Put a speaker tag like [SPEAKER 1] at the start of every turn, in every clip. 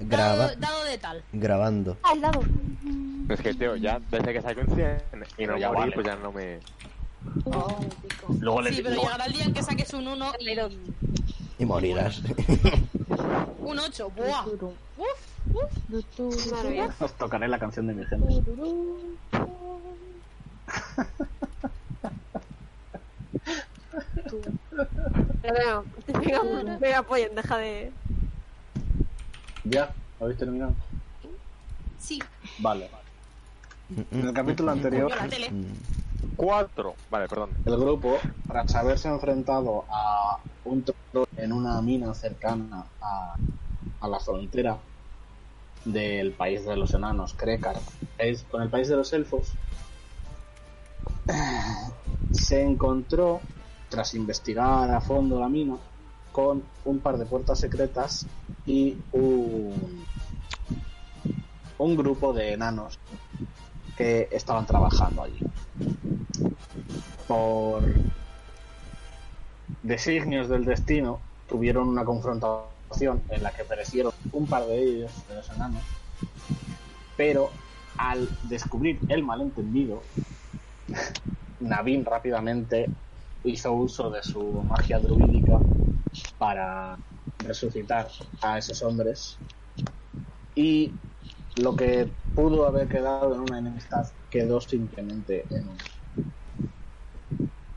[SPEAKER 1] Graba-
[SPEAKER 2] Dado, dado de tal.
[SPEAKER 1] grabando.
[SPEAKER 3] Ah, el dado.
[SPEAKER 4] Es que, tío, ya desde que saqué un 100 y no
[SPEAKER 5] Ya
[SPEAKER 4] morí,
[SPEAKER 5] vale.
[SPEAKER 4] pues ya no me...
[SPEAKER 3] Oh,
[SPEAKER 5] Luego le
[SPEAKER 2] Sí, pero
[SPEAKER 5] luego-
[SPEAKER 2] llegará el día en que saques un 1,
[SPEAKER 1] Y morirás.
[SPEAKER 2] un 8. Buah. Uf, uf.
[SPEAKER 5] os tocaré la canción de mis genes.
[SPEAKER 3] Pero no, venga, venga, pollen, deja de.
[SPEAKER 6] ¿Ya? ¿Lo habéis terminado?
[SPEAKER 2] Sí,
[SPEAKER 6] Vale. En el capítulo
[SPEAKER 2] yo
[SPEAKER 6] anterior,
[SPEAKER 2] la tele.
[SPEAKER 1] Mm.
[SPEAKER 4] Cuatro. Vale, perdón.
[SPEAKER 6] el grupo, tras haberse enfrentado a un troll en una mina cercana a, a la frontera del país de los enanos, Krekar, es- con el país de los elfos, se encontró, tras investigar a fondo la mina, con un par de puertas secretas y un, un grupo de enanos que estaban trabajando allí. Por designios del destino, tuvieron una confrontación en la que perecieron un par de ellos, de los enanos, pero al descubrir el malentendido, Navin rápidamente hizo uso de su magia druídica para resucitar a esos hombres y lo que pudo haber quedado en una enemistad quedó simplemente en un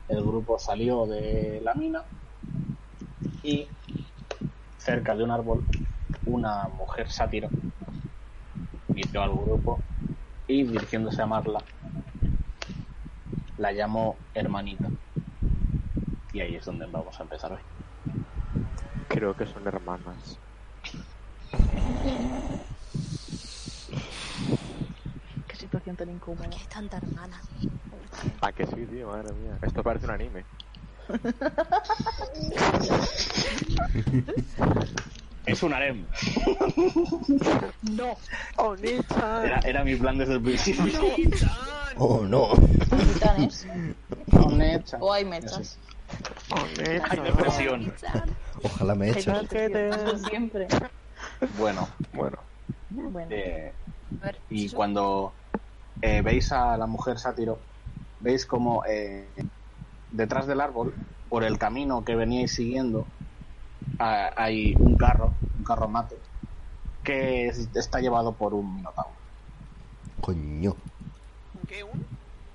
[SPEAKER 6] el grupo salió de la mina y cerca de un árbol una mujer sátiro vio al grupo y dirigiéndose a Marla la llamó hermanita y ahí es donde vamos a empezar hoy
[SPEAKER 4] Creo que son hermanas.
[SPEAKER 7] Qué situación tan incómoda.
[SPEAKER 2] Qué tanta hermana.
[SPEAKER 4] ¿A Ah, que sí, tío? Madre mía. Esto parece un anime.
[SPEAKER 5] Es un harem.
[SPEAKER 2] No.
[SPEAKER 7] Oh, Nichan.
[SPEAKER 5] Era, era mi plan desde el principio.
[SPEAKER 1] oh no.
[SPEAKER 8] ¿Titanes?
[SPEAKER 6] Conecta.
[SPEAKER 8] ¿O hay mechas?
[SPEAKER 5] Hay depresión.
[SPEAKER 1] Ojalá me eches.
[SPEAKER 8] Como siempre.
[SPEAKER 6] Bueno,
[SPEAKER 4] Bueno.
[SPEAKER 7] Bueno,
[SPEAKER 6] Eh, y cuando eh, veis a la mujer sátiro, veis como eh, detrás del árbol, por el camino que veníais siguiendo, ha- hay un carro, un carro mate, que es- está llevado por un minotauro.
[SPEAKER 1] Coño.
[SPEAKER 9] ¿Qué un?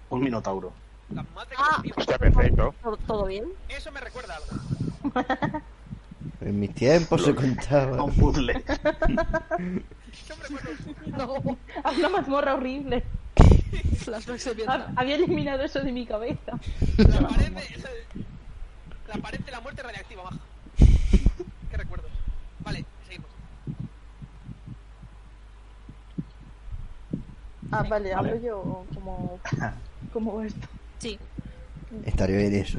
[SPEAKER 6] Un minotauro.
[SPEAKER 9] La madre que
[SPEAKER 3] Ah.
[SPEAKER 9] lo parió.
[SPEAKER 4] Hostia, perfecto.
[SPEAKER 3] ¿Todo- ¿Todo bien?
[SPEAKER 9] Eso me recuerda a algo.
[SPEAKER 1] En mis tiempos se contaba.
[SPEAKER 6] Un puzzle.
[SPEAKER 9] Eso me recuerda a un-
[SPEAKER 7] no.
[SPEAKER 8] Ah, Una mazmorra horrible.
[SPEAKER 2] Flashback se
[SPEAKER 8] Ha- Había eliminado eso de mi cabeza.
[SPEAKER 9] La pared de... La pared de la muerte radiactiva baja. Qué recuerdos. Vale, seguimos.
[SPEAKER 7] Ah, vale, hablo
[SPEAKER 6] Vale.
[SPEAKER 7] yo como. como esto.
[SPEAKER 2] Sí.
[SPEAKER 1] Estaría bien eso.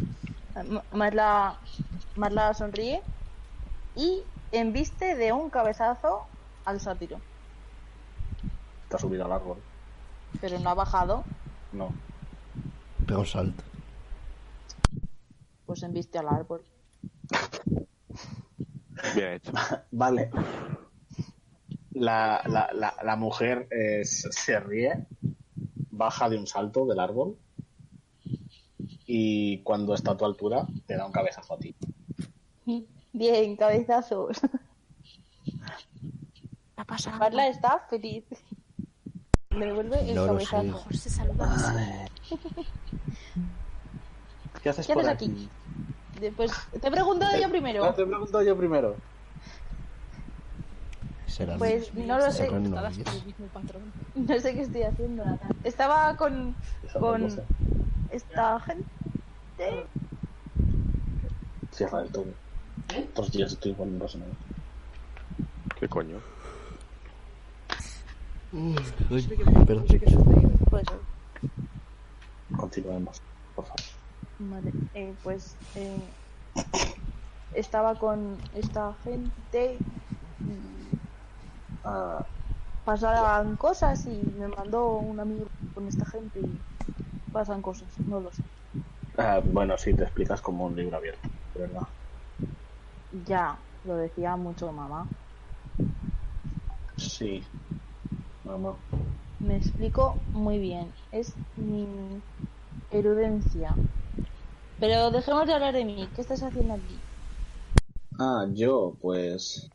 [SPEAKER 7] M- Marla, Marla sonríe y embiste de un cabezazo al sátiro.
[SPEAKER 6] Está subido al árbol.
[SPEAKER 7] Pero no ha bajado,
[SPEAKER 6] No.
[SPEAKER 1] Pega un salto.
[SPEAKER 7] pues embiste al árbol.
[SPEAKER 4] Bien hecho.
[SPEAKER 6] Vale. La, la, la, la mujer eh, se se ríe, baja de un salto del árbol y cuando está a tu altura te da un cabezazo a ti.
[SPEAKER 7] Bien, cabezazos.
[SPEAKER 3] Ha pasado.
[SPEAKER 7] Marla está feliz. Me devuelve el
[SPEAKER 1] No lo sé.
[SPEAKER 7] cabezazo.
[SPEAKER 2] Mejor se saluda así.
[SPEAKER 6] ¿Qué haces
[SPEAKER 7] ¿Qué
[SPEAKER 6] por
[SPEAKER 7] haces aquí? Después, te he preguntado yo primero.
[SPEAKER 6] No, Ah, te he preguntado yo primero.
[SPEAKER 1] Será.
[SPEAKER 7] Pues no lo sé,
[SPEAKER 1] Serán
[SPEAKER 2] Todas
[SPEAKER 1] novias.
[SPEAKER 2] con el mismo patrón.
[SPEAKER 7] no sé qué estoy haciendo. Estaba con
[SPEAKER 6] Esa
[SPEAKER 7] Con-
[SPEAKER 6] cosa.
[SPEAKER 7] esta gente.
[SPEAKER 6] Cierra el tubo.
[SPEAKER 7] ¿Eh?
[SPEAKER 6] Otros días estoy poniendo sonido.
[SPEAKER 4] ¿Qué coño?
[SPEAKER 1] Uy, perdón.
[SPEAKER 3] Puede ser.
[SPEAKER 6] Continuemos, por favor.
[SPEAKER 7] Vale, eh, pues eh, estaba con esta gente
[SPEAKER 6] Ah,
[SPEAKER 7] pasaban cosas y me mandó un amigo con esta gente y pasan cosas, no lo sé.
[SPEAKER 6] ah, bueno, sí, te explicas como un libro abierto, de ¿verdad?
[SPEAKER 7] Ya, lo decía mucho mamá.
[SPEAKER 6] Sí. Normal.
[SPEAKER 10] Me explico muy bien. Es mi erudencia. Pero dejemos de hablar de mí. ¿Qué estás haciendo aquí?
[SPEAKER 6] Ah, yo, pues.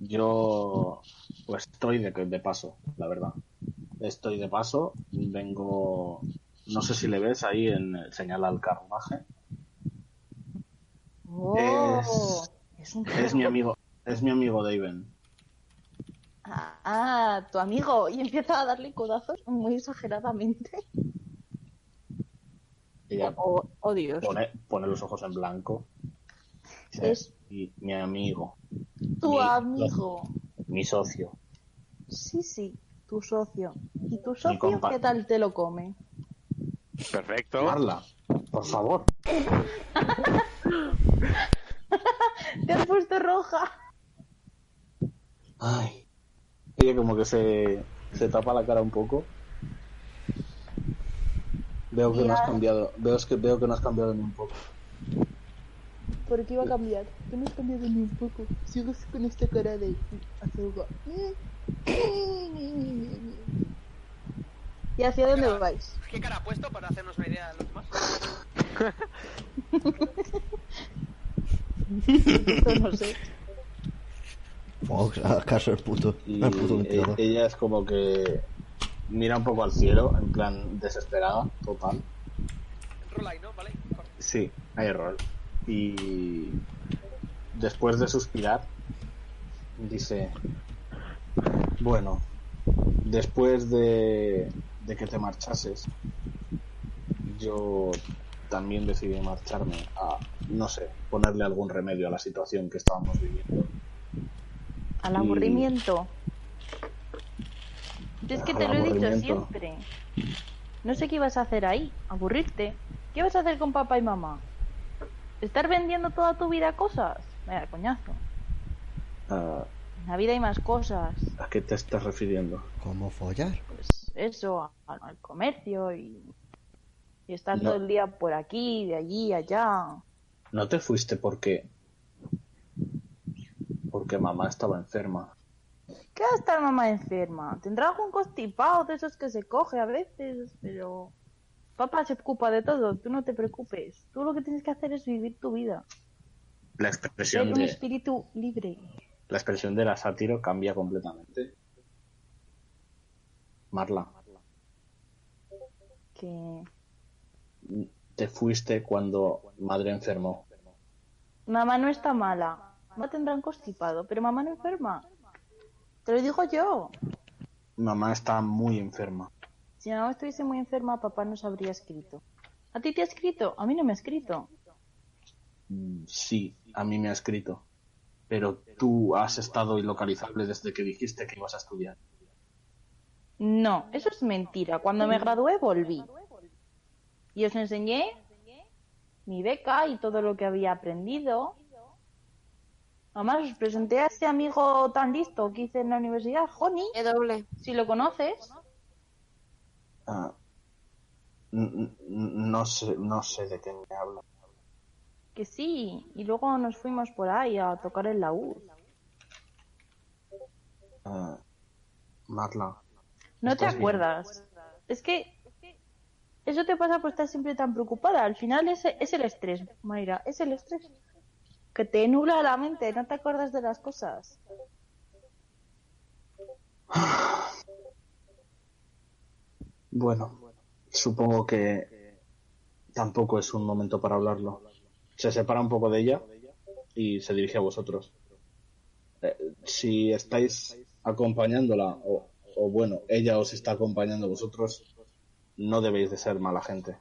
[SPEAKER 6] Yo. Pues estoy de, de paso, la verdad. Estoy de paso. Vengo. No sé si le ves ahí en el señal al carruaje.
[SPEAKER 10] ¡Oh! Es, un
[SPEAKER 6] Es mi amigo. Es mi amigo Daven.
[SPEAKER 10] Ah, ah, tu amigo. Y empieza a darle codazos muy exageradamente.
[SPEAKER 6] Ella
[SPEAKER 3] Oh, oh, Dios.
[SPEAKER 6] pone, pone los ojos en blanco. Dice,
[SPEAKER 10] Es
[SPEAKER 6] "Y mi amigo.
[SPEAKER 10] tu
[SPEAKER 6] mi-
[SPEAKER 10] amigo.
[SPEAKER 6] Mi socio.
[SPEAKER 10] Sí, sí. Tu socio. ¿Y tu socio
[SPEAKER 6] compa-
[SPEAKER 10] qué tal te lo come?
[SPEAKER 4] Perfecto.
[SPEAKER 6] Marla, por favor.
[SPEAKER 10] ¡Te has puesto roja!
[SPEAKER 6] Ay. Ella como que se, se tapa la cara un poco. Veo que no has
[SPEAKER 10] Mira.
[SPEAKER 6] cambiado. Veo es que veo que no has cambiado ni un poco.
[SPEAKER 10] ¿Por qué iba a cambiar? Tú no has cambiado ni un poco. Sigues con esta cara de azuga. ¿Y hacia dónde vais?
[SPEAKER 9] ¿Qué cara ha puesto para hacernos una idea de los demás?
[SPEAKER 10] Esto no sé.
[SPEAKER 1] Fox, haz caso el puto.
[SPEAKER 6] Y
[SPEAKER 1] El puto
[SPEAKER 6] e-
[SPEAKER 1] ventilador.
[SPEAKER 6] ella es como que mira un poco al cielo, en plan desesperada, total.
[SPEAKER 9] Roll ahí, ¿no? ¿Vale?
[SPEAKER 6] Sí, hay error. Y después de suspirar, dice, bueno, después de, de que te marchases, yo también decidí marcharme a, no sé, ponerle algún remedio a la situación que estábamos viviendo.
[SPEAKER 10] Al
[SPEAKER 6] Y-
[SPEAKER 10] aburrimiento. Es que te
[SPEAKER 6] Al
[SPEAKER 10] lo he dicho
[SPEAKER 6] aburrimiento.
[SPEAKER 10] siempre. No sé qué ibas a hacer ahí. Aburrirte. ¿Qué vas a hacer con papá y mamá? ¿Estar vendiendo toda tu vida cosas? Vaya coñazo.
[SPEAKER 6] Ah,
[SPEAKER 10] En la vida hay más cosas.
[SPEAKER 6] ¿A qué te estás refiriendo?
[SPEAKER 1] ¿Cómo follar?
[SPEAKER 10] pues eso, a- a- al comercio y, y estar
[SPEAKER 6] No.
[SPEAKER 10] todo el día por aquí, de allí, allá.
[SPEAKER 6] No te fuiste porque... Porque mamá estaba enferma.
[SPEAKER 10] ¿Qué va a estar mamá enferma? Tendrá algún constipado de esos que se coge a veces, pero papá se ocupa de todo, tú no te preocupes. Tú lo que tienes que hacer es vivir tu vida.
[SPEAKER 6] La
[SPEAKER 10] Ser
[SPEAKER 6] expresión
[SPEAKER 10] un
[SPEAKER 6] de...
[SPEAKER 10] espíritu libre.
[SPEAKER 6] La expresión de la sátiro cambia completamente. Marla,
[SPEAKER 10] Que
[SPEAKER 6] te fuiste cuando madre enfermó.
[SPEAKER 10] mamá no está mala, no tendrá un constipado, pero mamá no enferma. Te lo digo yo.
[SPEAKER 6] Mamá está muy enferma.
[SPEAKER 10] Si mamá estuviese muy enferma, papá nos habría escrito. ¿A ti te ha escrito? A mí no me ha escrito.
[SPEAKER 6] Mm, Sí, a mí me ha escrito. Pero tú has estado ilocalizable desde que dijiste que ibas a estudiar.
[SPEAKER 10] No, eso es mentira. Cuando me gradué volví. Y os enseñé mi beca y todo lo que había aprendido. Además, os presenté a ese amigo tan listo que hice en la universidad, Joni,
[SPEAKER 3] E doble.
[SPEAKER 10] si lo conoces.
[SPEAKER 6] Ah, n- n- no sé, no sé de qué me habla.
[SPEAKER 10] Que sí. Y luego nos fuimos por ahí a tocar el laúd.
[SPEAKER 6] Ah, Marla,
[SPEAKER 10] No te
[SPEAKER 6] Estás bien.
[SPEAKER 10] acuerdas. Es que eso te pasa por estar siempre tan preocupada. Al final es, es el estrés, Mayra, es el estrés. Que te nubla la mente, no te acuerdas de las cosas.
[SPEAKER 6] Bueno, supongo que tampoco es un momento para hablarlo. Se separa un poco de ella y se dirige a vosotros. Eh, si estáis acompañándola, o, o bueno, ella os está acompañando a vosotros, no debéis de ser mala gente.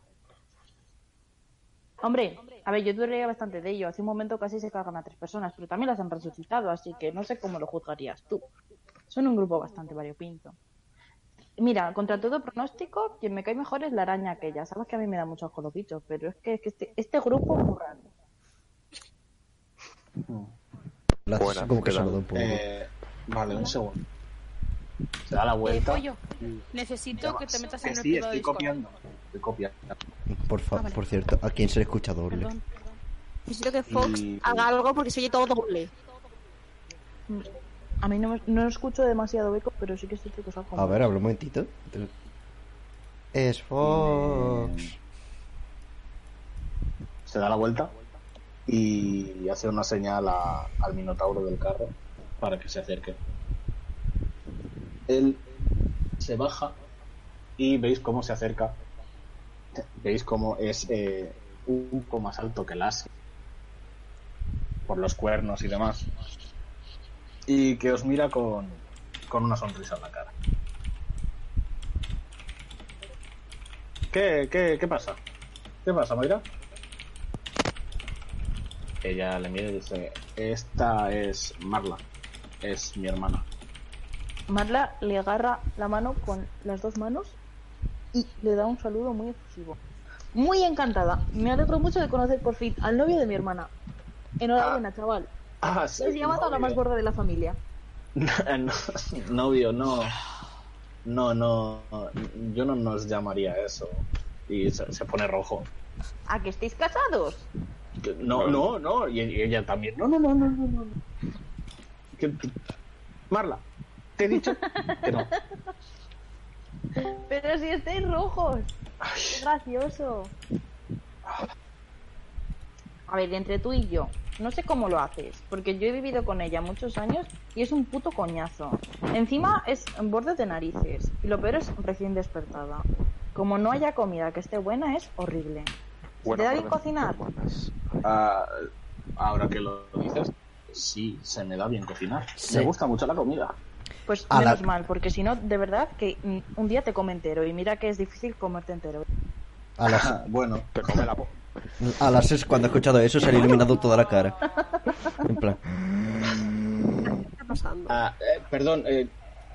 [SPEAKER 10] Hombre, a ver, yo dudaría bastante de ello. Hace un momento casi se cargan a tres personas, pero también las han resucitado, así que no sé cómo lo juzgarías tú. Son un grupo bastante variopinto. Mira, contra todo pronóstico, quien me cae mejor es la araña aquella. Sabes que a mí me da muchos colopitos, pero es que, es que este, este grupo es muy raro.
[SPEAKER 1] Las-
[SPEAKER 4] Buena,
[SPEAKER 1] como que
[SPEAKER 4] ¿qué tal?
[SPEAKER 1] saludó un poco.
[SPEAKER 6] Eh, vale, un segundo. Se da la
[SPEAKER 7] Eh,
[SPEAKER 6] vuelta.
[SPEAKER 7] pollo, necesito que te metas en el
[SPEAKER 6] sí,
[SPEAKER 7] privado de
[SPEAKER 6] estoy
[SPEAKER 7] Discord.
[SPEAKER 6] copiando. Estoy copiando.
[SPEAKER 1] Por, fa-
[SPEAKER 7] Ah, vale.
[SPEAKER 1] por cierto, ¿a quién se le escucha doble?
[SPEAKER 7] Perdón.
[SPEAKER 3] Necesito que Fox
[SPEAKER 6] Y-
[SPEAKER 3] haga algo porque se oye todo doble.
[SPEAKER 10] A mí no, me- no escucho demasiado eco, pero sí que estoy que os
[SPEAKER 1] A ver, habla un momentito. Es Fox.
[SPEAKER 6] se da la vuelta y hace una señal a- al minotauro del carro para que se acerque. Él se baja y veis cómo se acerca. Veis cómo es eh, un poco más alto que el as por los cuernos y demás. Y que os mira con, con una sonrisa en la cara. ¿Qué, qué, qué pasa? ¿Qué pasa, Mayra? Ella le mira y dice, esta es Marla, es mi hermana.
[SPEAKER 10] Marla le agarra la mano con las dos manos y le da un saludo muy efusivo. Muy encantada. Me alegro mucho de conocer por fin al novio de mi hermana. Enhorabuena, chaval.
[SPEAKER 6] Ah, sí. Eh,
[SPEAKER 10] Les he llamado a la más gorda de la familia.
[SPEAKER 6] No, novio, no. No, no. Yo no nos llamaría eso. Y se, se pone rojo.
[SPEAKER 10] ¿A que estáis casados?
[SPEAKER 6] Que- No, no, no. Y, y ella también. No, no, no, no, no. no. Que- que- Marla, te he dicho que no.
[SPEAKER 10] Pero si estáis rojos. Qué gracioso. A ver, entre tú y yo, no sé cómo lo haces, porque yo he vivido con ella muchos años y es un puto coñazo. Encima es en borde de narices y lo peor es recién despertada. Como no haya comida que esté buena es horrible.
[SPEAKER 4] Bueno,
[SPEAKER 10] ¿Te da bien
[SPEAKER 4] perdón.
[SPEAKER 10] cocinar?
[SPEAKER 4] Buenas.
[SPEAKER 6] Ah, ahora que lo dices, sí, se me da bien cocinar.
[SPEAKER 1] Sí.
[SPEAKER 6] Me gusta mucho la comida.
[SPEAKER 10] Pues
[SPEAKER 1] A la-
[SPEAKER 10] menos mal, porque si no, de verdad que mm, un día te come entero y mira que es difícil comerte entero.
[SPEAKER 1] A las,
[SPEAKER 5] Ah,
[SPEAKER 6] Bueno,
[SPEAKER 4] Te come la po-
[SPEAKER 1] a las seis, cuando he escuchado eso, se le ha iluminado toda la cara. En plan,
[SPEAKER 3] ¿Qué está pasando?
[SPEAKER 6] Ah, eh, perdón, eh,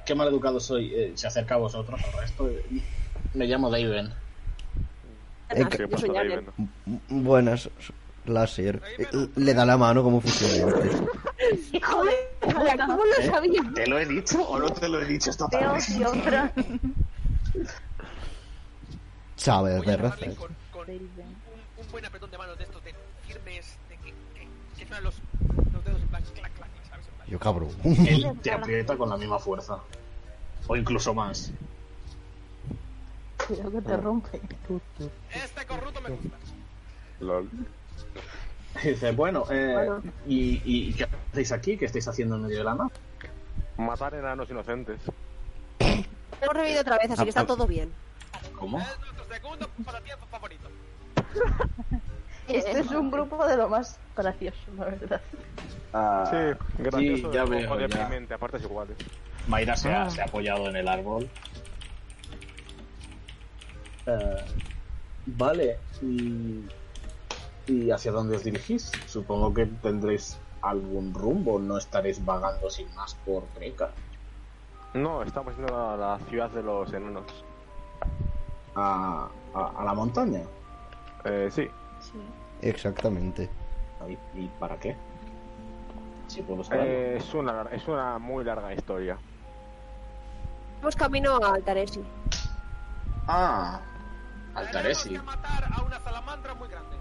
[SPEAKER 6] qué mal educado soy. Eh, se acerca a vosotros, al resto. eh, me llamo Daven.
[SPEAKER 1] eh,
[SPEAKER 4] ¿Qué
[SPEAKER 1] que-
[SPEAKER 4] pasa,
[SPEAKER 3] Ah, soy
[SPEAKER 4] David?
[SPEAKER 3] Alien.
[SPEAKER 1] buenas, láser. Eh, Le da la mano como funciona.
[SPEAKER 3] Joder, Javier, ¿cómo
[SPEAKER 4] ¿Eh?
[SPEAKER 3] lo sabía?
[SPEAKER 5] ¿Te lo he dicho o no te lo he dicho esta tarde?
[SPEAKER 10] Dios, Dios, pero-
[SPEAKER 1] Sabes
[SPEAKER 9] Voy a
[SPEAKER 1] de
[SPEAKER 9] llamarle
[SPEAKER 1] razas.
[SPEAKER 9] con, con un, un buen apretón de manos de estos, de firmes, de que, que, que suenan los, los dedos en plan, clac, clac, clac, ¿sabes? En plan,
[SPEAKER 1] Yo cabrón.
[SPEAKER 6] Él te aprieta con la misma fuerza. O incluso más.
[SPEAKER 10] Cuidado que te rompe.
[SPEAKER 9] Este corrupto me gusta.
[SPEAKER 4] Lol.
[SPEAKER 6] Y dice, bueno, eh,
[SPEAKER 3] Bueno.
[SPEAKER 6] ¿y, y qué hacéis aquí? ¿Qué estáis haciendo en medio de la nada?
[SPEAKER 4] Matar enanos inocentes.
[SPEAKER 3] Hemos revivido otra vez, así que
[SPEAKER 4] Ah,
[SPEAKER 3] está todo bien.
[SPEAKER 6] ¿Cómo?
[SPEAKER 9] Es nuestro segundo pasatiempo favorito.
[SPEAKER 10] Este es un grupo de lo más gracioso, la verdad.
[SPEAKER 6] Ah,
[SPEAKER 4] Sí, gracioso.
[SPEAKER 6] ya
[SPEAKER 4] o-
[SPEAKER 6] veo,
[SPEAKER 4] o
[SPEAKER 6] ya.
[SPEAKER 4] deprimente, a partes iguales.
[SPEAKER 6] Mayra se ha, se ha apoyado en el árbol. Eh, vale, y, ¿y hacia dónde os dirigís? Supongo que tendréis algún rumbo, no estaréis vagando sin más por Greca.
[SPEAKER 4] No, estamos yendo a la ciudad de los enanos.
[SPEAKER 6] A, a- a la montaña.
[SPEAKER 4] Eh, sí.
[SPEAKER 1] Exactamente.
[SPEAKER 6] ¿Y, y para qué? Si puedo saberlo.
[SPEAKER 4] Eh, es, una, lar- es una muy larga historia.
[SPEAKER 3] Vamos camino a Altaresi.
[SPEAKER 6] Ah,
[SPEAKER 9] Tenemos
[SPEAKER 6] Altaresi,
[SPEAKER 9] que matar a una salamandra muy grande.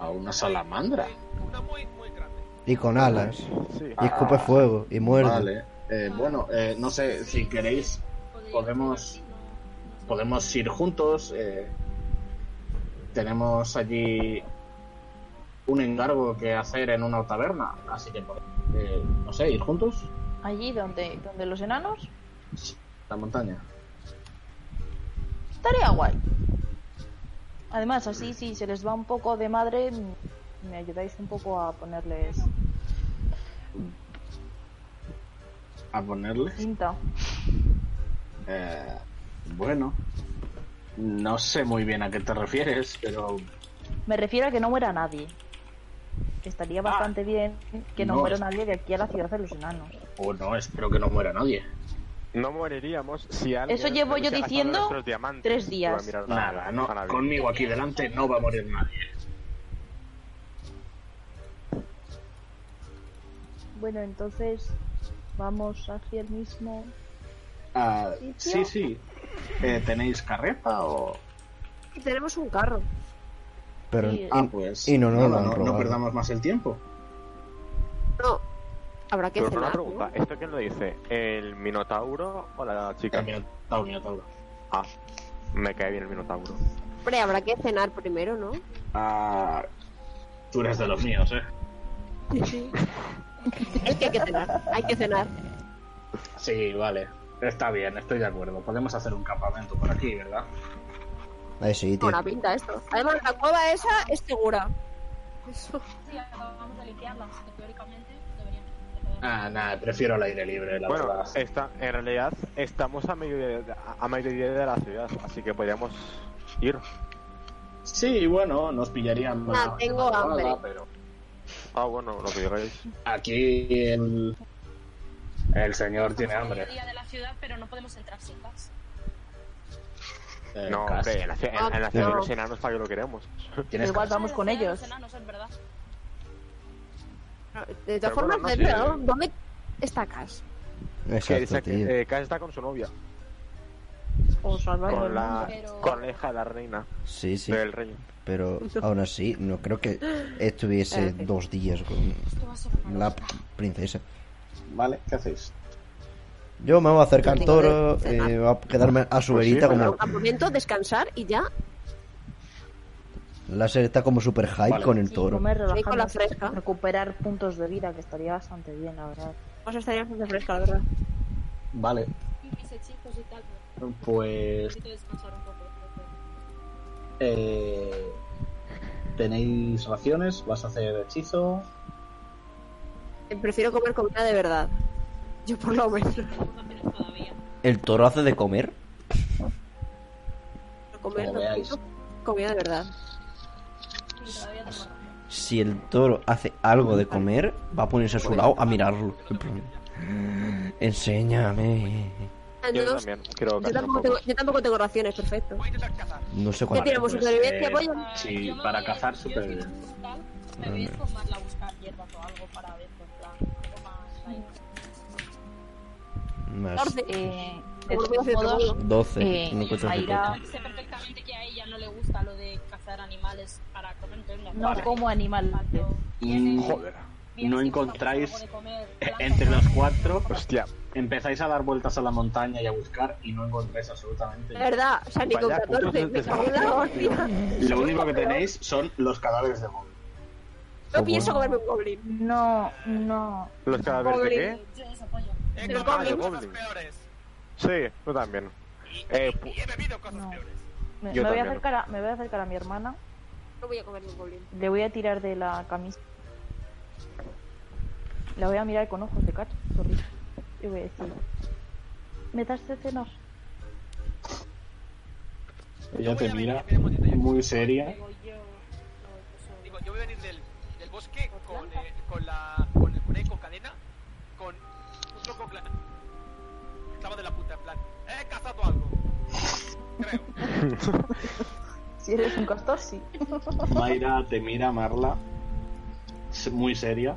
[SPEAKER 6] a una salamandra.
[SPEAKER 9] Sí, Una muy, muy grande.
[SPEAKER 1] Y con alas.
[SPEAKER 4] Sí.
[SPEAKER 1] Y escupe fuego. Y muerde.
[SPEAKER 6] Vale, eh, bueno, eh, no sé si queréis, podemos, podemos ir juntos. eh, tenemos allí un encargo que hacer en una taberna, así que eh, no sé, ir juntos
[SPEAKER 10] Allí donde, donde los enanos,
[SPEAKER 6] a la montaña.
[SPEAKER 10] estaría guay. Además, así si se les va un poco de madre, mm, me ayudáis un poco a ponerles
[SPEAKER 6] A ponerle.
[SPEAKER 10] cinta.
[SPEAKER 6] eh, bueno, no sé muy bien a qué te refieres, pero
[SPEAKER 10] Me refiero a que no muera nadie. Estaría bastante bien que no,
[SPEAKER 6] no,
[SPEAKER 10] muera
[SPEAKER 6] es-
[SPEAKER 10] nadie de aquí a la ciudad de los enanos.
[SPEAKER 6] o no, espero que no muera nadie.
[SPEAKER 4] No moriríamos si alguien.
[SPEAKER 10] Eso llevo yo
[SPEAKER 4] hubiese gastado
[SPEAKER 10] diciendo
[SPEAKER 4] nuestros diamantes
[SPEAKER 10] tres días.
[SPEAKER 4] para mirar la-
[SPEAKER 6] Nada, no,
[SPEAKER 4] a nadie.
[SPEAKER 6] conmigo aquí delante no va a morir nadie.
[SPEAKER 10] Bueno, entonces vamos hacia el mismo.
[SPEAKER 6] Ah, sí,
[SPEAKER 10] ¿Sitio?
[SPEAKER 6] sí. Eh, ¿Tenéis carreta o...?
[SPEAKER 3] Y tenemos un carro.
[SPEAKER 1] Pero
[SPEAKER 10] Sí.
[SPEAKER 6] Ah, pues...
[SPEAKER 1] y no, no,
[SPEAKER 6] nada,
[SPEAKER 1] lo han
[SPEAKER 6] no,
[SPEAKER 1] robado.
[SPEAKER 6] perdamos más el tiempo.
[SPEAKER 3] No, Habrá que
[SPEAKER 4] Pero una
[SPEAKER 3] cenar.
[SPEAKER 4] pregunta, ¿esto quién lo dice? ¿El Minotauro o la chica?
[SPEAKER 6] El Minotauro, Minotauro.
[SPEAKER 4] Ah, me cae bien el Minotauro.
[SPEAKER 3] ¿no? Hombre, habrá que cenar primero, ¿no?
[SPEAKER 6] Ah, tú eres de los míos, ¿eh?
[SPEAKER 3] Es que hay que cenar. Hay que cenar.
[SPEAKER 6] Sí, vale. Está bien, estoy de acuerdo. Podemos hacer un campamento por aquí, ¿verdad?
[SPEAKER 1] Ay, sí, tío.
[SPEAKER 3] Buena pinta esto. Además, la cueva esa es segura. Eso.
[SPEAKER 2] Sí, acabamos de limpiarla, así que teóricamente deberíamos.
[SPEAKER 6] Ah, nada, prefiero el aire libre, la
[SPEAKER 4] Bueno,
[SPEAKER 6] verdad.
[SPEAKER 4] esta, en realidad estamos a mediodía, a mediodía de la ciudad, así que podríamos ir.
[SPEAKER 6] Sí, bueno, nos pillarían.
[SPEAKER 3] Nah,
[SPEAKER 6] más-
[SPEAKER 3] tengo
[SPEAKER 6] más
[SPEAKER 3] hambre.
[SPEAKER 6] nada, Pero
[SPEAKER 4] Ah, bueno, lo que digáis.
[SPEAKER 6] aquí el. El señor tiene hambre.
[SPEAKER 2] día de la ciudad, pero no podemos entrar sin gas.
[SPEAKER 6] Eh,
[SPEAKER 4] No,
[SPEAKER 6] casi.
[SPEAKER 4] hombre, en la, ci-
[SPEAKER 3] Ah,
[SPEAKER 4] en- en la ciudad de los enanos para que lo queremos.
[SPEAKER 6] Tienes
[SPEAKER 10] Igual
[SPEAKER 6] casi.
[SPEAKER 10] vamos
[SPEAKER 2] Ah,
[SPEAKER 10] con
[SPEAKER 2] la ciudad de los
[SPEAKER 10] ellos.
[SPEAKER 2] enanos, es verdad.
[SPEAKER 3] De
[SPEAKER 4] Pero
[SPEAKER 3] todas formas,
[SPEAKER 4] bueno, no,
[SPEAKER 3] Pedro,
[SPEAKER 4] sí.
[SPEAKER 3] ¿dónde está Cas?
[SPEAKER 4] Que
[SPEAKER 1] Exacto,
[SPEAKER 4] dice
[SPEAKER 1] tío.
[SPEAKER 4] que eh, Cass está con su novia,
[SPEAKER 10] O salvar
[SPEAKER 4] con la,
[SPEAKER 2] Pero-
[SPEAKER 4] con la hija de la reina,
[SPEAKER 1] Sí, sí.
[SPEAKER 4] del rey.
[SPEAKER 1] Pero aún así, no creo que estuviese dos días con
[SPEAKER 2] Eh, Esto va a ser malo.
[SPEAKER 1] la princesa.
[SPEAKER 6] Vale, ¿qué hacéis?
[SPEAKER 1] Yo me voy a acercar al
[SPEAKER 3] Yo
[SPEAKER 1] toro,
[SPEAKER 3] digo de cenar.
[SPEAKER 1] eh, voy a quedarme a su
[SPEAKER 4] Pues sí,
[SPEAKER 1] verita
[SPEAKER 4] pero-
[SPEAKER 1] como...
[SPEAKER 3] Un campamento, descansar y ya.
[SPEAKER 1] Láser está como super hype
[SPEAKER 6] Vale.
[SPEAKER 1] con el
[SPEAKER 10] Sí,
[SPEAKER 1] toro.
[SPEAKER 10] comer,
[SPEAKER 3] Sí, con la
[SPEAKER 10] relajarnos,
[SPEAKER 3] fresca.
[SPEAKER 10] Recuperar puntos de vida, que estaría bastante bien, la verdad.
[SPEAKER 3] Vamos a estar bastante fresca, la verdad.
[SPEAKER 6] Vale,
[SPEAKER 2] Y mis hechizos y tal, pero
[SPEAKER 6] pues.
[SPEAKER 2] necesito descansar un poco. porque-
[SPEAKER 6] Eh, ¿Tenéis raciones? ¿Vas a hacer hechizo?
[SPEAKER 3] Eh, Prefiero comer comida de verdad. Yo por lo menos.
[SPEAKER 2] Tengo raciones todavía.
[SPEAKER 1] ¿El toro hace de comer?
[SPEAKER 3] Comer
[SPEAKER 6] Como
[SPEAKER 3] no,
[SPEAKER 6] veáis.
[SPEAKER 3] comida de verdad.
[SPEAKER 2] Y todavía tengo raciones.
[SPEAKER 1] Si el toro hace algo de comer, va a ponerse a
[SPEAKER 10] Pues
[SPEAKER 1] su lado a mirarlo. En plan, Enséñame.
[SPEAKER 3] Ah,
[SPEAKER 4] Yo
[SPEAKER 3] no,
[SPEAKER 4] también quiero
[SPEAKER 3] yo,
[SPEAKER 4] cazar un
[SPEAKER 3] tampoco
[SPEAKER 4] poco.
[SPEAKER 3] tengo, yo tampoco tengo raciones, perfecto.
[SPEAKER 9] Voy a intentar cazar.
[SPEAKER 1] No sé
[SPEAKER 3] Ya
[SPEAKER 1] cuál.
[SPEAKER 3] tiramos
[SPEAKER 6] pues,
[SPEAKER 3] supervivencia,
[SPEAKER 6] eh,
[SPEAKER 3] pollo.
[SPEAKER 2] Ah,
[SPEAKER 6] Sí,
[SPEAKER 2] yo me
[SPEAKER 6] para
[SPEAKER 2] voy a-
[SPEAKER 6] cazar,
[SPEAKER 2] yo
[SPEAKER 6] súper
[SPEAKER 2] si
[SPEAKER 6] bien.
[SPEAKER 2] no es tal,
[SPEAKER 1] Eh,
[SPEAKER 2] Me voy a informarla a buscar hierbas o algo para ver, en plan, algo más. ahí.
[SPEAKER 1] Más
[SPEAKER 3] 14.
[SPEAKER 10] Eh, de
[SPEAKER 3] Seguro que
[SPEAKER 10] todos
[SPEAKER 3] hace
[SPEAKER 10] modos,
[SPEAKER 3] seguro.
[SPEAKER 1] 12.
[SPEAKER 10] Eh,
[SPEAKER 1] no encuentro
[SPEAKER 10] ahí
[SPEAKER 1] el
[SPEAKER 10] irá-
[SPEAKER 1] punto.
[SPEAKER 2] Ah, Sé perfectamente que a ella no le gusta lo de cazar animales para comer, entonces me
[SPEAKER 10] no
[SPEAKER 2] acuerdo.
[SPEAKER 10] como animal. antes.
[SPEAKER 2] Cuando
[SPEAKER 6] Mm,
[SPEAKER 2] viene-
[SPEAKER 6] joder.
[SPEAKER 2] viene
[SPEAKER 6] No
[SPEAKER 2] así con
[SPEAKER 6] encontráis e-,
[SPEAKER 2] algo de comer, plantas,
[SPEAKER 6] Eh, Entre los
[SPEAKER 2] algo,
[SPEAKER 6] cuatro pues,
[SPEAKER 4] Hostia,
[SPEAKER 6] empezáis a dar vueltas a la montaña y a buscar y no encontráis absolutamente
[SPEAKER 3] La
[SPEAKER 6] nada.
[SPEAKER 3] verdad, o sea, ni con
[SPEAKER 4] Vaya,
[SPEAKER 3] 14.
[SPEAKER 4] puntos de
[SPEAKER 3] Me cago en la hostia.
[SPEAKER 6] Lo único que tenéis son los cadáveres de Goblin.
[SPEAKER 3] No pienso comerme un goblin.
[SPEAKER 10] No, no.
[SPEAKER 4] ¿los cadáveres de qué?
[SPEAKER 2] eh, yo eso, pollo.
[SPEAKER 9] He
[SPEAKER 3] Pero
[SPEAKER 9] encontrado
[SPEAKER 4] goblins.
[SPEAKER 9] cosas peores.
[SPEAKER 4] Sí, tú también.
[SPEAKER 9] Y,
[SPEAKER 4] Eh,
[SPEAKER 9] y- y he bebido cosas
[SPEAKER 10] no.
[SPEAKER 9] peores.
[SPEAKER 10] Me,
[SPEAKER 4] Yo
[SPEAKER 10] me voy a
[SPEAKER 4] también.
[SPEAKER 10] acercar a, me voy a acercar a mi hermana,
[SPEAKER 3] No voy a comerme un goblin.
[SPEAKER 10] le voy a tirar de la camisa. La voy a mirar con ojos de cacho, sorry. Y voy a decir: ¿Me das de cenar?
[SPEAKER 6] Ella
[SPEAKER 9] voy
[SPEAKER 6] te
[SPEAKER 9] a venir,
[SPEAKER 6] mira
[SPEAKER 9] mira, un momentito, yo-
[SPEAKER 6] muy seria.
[SPEAKER 2] Digo yo, no, eso-
[SPEAKER 9] Digo, yo voy a venir del, del bosque con, eh, con la. con el cure con cadena, con un tronco cla- clavo de la puta, en plan. He cazado algo. Creo.
[SPEAKER 10] Si eres un castor, sí.
[SPEAKER 6] Mayra te mira, Marla, s- muy seria.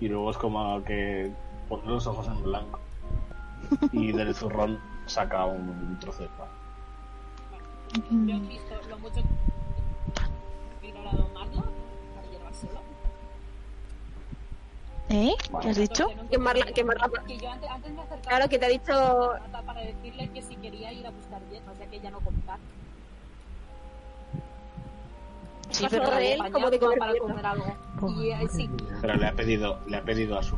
[SPEAKER 6] Y luego es como que pone los ojos en blanco. Y del zurrón saca un trozo de pan.
[SPEAKER 3] Mm.
[SPEAKER 2] Yo he visto lo mucho que vino la domarla para llevárselo.
[SPEAKER 11] ¿Eh?
[SPEAKER 6] Vale.
[SPEAKER 11] ¿Qué has dicho?
[SPEAKER 3] Quemarla- quemarla.
[SPEAKER 2] Que yo antes, antes me acercaba
[SPEAKER 3] Claro que te ha dicho.
[SPEAKER 2] a Marta para decirle que si quería ir a buscar hierba, o sea que ella no contaba.
[SPEAKER 3] Sí, pero de él, como de comer
[SPEAKER 2] para
[SPEAKER 3] mierda.
[SPEAKER 2] comer algo. Y eh, sí,
[SPEAKER 6] Pero le ha pedido, le ha pedido a su.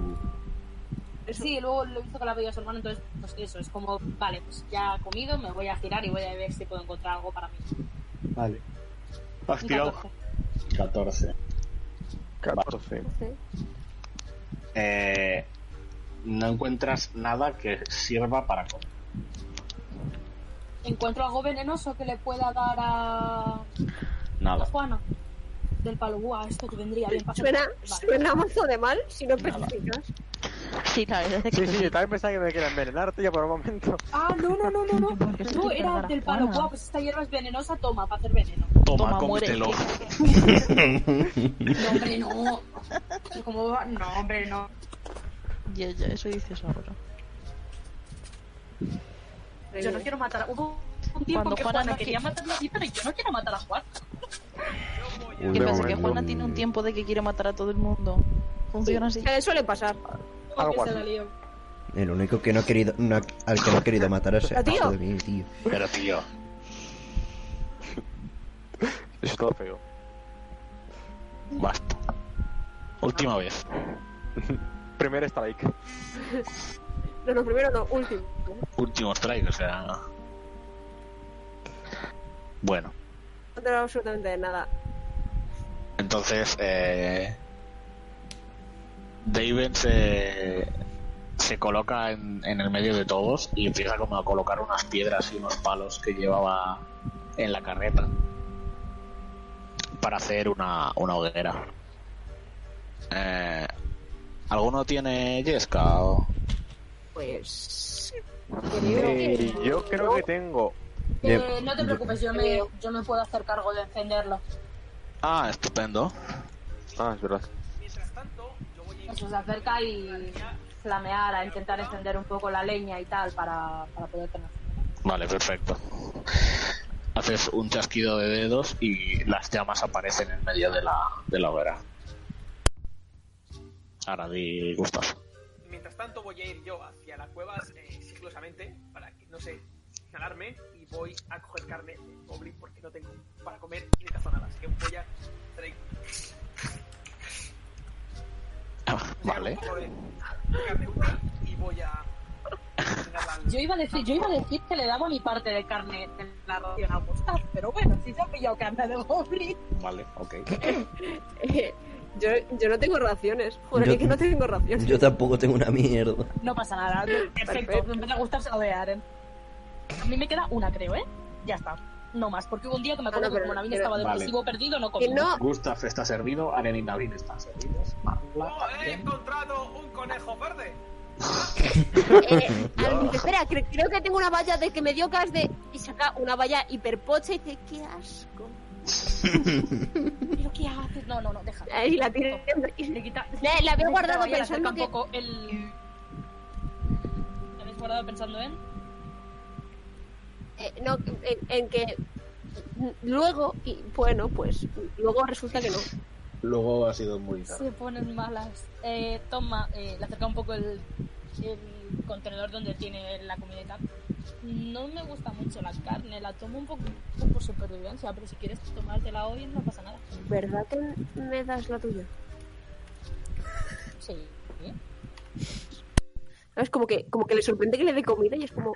[SPEAKER 2] sí, luego lo he visto que la pedía su hermano, entonces pues eso, es como, vale, pues ya ha comido, me voy a girar y voy a ver si puedo encontrar algo para mí.
[SPEAKER 6] Vale. Has
[SPEAKER 2] Un
[SPEAKER 6] tirado
[SPEAKER 2] 14.
[SPEAKER 6] 14.
[SPEAKER 4] 14.
[SPEAKER 6] Eh, no encuentras nada que sirva para comer.
[SPEAKER 2] Encuentro algo venenoso que le pueda dar a, a
[SPEAKER 6] Nada.
[SPEAKER 2] Juana del palo. Guau, esto que vendría bien para
[SPEAKER 3] Suena,
[SPEAKER 2] Vale.
[SPEAKER 3] suena mazo de mal si no especificas.
[SPEAKER 11] Sí, la verdad es que
[SPEAKER 4] Sí, sí, yo también pensaba que me quería envenenarte ya por un momento.
[SPEAKER 2] Ah, no, no, no, no, no.
[SPEAKER 10] qué se
[SPEAKER 2] No,
[SPEAKER 10] quiere
[SPEAKER 2] era
[SPEAKER 10] cargar a
[SPEAKER 2] del palo.
[SPEAKER 10] Juana?
[SPEAKER 2] Guau, pues esta hierba es venenosa, toma, para hacer veneno.
[SPEAKER 6] Toma,
[SPEAKER 11] Toma, muere.
[SPEAKER 6] cómetelo.
[SPEAKER 2] No, hombre, no. ¿Cómo va? No, hombre, no.
[SPEAKER 11] Ya, ya, eso dices ahora.
[SPEAKER 2] Yo no quiero matar a... Hubo un tiempo
[SPEAKER 11] Cuando
[SPEAKER 2] que
[SPEAKER 11] Juana
[SPEAKER 2] Juana,
[SPEAKER 11] no
[SPEAKER 2] quería matarla a ti, pero yo no quiero matar a Juan.
[SPEAKER 11] ¿Qué pasa? Que Juana tiene un tiempo de que quiere matar a todo el mundo.
[SPEAKER 10] funciona así.
[SPEAKER 3] Que le suele pasar.
[SPEAKER 4] Algo
[SPEAKER 2] se la
[SPEAKER 4] así.
[SPEAKER 2] lío.
[SPEAKER 1] El único que no ha querido, no ha- al que no ha querido matar es
[SPEAKER 3] Pero, tío.
[SPEAKER 1] Paco de mí, tío.
[SPEAKER 6] Pero tío,
[SPEAKER 4] Eso es todo feo.
[SPEAKER 6] basta. Última vez.
[SPEAKER 4] Primer strike.
[SPEAKER 3] No, no, primero no, último.
[SPEAKER 6] Último strike, o sea. Bueno,
[SPEAKER 3] No tengo absolutamente de nada.
[SPEAKER 6] entonces. Eh... David se. Se coloca en, en el medio de todos y empieza como a colocar unas piedras y unos palos que llevaba en la carreta para hacer una, una hoguera. Eh, ¿Alguno tiene yesca? o-
[SPEAKER 3] Pues.
[SPEAKER 4] Eh, yo creo que tengo.
[SPEAKER 2] Eh, no te preocupes, yo me, yo me puedo hacer cargo de encenderlo.
[SPEAKER 6] Ah, estupendo.
[SPEAKER 4] Ah, es verdad.
[SPEAKER 9] Mientras tanto, yo voy a ir
[SPEAKER 2] Eso se acerca y flamear, a intentar encender un poco la leña y tal para, para poder tener.
[SPEAKER 6] Vale, perfecto. Haces un chasquido de dedos y las llamas aparecen en medio de la, de la hoguera. Ahora di Gustav.
[SPEAKER 9] Mientras tanto voy a ir yo hacia las cuevas eh, sigilosamente para que, no sé, inhalarme y voy a coger carne de goblin porque no tengo para comer ni nada así que voy a hacer ahí
[SPEAKER 6] Vale.
[SPEAKER 9] un poco de carne útil y voy a... enseñarla al-
[SPEAKER 2] Yo iba a decir, yo iba a decir que le daba mi parte de carne de la ración a Gustav, pero bueno, si se ha pillado carne de goblin.
[SPEAKER 6] Vale, ok.
[SPEAKER 3] yo, yo no tengo raciones. Joder,
[SPEAKER 1] Yo-
[SPEAKER 3] que no tengo raciones.
[SPEAKER 1] Yo tampoco tengo una mierda.
[SPEAKER 2] No pasa nada. Perfecto.
[SPEAKER 3] Perfecto.
[SPEAKER 2] Me empieza a gustar se lo de Aren. A mí me queda una, creo, ¿eh? Ya está. No más, porque hubo un día que me acuerdo
[SPEAKER 3] Ah, no, pero-
[SPEAKER 2] que como Navin
[SPEAKER 3] pero-
[SPEAKER 2] estaba
[SPEAKER 7] vale.
[SPEAKER 2] depresivo perdido, no
[SPEAKER 3] Que
[SPEAKER 2] comía.
[SPEAKER 3] no.
[SPEAKER 7] Gustav está servido, Aren y David están servidos. Marla
[SPEAKER 9] ¡Oh, he
[SPEAKER 7] también.
[SPEAKER 9] encontrado un conejo verde!
[SPEAKER 3] Eh, Alan dice, espera, cre- creo que tengo una valla de que me dio gas de. Y saca una valla hiperpocha y dice, qué asco.
[SPEAKER 2] ¿Pero qué haces? No, no, no, deja.
[SPEAKER 3] Ahí la tira.
[SPEAKER 2] Le quita-
[SPEAKER 3] La, la
[SPEAKER 2] le
[SPEAKER 3] había
[SPEAKER 2] quita
[SPEAKER 3] guardado
[SPEAKER 2] valla, le
[SPEAKER 3] pensando
[SPEAKER 2] acerca
[SPEAKER 3] que.
[SPEAKER 2] un poco el... ¿La habéis guardado pensando en...?
[SPEAKER 3] eh, no, en, en que. Luego, y bueno, pues. Luego resulta que no.
[SPEAKER 7] Luego ha sido muy tarde.
[SPEAKER 2] Se ponen malas. Eh, toma, eh, le acerca un poco el, el contenedor donde tiene la comida y tal. No me gusta mucho la carne, la tomo un poco por supervivencia, pero si quieres tomártela hoy no pasa nada.
[SPEAKER 3] ¿Verdad que me das la tuya?
[SPEAKER 2] Sí. ¿eh?
[SPEAKER 3] Es como que, como que le sorprende que le dé comida y es como.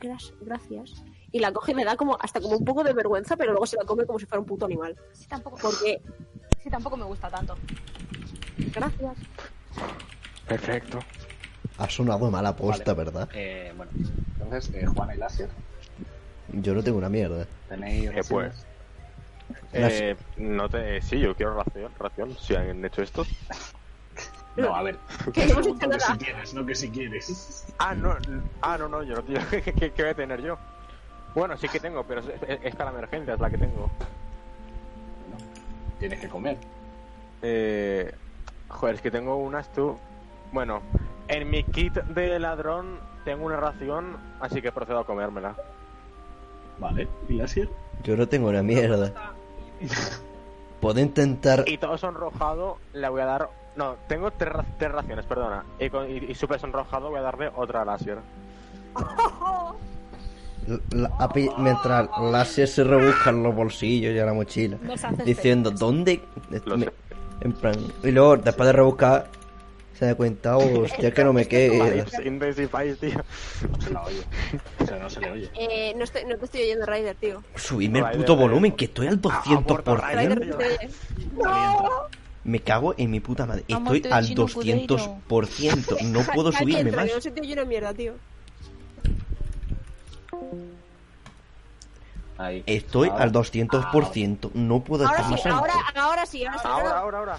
[SPEAKER 3] "Gras- Gracias. Y la coge y le da como hasta como un poco de vergüenza, pero luego se la come como si fuera un puto animal.
[SPEAKER 2] Sí, tampoco,
[SPEAKER 3] Porque,
[SPEAKER 2] sí, tampoco me gusta tanto.
[SPEAKER 3] gracias.
[SPEAKER 4] Perfecto.
[SPEAKER 1] Ha sonado mala posta, ¿verdad?
[SPEAKER 6] Eh, bueno,
[SPEAKER 7] Entonces, eh, Juana y Láser,
[SPEAKER 1] Yo no tengo una mierda.
[SPEAKER 7] tenéis.
[SPEAKER 4] Eh, pues. Eh, no te, eh, sí, yo quiero ración, ración. Si han hecho esto.
[SPEAKER 7] No, a ver.
[SPEAKER 3] Que
[SPEAKER 7] Te
[SPEAKER 3] no hemos
[SPEAKER 7] pregunto
[SPEAKER 3] hecho
[SPEAKER 7] que si
[SPEAKER 3] nada.
[SPEAKER 7] quieres, no que si quieres.
[SPEAKER 4] Ah, no, ah, no, no, yo no tengo. ¿Qué, qué voy a tener yo? Bueno, sí que tengo, pero es, es- es para emergencia, es la que tengo.
[SPEAKER 7] Tienes que comer.
[SPEAKER 4] Eh, joder, es que tengo unas tú. Bueno, en mi kit de ladrón tengo una ración, así que procedo a comérmela.
[SPEAKER 7] Vale. ¿Y Láser?
[SPEAKER 1] Yo no tengo una mierda. Puedo intentar...
[SPEAKER 4] Y todo sonrojado le voy a dar. No, tengo tres, ra- tres raciones, perdona. Y, con, y, y super sonrojado voy a darle otra láser.
[SPEAKER 1] la- a pi- mientras Láser se rebusca en los bolsillos y en la mochila.
[SPEAKER 2] Nos haces
[SPEAKER 1] Diciendo, ¿dónde...?
[SPEAKER 4] Lo sé.
[SPEAKER 1] En plan... Y luego, después de rebuscar, se da cuenta, "Oh, hostia, que no me
[SPEAKER 4] Vale,
[SPEAKER 1] queda.
[SPEAKER 4] intensifies, tío.
[SPEAKER 7] No se la oye. O sea, no se le oye.
[SPEAKER 3] Eh, no, estoy, no te estoy oyendo, Ryder, tío.
[SPEAKER 1] Subidme el
[SPEAKER 4] Ryder,
[SPEAKER 1] puto
[SPEAKER 4] Ryder.
[SPEAKER 1] volumen, que estoy al
[SPEAKER 3] Ryder,
[SPEAKER 1] 200%.
[SPEAKER 3] no te oyes.
[SPEAKER 1] Me cago en mi puta madre.
[SPEAKER 10] Vamos,
[SPEAKER 1] Estoy
[SPEAKER 10] te
[SPEAKER 1] al
[SPEAKER 10] chino
[SPEAKER 1] 200%. No
[SPEAKER 3] Ja-
[SPEAKER 1] puedo
[SPEAKER 3] ja- que
[SPEAKER 1] subirme
[SPEAKER 3] entra,
[SPEAKER 1] más.
[SPEAKER 3] que No se te oye una mierda, tío.
[SPEAKER 7] Ahí.
[SPEAKER 1] Estoy
[SPEAKER 7] Ah,
[SPEAKER 1] al 200%. No puedo
[SPEAKER 3] Ahora
[SPEAKER 1] estar más
[SPEAKER 3] sí,
[SPEAKER 1] alto.
[SPEAKER 3] ahora, ahora sí, ahora sí.
[SPEAKER 4] Ahora, ahora, ahora.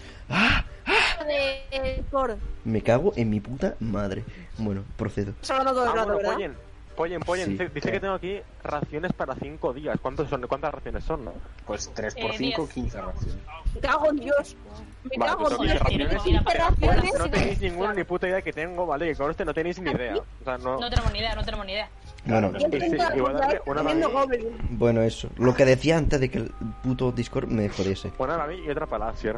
[SPEAKER 3] de eh, de Cord.
[SPEAKER 1] Me cago en mi puta madre. Bueno, procedo.
[SPEAKER 3] Se ha ganado todo el
[SPEAKER 4] Ah,
[SPEAKER 3] rato,
[SPEAKER 4] bueno,
[SPEAKER 3] ¿verdad?
[SPEAKER 4] Pollen, Pollen, Pollen,
[SPEAKER 1] Sí.
[SPEAKER 4] dice, dice que tengo aquí raciones para 5 días. ¿Cuántos son, ¿Cuántas raciones son? no?
[SPEAKER 7] Pues 3 por
[SPEAKER 2] Eh,
[SPEAKER 7] 5,
[SPEAKER 2] diez.
[SPEAKER 7] 15 raciones.
[SPEAKER 3] Me cago en Dios. Me
[SPEAKER 4] Vale,
[SPEAKER 3] cago
[SPEAKER 4] pues
[SPEAKER 3] en
[SPEAKER 4] no
[SPEAKER 3] Dios.
[SPEAKER 4] tienes
[SPEAKER 3] Tiene
[SPEAKER 4] raciones.
[SPEAKER 3] 15 raciones.
[SPEAKER 4] No tenéis ninguna ni puta idea que tengo, ¿vale? Que con este no tenéis ni idea. O sea, no...
[SPEAKER 2] No tenemos ni idea, no tenemos ni idea.
[SPEAKER 1] Bueno,
[SPEAKER 7] Claro,
[SPEAKER 3] Yo
[SPEAKER 4] Sí, sí,
[SPEAKER 3] tengo
[SPEAKER 4] igual
[SPEAKER 3] la-
[SPEAKER 4] darle una
[SPEAKER 3] tremendo
[SPEAKER 4] mano.
[SPEAKER 3] goblin.
[SPEAKER 1] bueno, eso. Lo que decía antes de que el puto Discord me jodiese.
[SPEAKER 4] Una para mí y otra para Asier.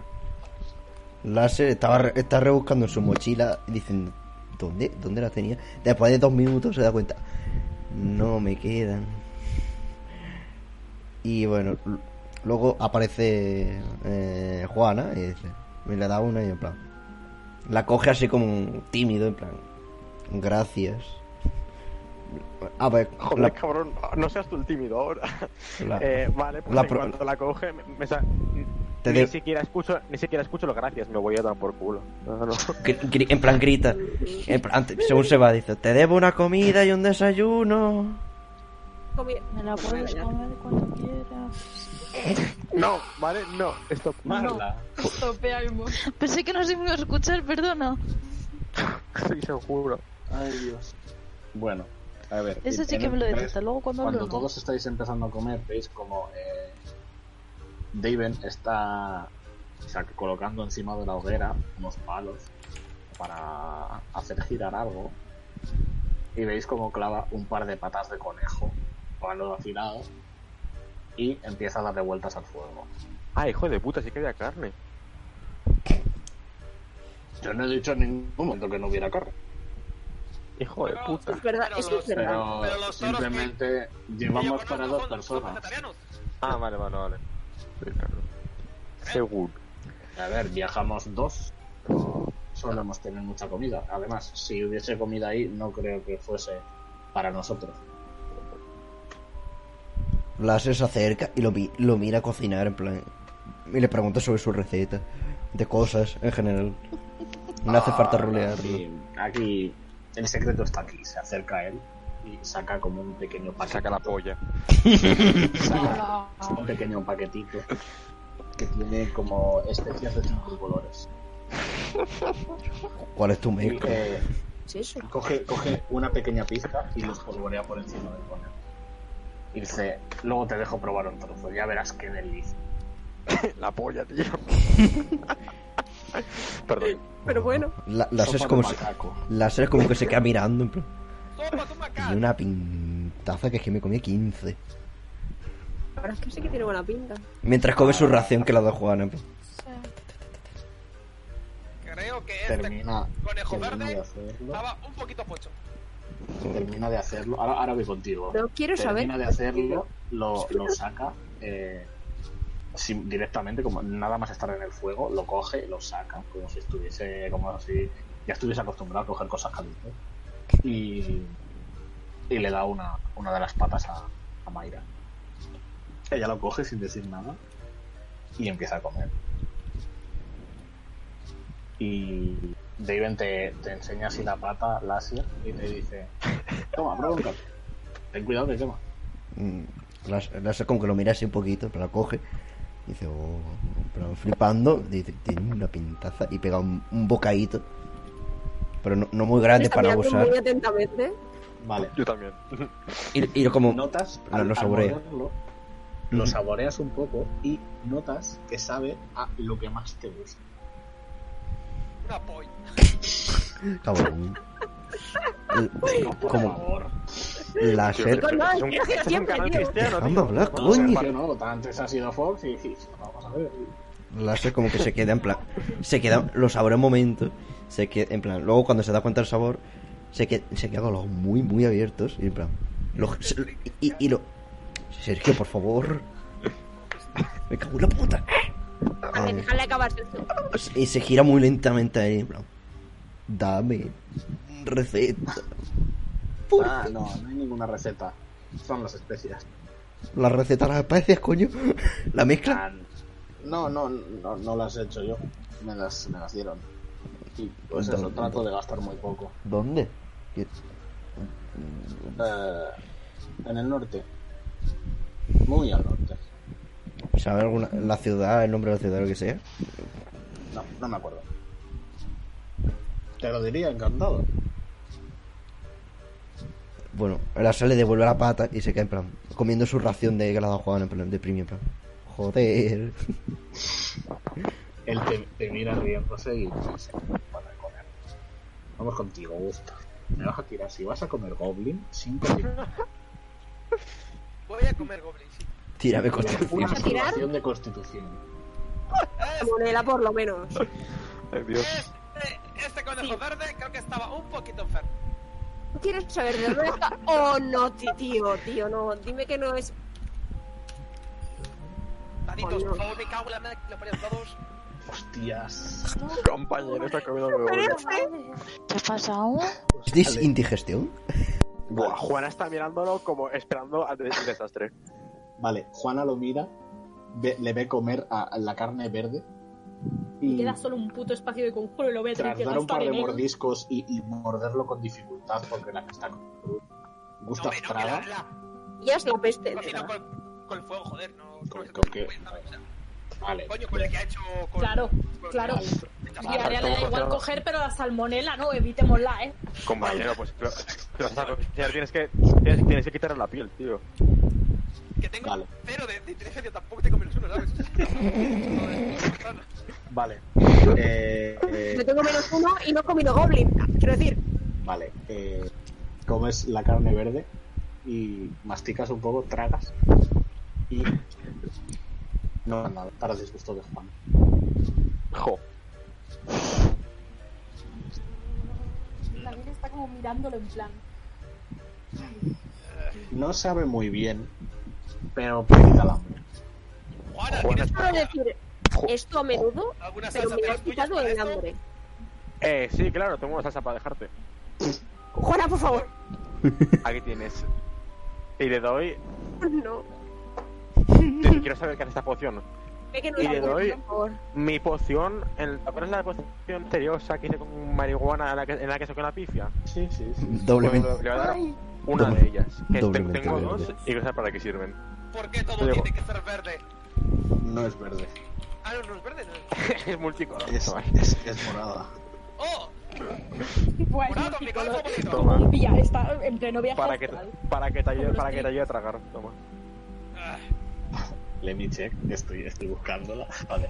[SPEAKER 1] Láser estaba, re- está rebuscando en su mochila y dicen, ¿dónde? ¿Dónde la tenía? Después de dos minutos se da cuenta, no me quedan. Y bueno, l- luego aparece eh, Juana y dice, me le da una y en plan, la coge así como tímido, en plan, gracias. A ver,
[SPEAKER 4] Joder,
[SPEAKER 1] la-
[SPEAKER 4] cabrón, no seas tú el tímido ahora.
[SPEAKER 1] la-
[SPEAKER 4] Eh, vale, pues
[SPEAKER 1] la
[SPEAKER 4] en
[SPEAKER 1] pro-
[SPEAKER 4] cuanto la coge, me, me sa-
[SPEAKER 1] Te
[SPEAKER 4] ni
[SPEAKER 1] de-
[SPEAKER 4] siquiera escucho, ni siquiera escucho los gracias, me voy a dar por culo. No, no.
[SPEAKER 1] Gri- gri- En plan grita. En plan, te- según se va, dice, te debo una comida y un desayuno.
[SPEAKER 3] Comi-
[SPEAKER 2] Me la puedes comer cuando quieras.
[SPEAKER 4] No, vale, no, esto
[SPEAKER 6] Marla.
[SPEAKER 2] Pensé que no se me iba a escuchar, perdona.
[SPEAKER 4] sí, se lo juro.
[SPEAKER 6] Ay, Dios. Bueno, a ver.
[SPEAKER 2] Eso sí
[SPEAKER 6] en
[SPEAKER 2] que
[SPEAKER 6] el
[SPEAKER 2] me lo
[SPEAKER 6] tres,
[SPEAKER 2] detesta. Luego cuando
[SPEAKER 6] Pues, Cuando
[SPEAKER 2] hablo. no.
[SPEAKER 6] todos estáis empezando a comer, veis como eh, Daven está o sea, colocando encima de la hoguera unos palos para hacer girar algo. Y veis como clava un par de patas de conejo, palo afilado, y empieza a darle vueltas al fuego.
[SPEAKER 4] Ah, hijo de puta, sí que había carne.
[SPEAKER 6] Yo no he dicho en ningún momento que no hubiera carne.
[SPEAKER 4] Hijo de puta.
[SPEAKER 3] Es verdad,
[SPEAKER 9] Pero
[SPEAKER 3] eso es
[SPEAKER 9] los-
[SPEAKER 3] verdad.
[SPEAKER 6] Pero,
[SPEAKER 9] Pero los toros
[SPEAKER 6] simplemente
[SPEAKER 9] Yo
[SPEAKER 6] llevamos
[SPEAKER 9] conozco
[SPEAKER 6] para
[SPEAKER 9] son-
[SPEAKER 6] dos
[SPEAKER 9] son
[SPEAKER 6] personas.
[SPEAKER 9] vegetarianos.
[SPEAKER 4] Ah, vale, vale, vale. Sí, claro. Seguro.
[SPEAKER 6] A ver, viajamos dos. No solemos tener mucha comida. Además, si hubiese comida ahí, no creo que fuese para nosotros.
[SPEAKER 1] Láser se acerca y lo, vi- lo mira cocinar, en plan. Y le pregunta sobre su receta. De cosas, en general. No hace falta rolearlo.
[SPEAKER 6] Ah, Sí, aquí el secreto está aquí. Se acerca a él y saca como un pequeño paquetito.
[SPEAKER 4] Saca la polla.
[SPEAKER 6] saca un pequeño paquetito que tiene como especias de cinco colores.
[SPEAKER 1] ¿Cuál es tu
[SPEAKER 6] Y,
[SPEAKER 1] médico?
[SPEAKER 6] eh,
[SPEAKER 3] Es eso.
[SPEAKER 6] coge, coge una pequeña pizca y los polvorea por encima del conejo. Y dice, luego te dejo probar un trozo, ya verás qué delicia.
[SPEAKER 4] La polla, tío. Perdón.
[SPEAKER 3] Pero bueno,
[SPEAKER 1] La- Láser es
[SPEAKER 6] Sopa de
[SPEAKER 1] como, se,
[SPEAKER 6] macaco.
[SPEAKER 1] Láser es como que se queda mirando, en plan.
[SPEAKER 9] Sopa de
[SPEAKER 1] Tenía
[SPEAKER 9] macaco.
[SPEAKER 1] una pintaza que es que me comí 15.
[SPEAKER 3] la verdad es que sí que tiene buena pinta.
[SPEAKER 1] Mientras come su ración que la da Juana, en plan.
[SPEAKER 9] Creo que este
[SPEAKER 6] Termina,
[SPEAKER 9] conejo
[SPEAKER 6] termina de
[SPEAKER 9] verde
[SPEAKER 6] hacerlo.
[SPEAKER 9] estaba un poquito pocho.
[SPEAKER 6] Termina de hacerlo. Ahora, ahora voy contigo.
[SPEAKER 3] No quiero saber.
[SPEAKER 6] termina de hacerlo, lo, lo saca eh, sin- directamente, como nada más estar en el fuego, lo coge, lo saca, como si estuviese, como si ya estuviese acostumbrado a coger cosas calientes. Y, y le da una, una de las patas a, a Mayra. Ella lo coge sin decir nada y empieza a comer. Y Daven te, te enseña así la pata láser y te dice: Toma, prueba un cacho. Ten cuidado que quema.
[SPEAKER 1] Mm, Láser Láser como que lo mira así un poquito, pero la coge. Y dice, oh, pero flipando. Dice, tiene una pintaza. Y pega un, un bocadito. Pero no, no muy grande
[SPEAKER 3] Está
[SPEAKER 1] para
[SPEAKER 3] mirando
[SPEAKER 1] abusar.
[SPEAKER 3] Muy atentamente.
[SPEAKER 6] Vale.
[SPEAKER 4] Yo también.
[SPEAKER 1] Y, y como.
[SPEAKER 6] Notas
[SPEAKER 1] Pero
[SPEAKER 6] al,
[SPEAKER 1] lo
[SPEAKER 6] al
[SPEAKER 1] saborea.
[SPEAKER 6] morderlo, lo saboreas un poco y notas que sabe a lo que más te gusta.
[SPEAKER 9] Una polla.
[SPEAKER 1] Cabrón. El-
[SPEAKER 6] Por
[SPEAKER 1] como
[SPEAKER 6] favor.
[SPEAKER 1] láser.
[SPEAKER 3] Tío,
[SPEAKER 4] Es un,
[SPEAKER 3] Gracias,
[SPEAKER 4] esto es un canal
[SPEAKER 3] tío.
[SPEAKER 4] cristiano,
[SPEAKER 1] Dejadme
[SPEAKER 4] tío.
[SPEAKER 1] hablar,
[SPEAKER 6] No,
[SPEAKER 1] coño.
[SPEAKER 6] Sergio, no, antes ha sido Fox y, y- vamos a ver.
[SPEAKER 1] Láser como que se queda en plan. Se queda. Lo saborea un momento. Se queda en plan. Luego cuando se da cuenta del sabor. Se queda, se queda con los ojos muy, muy abiertos. Y en plan. lo- se- y, y lo. Sergio, por favor. Me cago en la puta.
[SPEAKER 3] Vale,
[SPEAKER 1] Eh,
[SPEAKER 3] déjale acabar, Sergio.
[SPEAKER 4] Ah,
[SPEAKER 1] y se gira muy lentamente ahí. En plan. Dame. Receta. Por
[SPEAKER 6] Ah, no, no hay ninguna receta. Son las especias.
[SPEAKER 1] La receta de las especies, coño. La mezcla.
[SPEAKER 6] Ah, No, no, no, no las he hecho yo. Me las, me las dieron. Y pues eso,
[SPEAKER 1] Don-
[SPEAKER 6] trato de gastar muy poco.
[SPEAKER 1] ¿Dónde? ¿Qué-
[SPEAKER 6] Eh, en el norte. Muy al norte.
[SPEAKER 1] ¿Sabe alguna la ciudad, el nombre de la ciudad, lo que sea?
[SPEAKER 6] No, no me acuerdo. Te lo diría encantado.
[SPEAKER 1] Bueno, la sal le devuelve la pata y se cae en plan, comiendo su ración de que le ha dado Juan, en plan, de primi, en plan. Joder.
[SPEAKER 6] Él te, te mira riéndose y te dice, para comer. Vamos contigo, gusta. Me vas a tirar. Si vas a comer Goblin, cinco minutos.
[SPEAKER 9] Voy a comer goblin, sí.
[SPEAKER 1] Tírame
[SPEAKER 6] Una
[SPEAKER 1] constitución.
[SPEAKER 3] tirar?
[SPEAKER 6] salvación de constitución.
[SPEAKER 9] Eh,
[SPEAKER 3] Monela, por lo menos.
[SPEAKER 4] Ay, Dios.
[SPEAKER 9] Este, este conejo verde creo que estaba un poquito enfermo.
[SPEAKER 3] ¿Quieres saber de dónde está? Oh, no, ti- tío, tío, no. Dime que no es.
[SPEAKER 9] Daditos,
[SPEAKER 3] Coño.
[SPEAKER 9] por favor, me cago en la madre que lo ponen todos.
[SPEAKER 6] Hostias.
[SPEAKER 4] Compañero, está comiendo muy bueno.
[SPEAKER 3] este
[SPEAKER 2] ¿Qué ha pasado?
[SPEAKER 1] ¿Es dis- indigestión?
[SPEAKER 4] Buah, Juana está mirándolo como esperando al des- el desastre.
[SPEAKER 6] Vale, Juana lo mira, ve- le ve comer a, a la carne verde
[SPEAKER 2] Mm.
[SPEAKER 7] Y
[SPEAKER 6] y
[SPEAKER 7] queda solo un puto espacio de conjuro y lo voy a tener
[SPEAKER 6] tras
[SPEAKER 7] que
[SPEAKER 6] dar un
[SPEAKER 7] gastar
[SPEAKER 6] par de
[SPEAKER 7] en él.
[SPEAKER 6] mordiscos y, y morderlo con dificultad porque la que está con gusta
[SPEAKER 9] No, me no, que la,
[SPEAKER 6] fraga,
[SPEAKER 9] la
[SPEAKER 3] Ya es la peste.
[SPEAKER 9] cocina con, con el fuego, joder, no.
[SPEAKER 6] Con-
[SPEAKER 9] no-
[SPEAKER 6] con qué. vale.
[SPEAKER 9] Coño, con el que ha hecho. Con,
[SPEAKER 7] Claro,
[SPEAKER 9] con-
[SPEAKER 7] claro.
[SPEAKER 6] Vale.
[SPEAKER 7] Y
[SPEAKER 4] Vale,
[SPEAKER 7] ahora le da
[SPEAKER 4] ¿cómo
[SPEAKER 7] igual
[SPEAKER 4] cocino?
[SPEAKER 7] coger, pero la salmonela, no, evitémosla, ¿eh?
[SPEAKER 4] Compañero, pues pero- pero vas a cocinar, tienes que, tienes, tienes que quitarle la piel, tío.
[SPEAKER 9] Que tengo
[SPEAKER 6] Vale.
[SPEAKER 9] cero de, de inteligencia, tampoco tengo menos uno, ¿sabes? Joder.
[SPEAKER 6] Vale. Eh, eh,
[SPEAKER 3] Yo tengo menos uno y no he comido goblin. Quiero decir,
[SPEAKER 6] Vale, eh, comes la carne verde y masticas un poco, tragas y no nada, para disgusto de Juan.
[SPEAKER 4] Jo.
[SPEAKER 7] La vida está como mirándolo en plan.
[SPEAKER 6] No sabe muy bien, pero quita el hambre.
[SPEAKER 9] Juana,
[SPEAKER 4] Juana
[SPEAKER 9] ¿tienes
[SPEAKER 3] quiero decir esto a menudo,
[SPEAKER 9] alguna
[SPEAKER 3] pero
[SPEAKER 9] salsa
[SPEAKER 3] me
[SPEAKER 9] de
[SPEAKER 3] has
[SPEAKER 9] las tuyas
[SPEAKER 3] quitado
[SPEAKER 9] para
[SPEAKER 3] el
[SPEAKER 9] esto?
[SPEAKER 3] hambre.
[SPEAKER 4] Eh, sí, claro, tengo una salsa para dejarte.
[SPEAKER 3] Juana, por favor.
[SPEAKER 4] Aquí tienes. Y le doy.
[SPEAKER 3] No.
[SPEAKER 4] Quiero saber qué hace esta poción.
[SPEAKER 3] Ve que no
[SPEAKER 4] Y
[SPEAKER 3] es
[SPEAKER 4] le
[SPEAKER 3] alcohol,
[SPEAKER 4] doy-
[SPEAKER 3] por favor.
[SPEAKER 4] Mi poción. El, ¿Cuál es la poción misteriosa que hice con marihuana en la que, en la que saqué la pifia?
[SPEAKER 6] Sí, sí, sí.
[SPEAKER 1] Doblemente.
[SPEAKER 4] Pues Le voy a dar
[SPEAKER 3] Ay.
[SPEAKER 4] una
[SPEAKER 1] Doble-
[SPEAKER 4] de ellas. Que te-
[SPEAKER 1] doblemente
[SPEAKER 4] tengo
[SPEAKER 1] verde.
[SPEAKER 4] dos y que sé para qué sirven.
[SPEAKER 9] ¿Por qué todo
[SPEAKER 4] Luego.
[SPEAKER 9] tiene que ser verde?
[SPEAKER 6] No es verde,
[SPEAKER 9] Ah, no, no es verde, no es
[SPEAKER 4] es multicolor.
[SPEAKER 6] es,
[SPEAKER 4] chaval.
[SPEAKER 6] es, es morada.
[SPEAKER 9] ¡Oh!
[SPEAKER 7] Bueno,
[SPEAKER 9] ¡Morado, mi color favorito!
[SPEAKER 4] Toma.
[SPEAKER 7] un día está en pleno viaje.
[SPEAKER 4] Para que,
[SPEAKER 7] astral.
[SPEAKER 4] para que te ayude,
[SPEAKER 7] Como los
[SPEAKER 4] para que te
[SPEAKER 7] tics.
[SPEAKER 4] ayude a tragar. Toma.
[SPEAKER 9] Ah,
[SPEAKER 6] Let me check, estoy, estoy buscándola. Vale.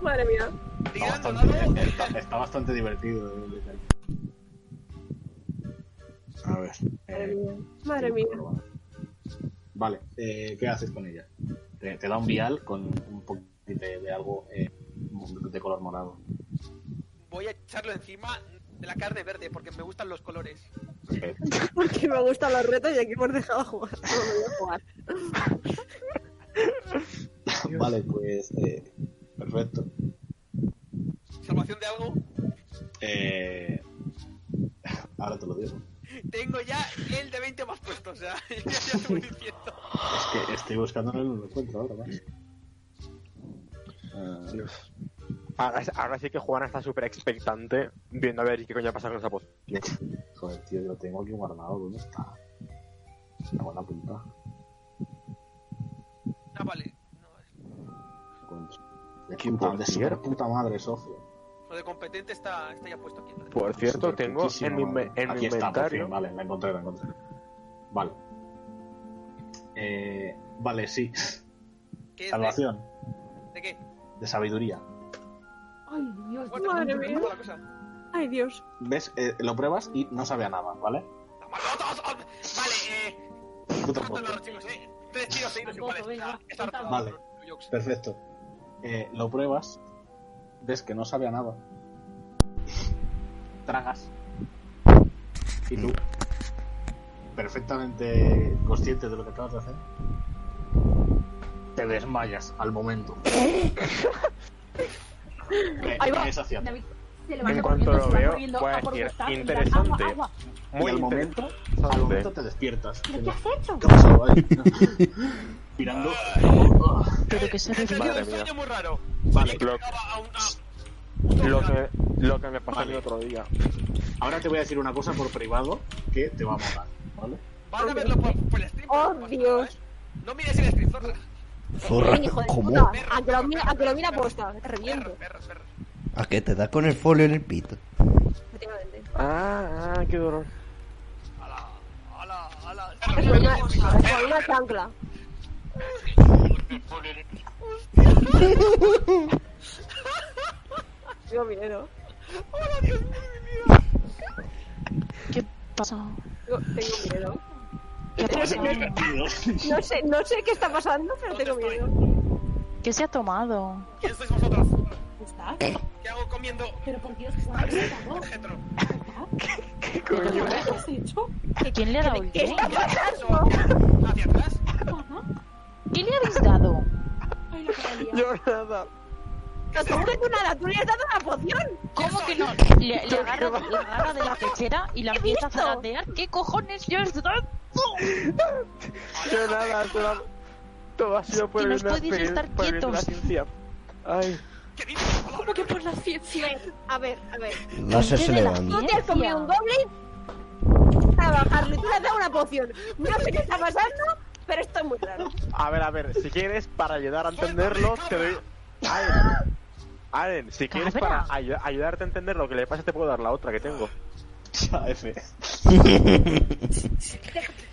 [SPEAKER 3] Madre mía.
[SPEAKER 6] Está
[SPEAKER 9] Tirando dado.
[SPEAKER 6] bastante, está, está bastante divertido. eh, A ver.
[SPEAKER 3] Madre
[SPEAKER 6] eh,
[SPEAKER 3] mía. Madre mía.
[SPEAKER 6] Vale, eh, ¿qué haces con ella? Te, te da un vial con un poquito de, de algo eh, de color morado.
[SPEAKER 9] Voy a echarlo encima de la carne verde porque me gustan los colores.
[SPEAKER 6] Eh,
[SPEAKER 3] Porque me gustan los retos y aquí hemos dejado jugar. No me voy a jugar.
[SPEAKER 6] vale, pues eh, perfecto.
[SPEAKER 9] Salvación de algo.
[SPEAKER 6] Eh, ahora te lo digo.
[SPEAKER 9] Tengo ya el de 20 más puesto, o sea, ya, ya te voy diciendo.
[SPEAKER 6] Es que estoy buscándolo y no lo encuentro ahora más. Ah,
[SPEAKER 4] Ahora, ahora sí que Juana está súper expectante viendo a ver qué coño pasa con esa poción.
[SPEAKER 6] joder, tío, lo tengo aquí guardado. ¿Dónde está? Está con la punta.
[SPEAKER 9] Ah, vale. No, es-
[SPEAKER 6] Con- De
[SPEAKER 4] ¿Qué
[SPEAKER 6] puta, de
[SPEAKER 4] por
[SPEAKER 6] super
[SPEAKER 4] cierto?
[SPEAKER 6] puta madre, socio.
[SPEAKER 9] Lo de competente está, está ya puesto aquí.
[SPEAKER 4] Por cierto,
[SPEAKER 6] Super
[SPEAKER 4] tengo en mi,
[SPEAKER 6] putísima
[SPEAKER 4] inve-
[SPEAKER 6] madre.
[SPEAKER 4] en mi
[SPEAKER 6] Aquí está, por fin,
[SPEAKER 4] inventario.
[SPEAKER 6] vale, la encontré, la encontré. Vale. Eh, vale, sí.
[SPEAKER 9] ¿Qué es de,
[SPEAKER 6] Salvación.
[SPEAKER 9] ¿De qué?
[SPEAKER 6] De sabiduría.
[SPEAKER 3] Ay, Dios,
[SPEAKER 9] Bueno,
[SPEAKER 3] madre
[SPEAKER 9] ¿cómo
[SPEAKER 3] mía.
[SPEAKER 9] está la cosa?
[SPEAKER 3] Ay, Dios.
[SPEAKER 6] ¿Ves? Eh, lo pruebas y no sabe a nada, ¿vale?
[SPEAKER 9] La mano- ¡Oh, oh, oh! Vale, eh.
[SPEAKER 6] Tú tampoco.
[SPEAKER 9] Córtalo, chicos, eh. Tres tiros seguidos
[SPEAKER 7] Tampoco,
[SPEAKER 9] iguales.
[SPEAKER 7] venga,
[SPEAKER 9] Ah, Está roto.
[SPEAKER 6] Vale.
[SPEAKER 9] Jokes.
[SPEAKER 6] Perfecto. Eh, lo pruebas. Ves que no sabe a nada. Tragas. Y tú, perfectamente consciente de lo que acabas de hacer, te desmayas al momento. Ve-
[SPEAKER 7] Ahí va.
[SPEAKER 6] caes hacia atrás.
[SPEAKER 7] David se
[SPEAKER 4] En
[SPEAKER 7] levanta
[SPEAKER 4] cuanto
[SPEAKER 7] corriendo,
[SPEAKER 4] lo
[SPEAKER 7] se va
[SPEAKER 4] veo,
[SPEAKER 7] corriendo
[SPEAKER 4] voy a
[SPEAKER 7] a por donde
[SPEAKER 4] decir,
[SPEAKER 7] está, en plan,
[SPEAKER 4] interesante.
[SPEAKER 7] agua, agua.
[SPEAKER 6] Y
[SPEAKER 4] Muy
[SPEAKER 6] al momento,
[SPEAKER 4] interesante.
[SPEAKER 6] al momento te despiertas.
[SPEAKER 7] ¿Pero qué has hecho?
[SPEAKER 6] ¿Qué ha pasado ahí? Mirando. Oh, oh.
[SPEAKER 2] ¿Pero qué se
[SPEAKER 9] He tenido
[SPEAKER 4] Madre
[SPEAKER 9] un sueño
[SPEAKER 4] mía.
[SPEAKER 9] muy raro.
[SPEAKER 6] Vale,
[SPEAKER 4] Lo,
[SPEAKER 9] Estaba a un- a-
[SPEAKER 4] lo que, lo que me pasó
[SPEAKER 6] Vale.
[SPEAKER 4] el otro día.
[SPEAKER 6] ahora te voy a decir una cosa por privado que te va a matar, ¿vale?
[SPEAKER 9] Van a verlo por, por el stream.
[SPEAKER 3] Oh,
[SPEAKER 9] no pasa nada,
[SPEAKER 3] Dios.
[SPEAKER 9] ¿eh? No mires el stream, zorra.
[SPEAKER 1] Zorra,
[SPEAKER 3] hijo de
[SPEAKER 1] ¿cómo?
[SPEAKER 3] puta. A que lo mira, a que lo mira posta. Te
[SPEAKER 9] Perros,
[SPEAKER 3] reviento.
[SPEAKER 9] perros, perros.
[SPEAKER 1] ¿A qué te da con el folio en el pito?
[SPEAKER 3] Efectivamente.
[SPEAKER 4] Ah, ah, qué dolor.
[SPEAKER 9] Ala, ala, ala.
[SPEAKER 3] Con una, con una chancla. Digo, miedo.
[SPEAKER 2] ¿Qué ha pasado?
[SPEAKER 3] Digo, tengo miedo.
[SPEAKER 2] ¿Qué ha pasado?
[SPEAKER 3] No sé, no sé qué está pasando, pero tengo miedo.
[SPEAKER 10] ¿Qué se ha tomado?
[SPEAKER 9] ¿Quién sois vosotros?
[SPEAKER 12] ¿Está?
[SPEAKER 9] ¿Qué hago comiendo?
[SPEAKER 12] Pero por Dios, Juan, ¿qué está?
[SPEAKER 9] Getro.
[SPEAKER 12] ¿Qué coño? ¿Qué has hecho?
[SPEAKER 10] ¿Quién le ha dado el qué?
[SPEAKER 9] ¿Hacia atrás?
[SPEAKER 12] Mamá,
[SPEAKER 10] ¿Quién le habéis dado?
[SPEAKER 12] ay, la que valía.
[SPEAKER 4] Yo nada.
[SPEAKER 3] No te juro que nada, tú le has dado la poción.
[SPEAKER 10] ¿Cómo que no? Le, le agarra, le agarra de la pechera y la
[SPEAKER 3] ¿Qué
[SPEAKER 10] empieza a
[SPEAKER 3] visto?
[SPEAKER 10] zarandear. ¿Qué cojones yo estoy
[SPEAKER 4] Yo nada, todo, todo ha sido por
[SPEAKER 10] Que
[SPEAKER 4] el
[SPEAKER 10] nos podéis estar
[SPEAKER 4] por el bien de la
[SPEAKER 10] quietos.
[SPEAKER 4] ciencia. Ay,
[SPEAKER 9] ¿Qué dices?
[SPEAKER 12] ¿Cómo que por la ciencia?
[SPEAKER 3] A ver, a ver.
[SPEAKER 1] Láser se
[SPEAKER 10] de la
[SPEAKER 1] levanta.
[SPEAKER 3] Tú te has comido un goblin para bajarlo y tú le has dado una poción. No sé qué está pasando, pero esto es muy raro.
[SPEAKER 4] a ver, a ver, si quieres, para ayudar a entenderlo, te doy. Ay, Aren, si quieres
[SPEAKER 10] Cabra.
[SPEAKER 4] para ayu- ayudarte a entender lo que le pasa, te puedo dar la otra que tengo.
[SPEAKER 6] F.
[SPEAKER 12] Déjate,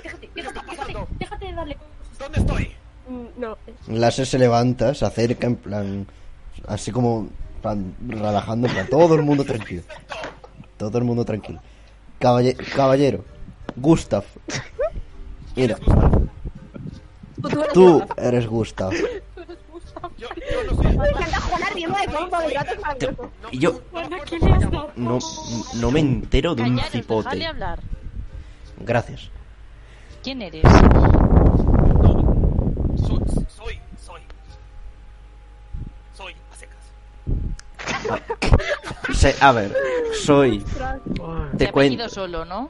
[SPEAKER 12] déjate, déjate, déjate de darle cosas.
[SPEAKER 9] ¿Dónde estoy?
[SPEAKER 3] Mm, No,
[SPEAKER 1] Láser se levanta, se acerca, en plan. Así como. en plan, relajando, en plan. Todo el mundo tranquilo. Todo el mundo tranquilo. Caballe- caballero. Gustav. Mira,
[SPEAKER 3] tú, tú eres
[SPEAKER 1] tú eres Gustav.
[SPEAKER 9] Yo, yo no soy.
[SPEAKER 3] Me encanta jugar riendo de combo de gatos para
[SPEAKER 1] Te-
[SPEAKER 3] mí.
[SPEAKER 1] y yo
[SPEAKER 12] Juana, ¿qué le has dado?
[SPEAKER 1] no, no me entero de un
[SPEAKER 10] Callaros, dejadle
[SPEAKER 1] cipote.
[SPEAKER 10] hablar.
[SPEAKER 1] Gracias.
[SPEAKER 10] ¿Quién eres?
[SPEAKER 9] No, soy, soy, soy. Soy a secas.
[SPEAKER 1] Se- a ver, soy. Te
[SPEAKER 10] ha venido
[SPEAKER 1] cuento.
[SPEAKER 10] solo, ¿no?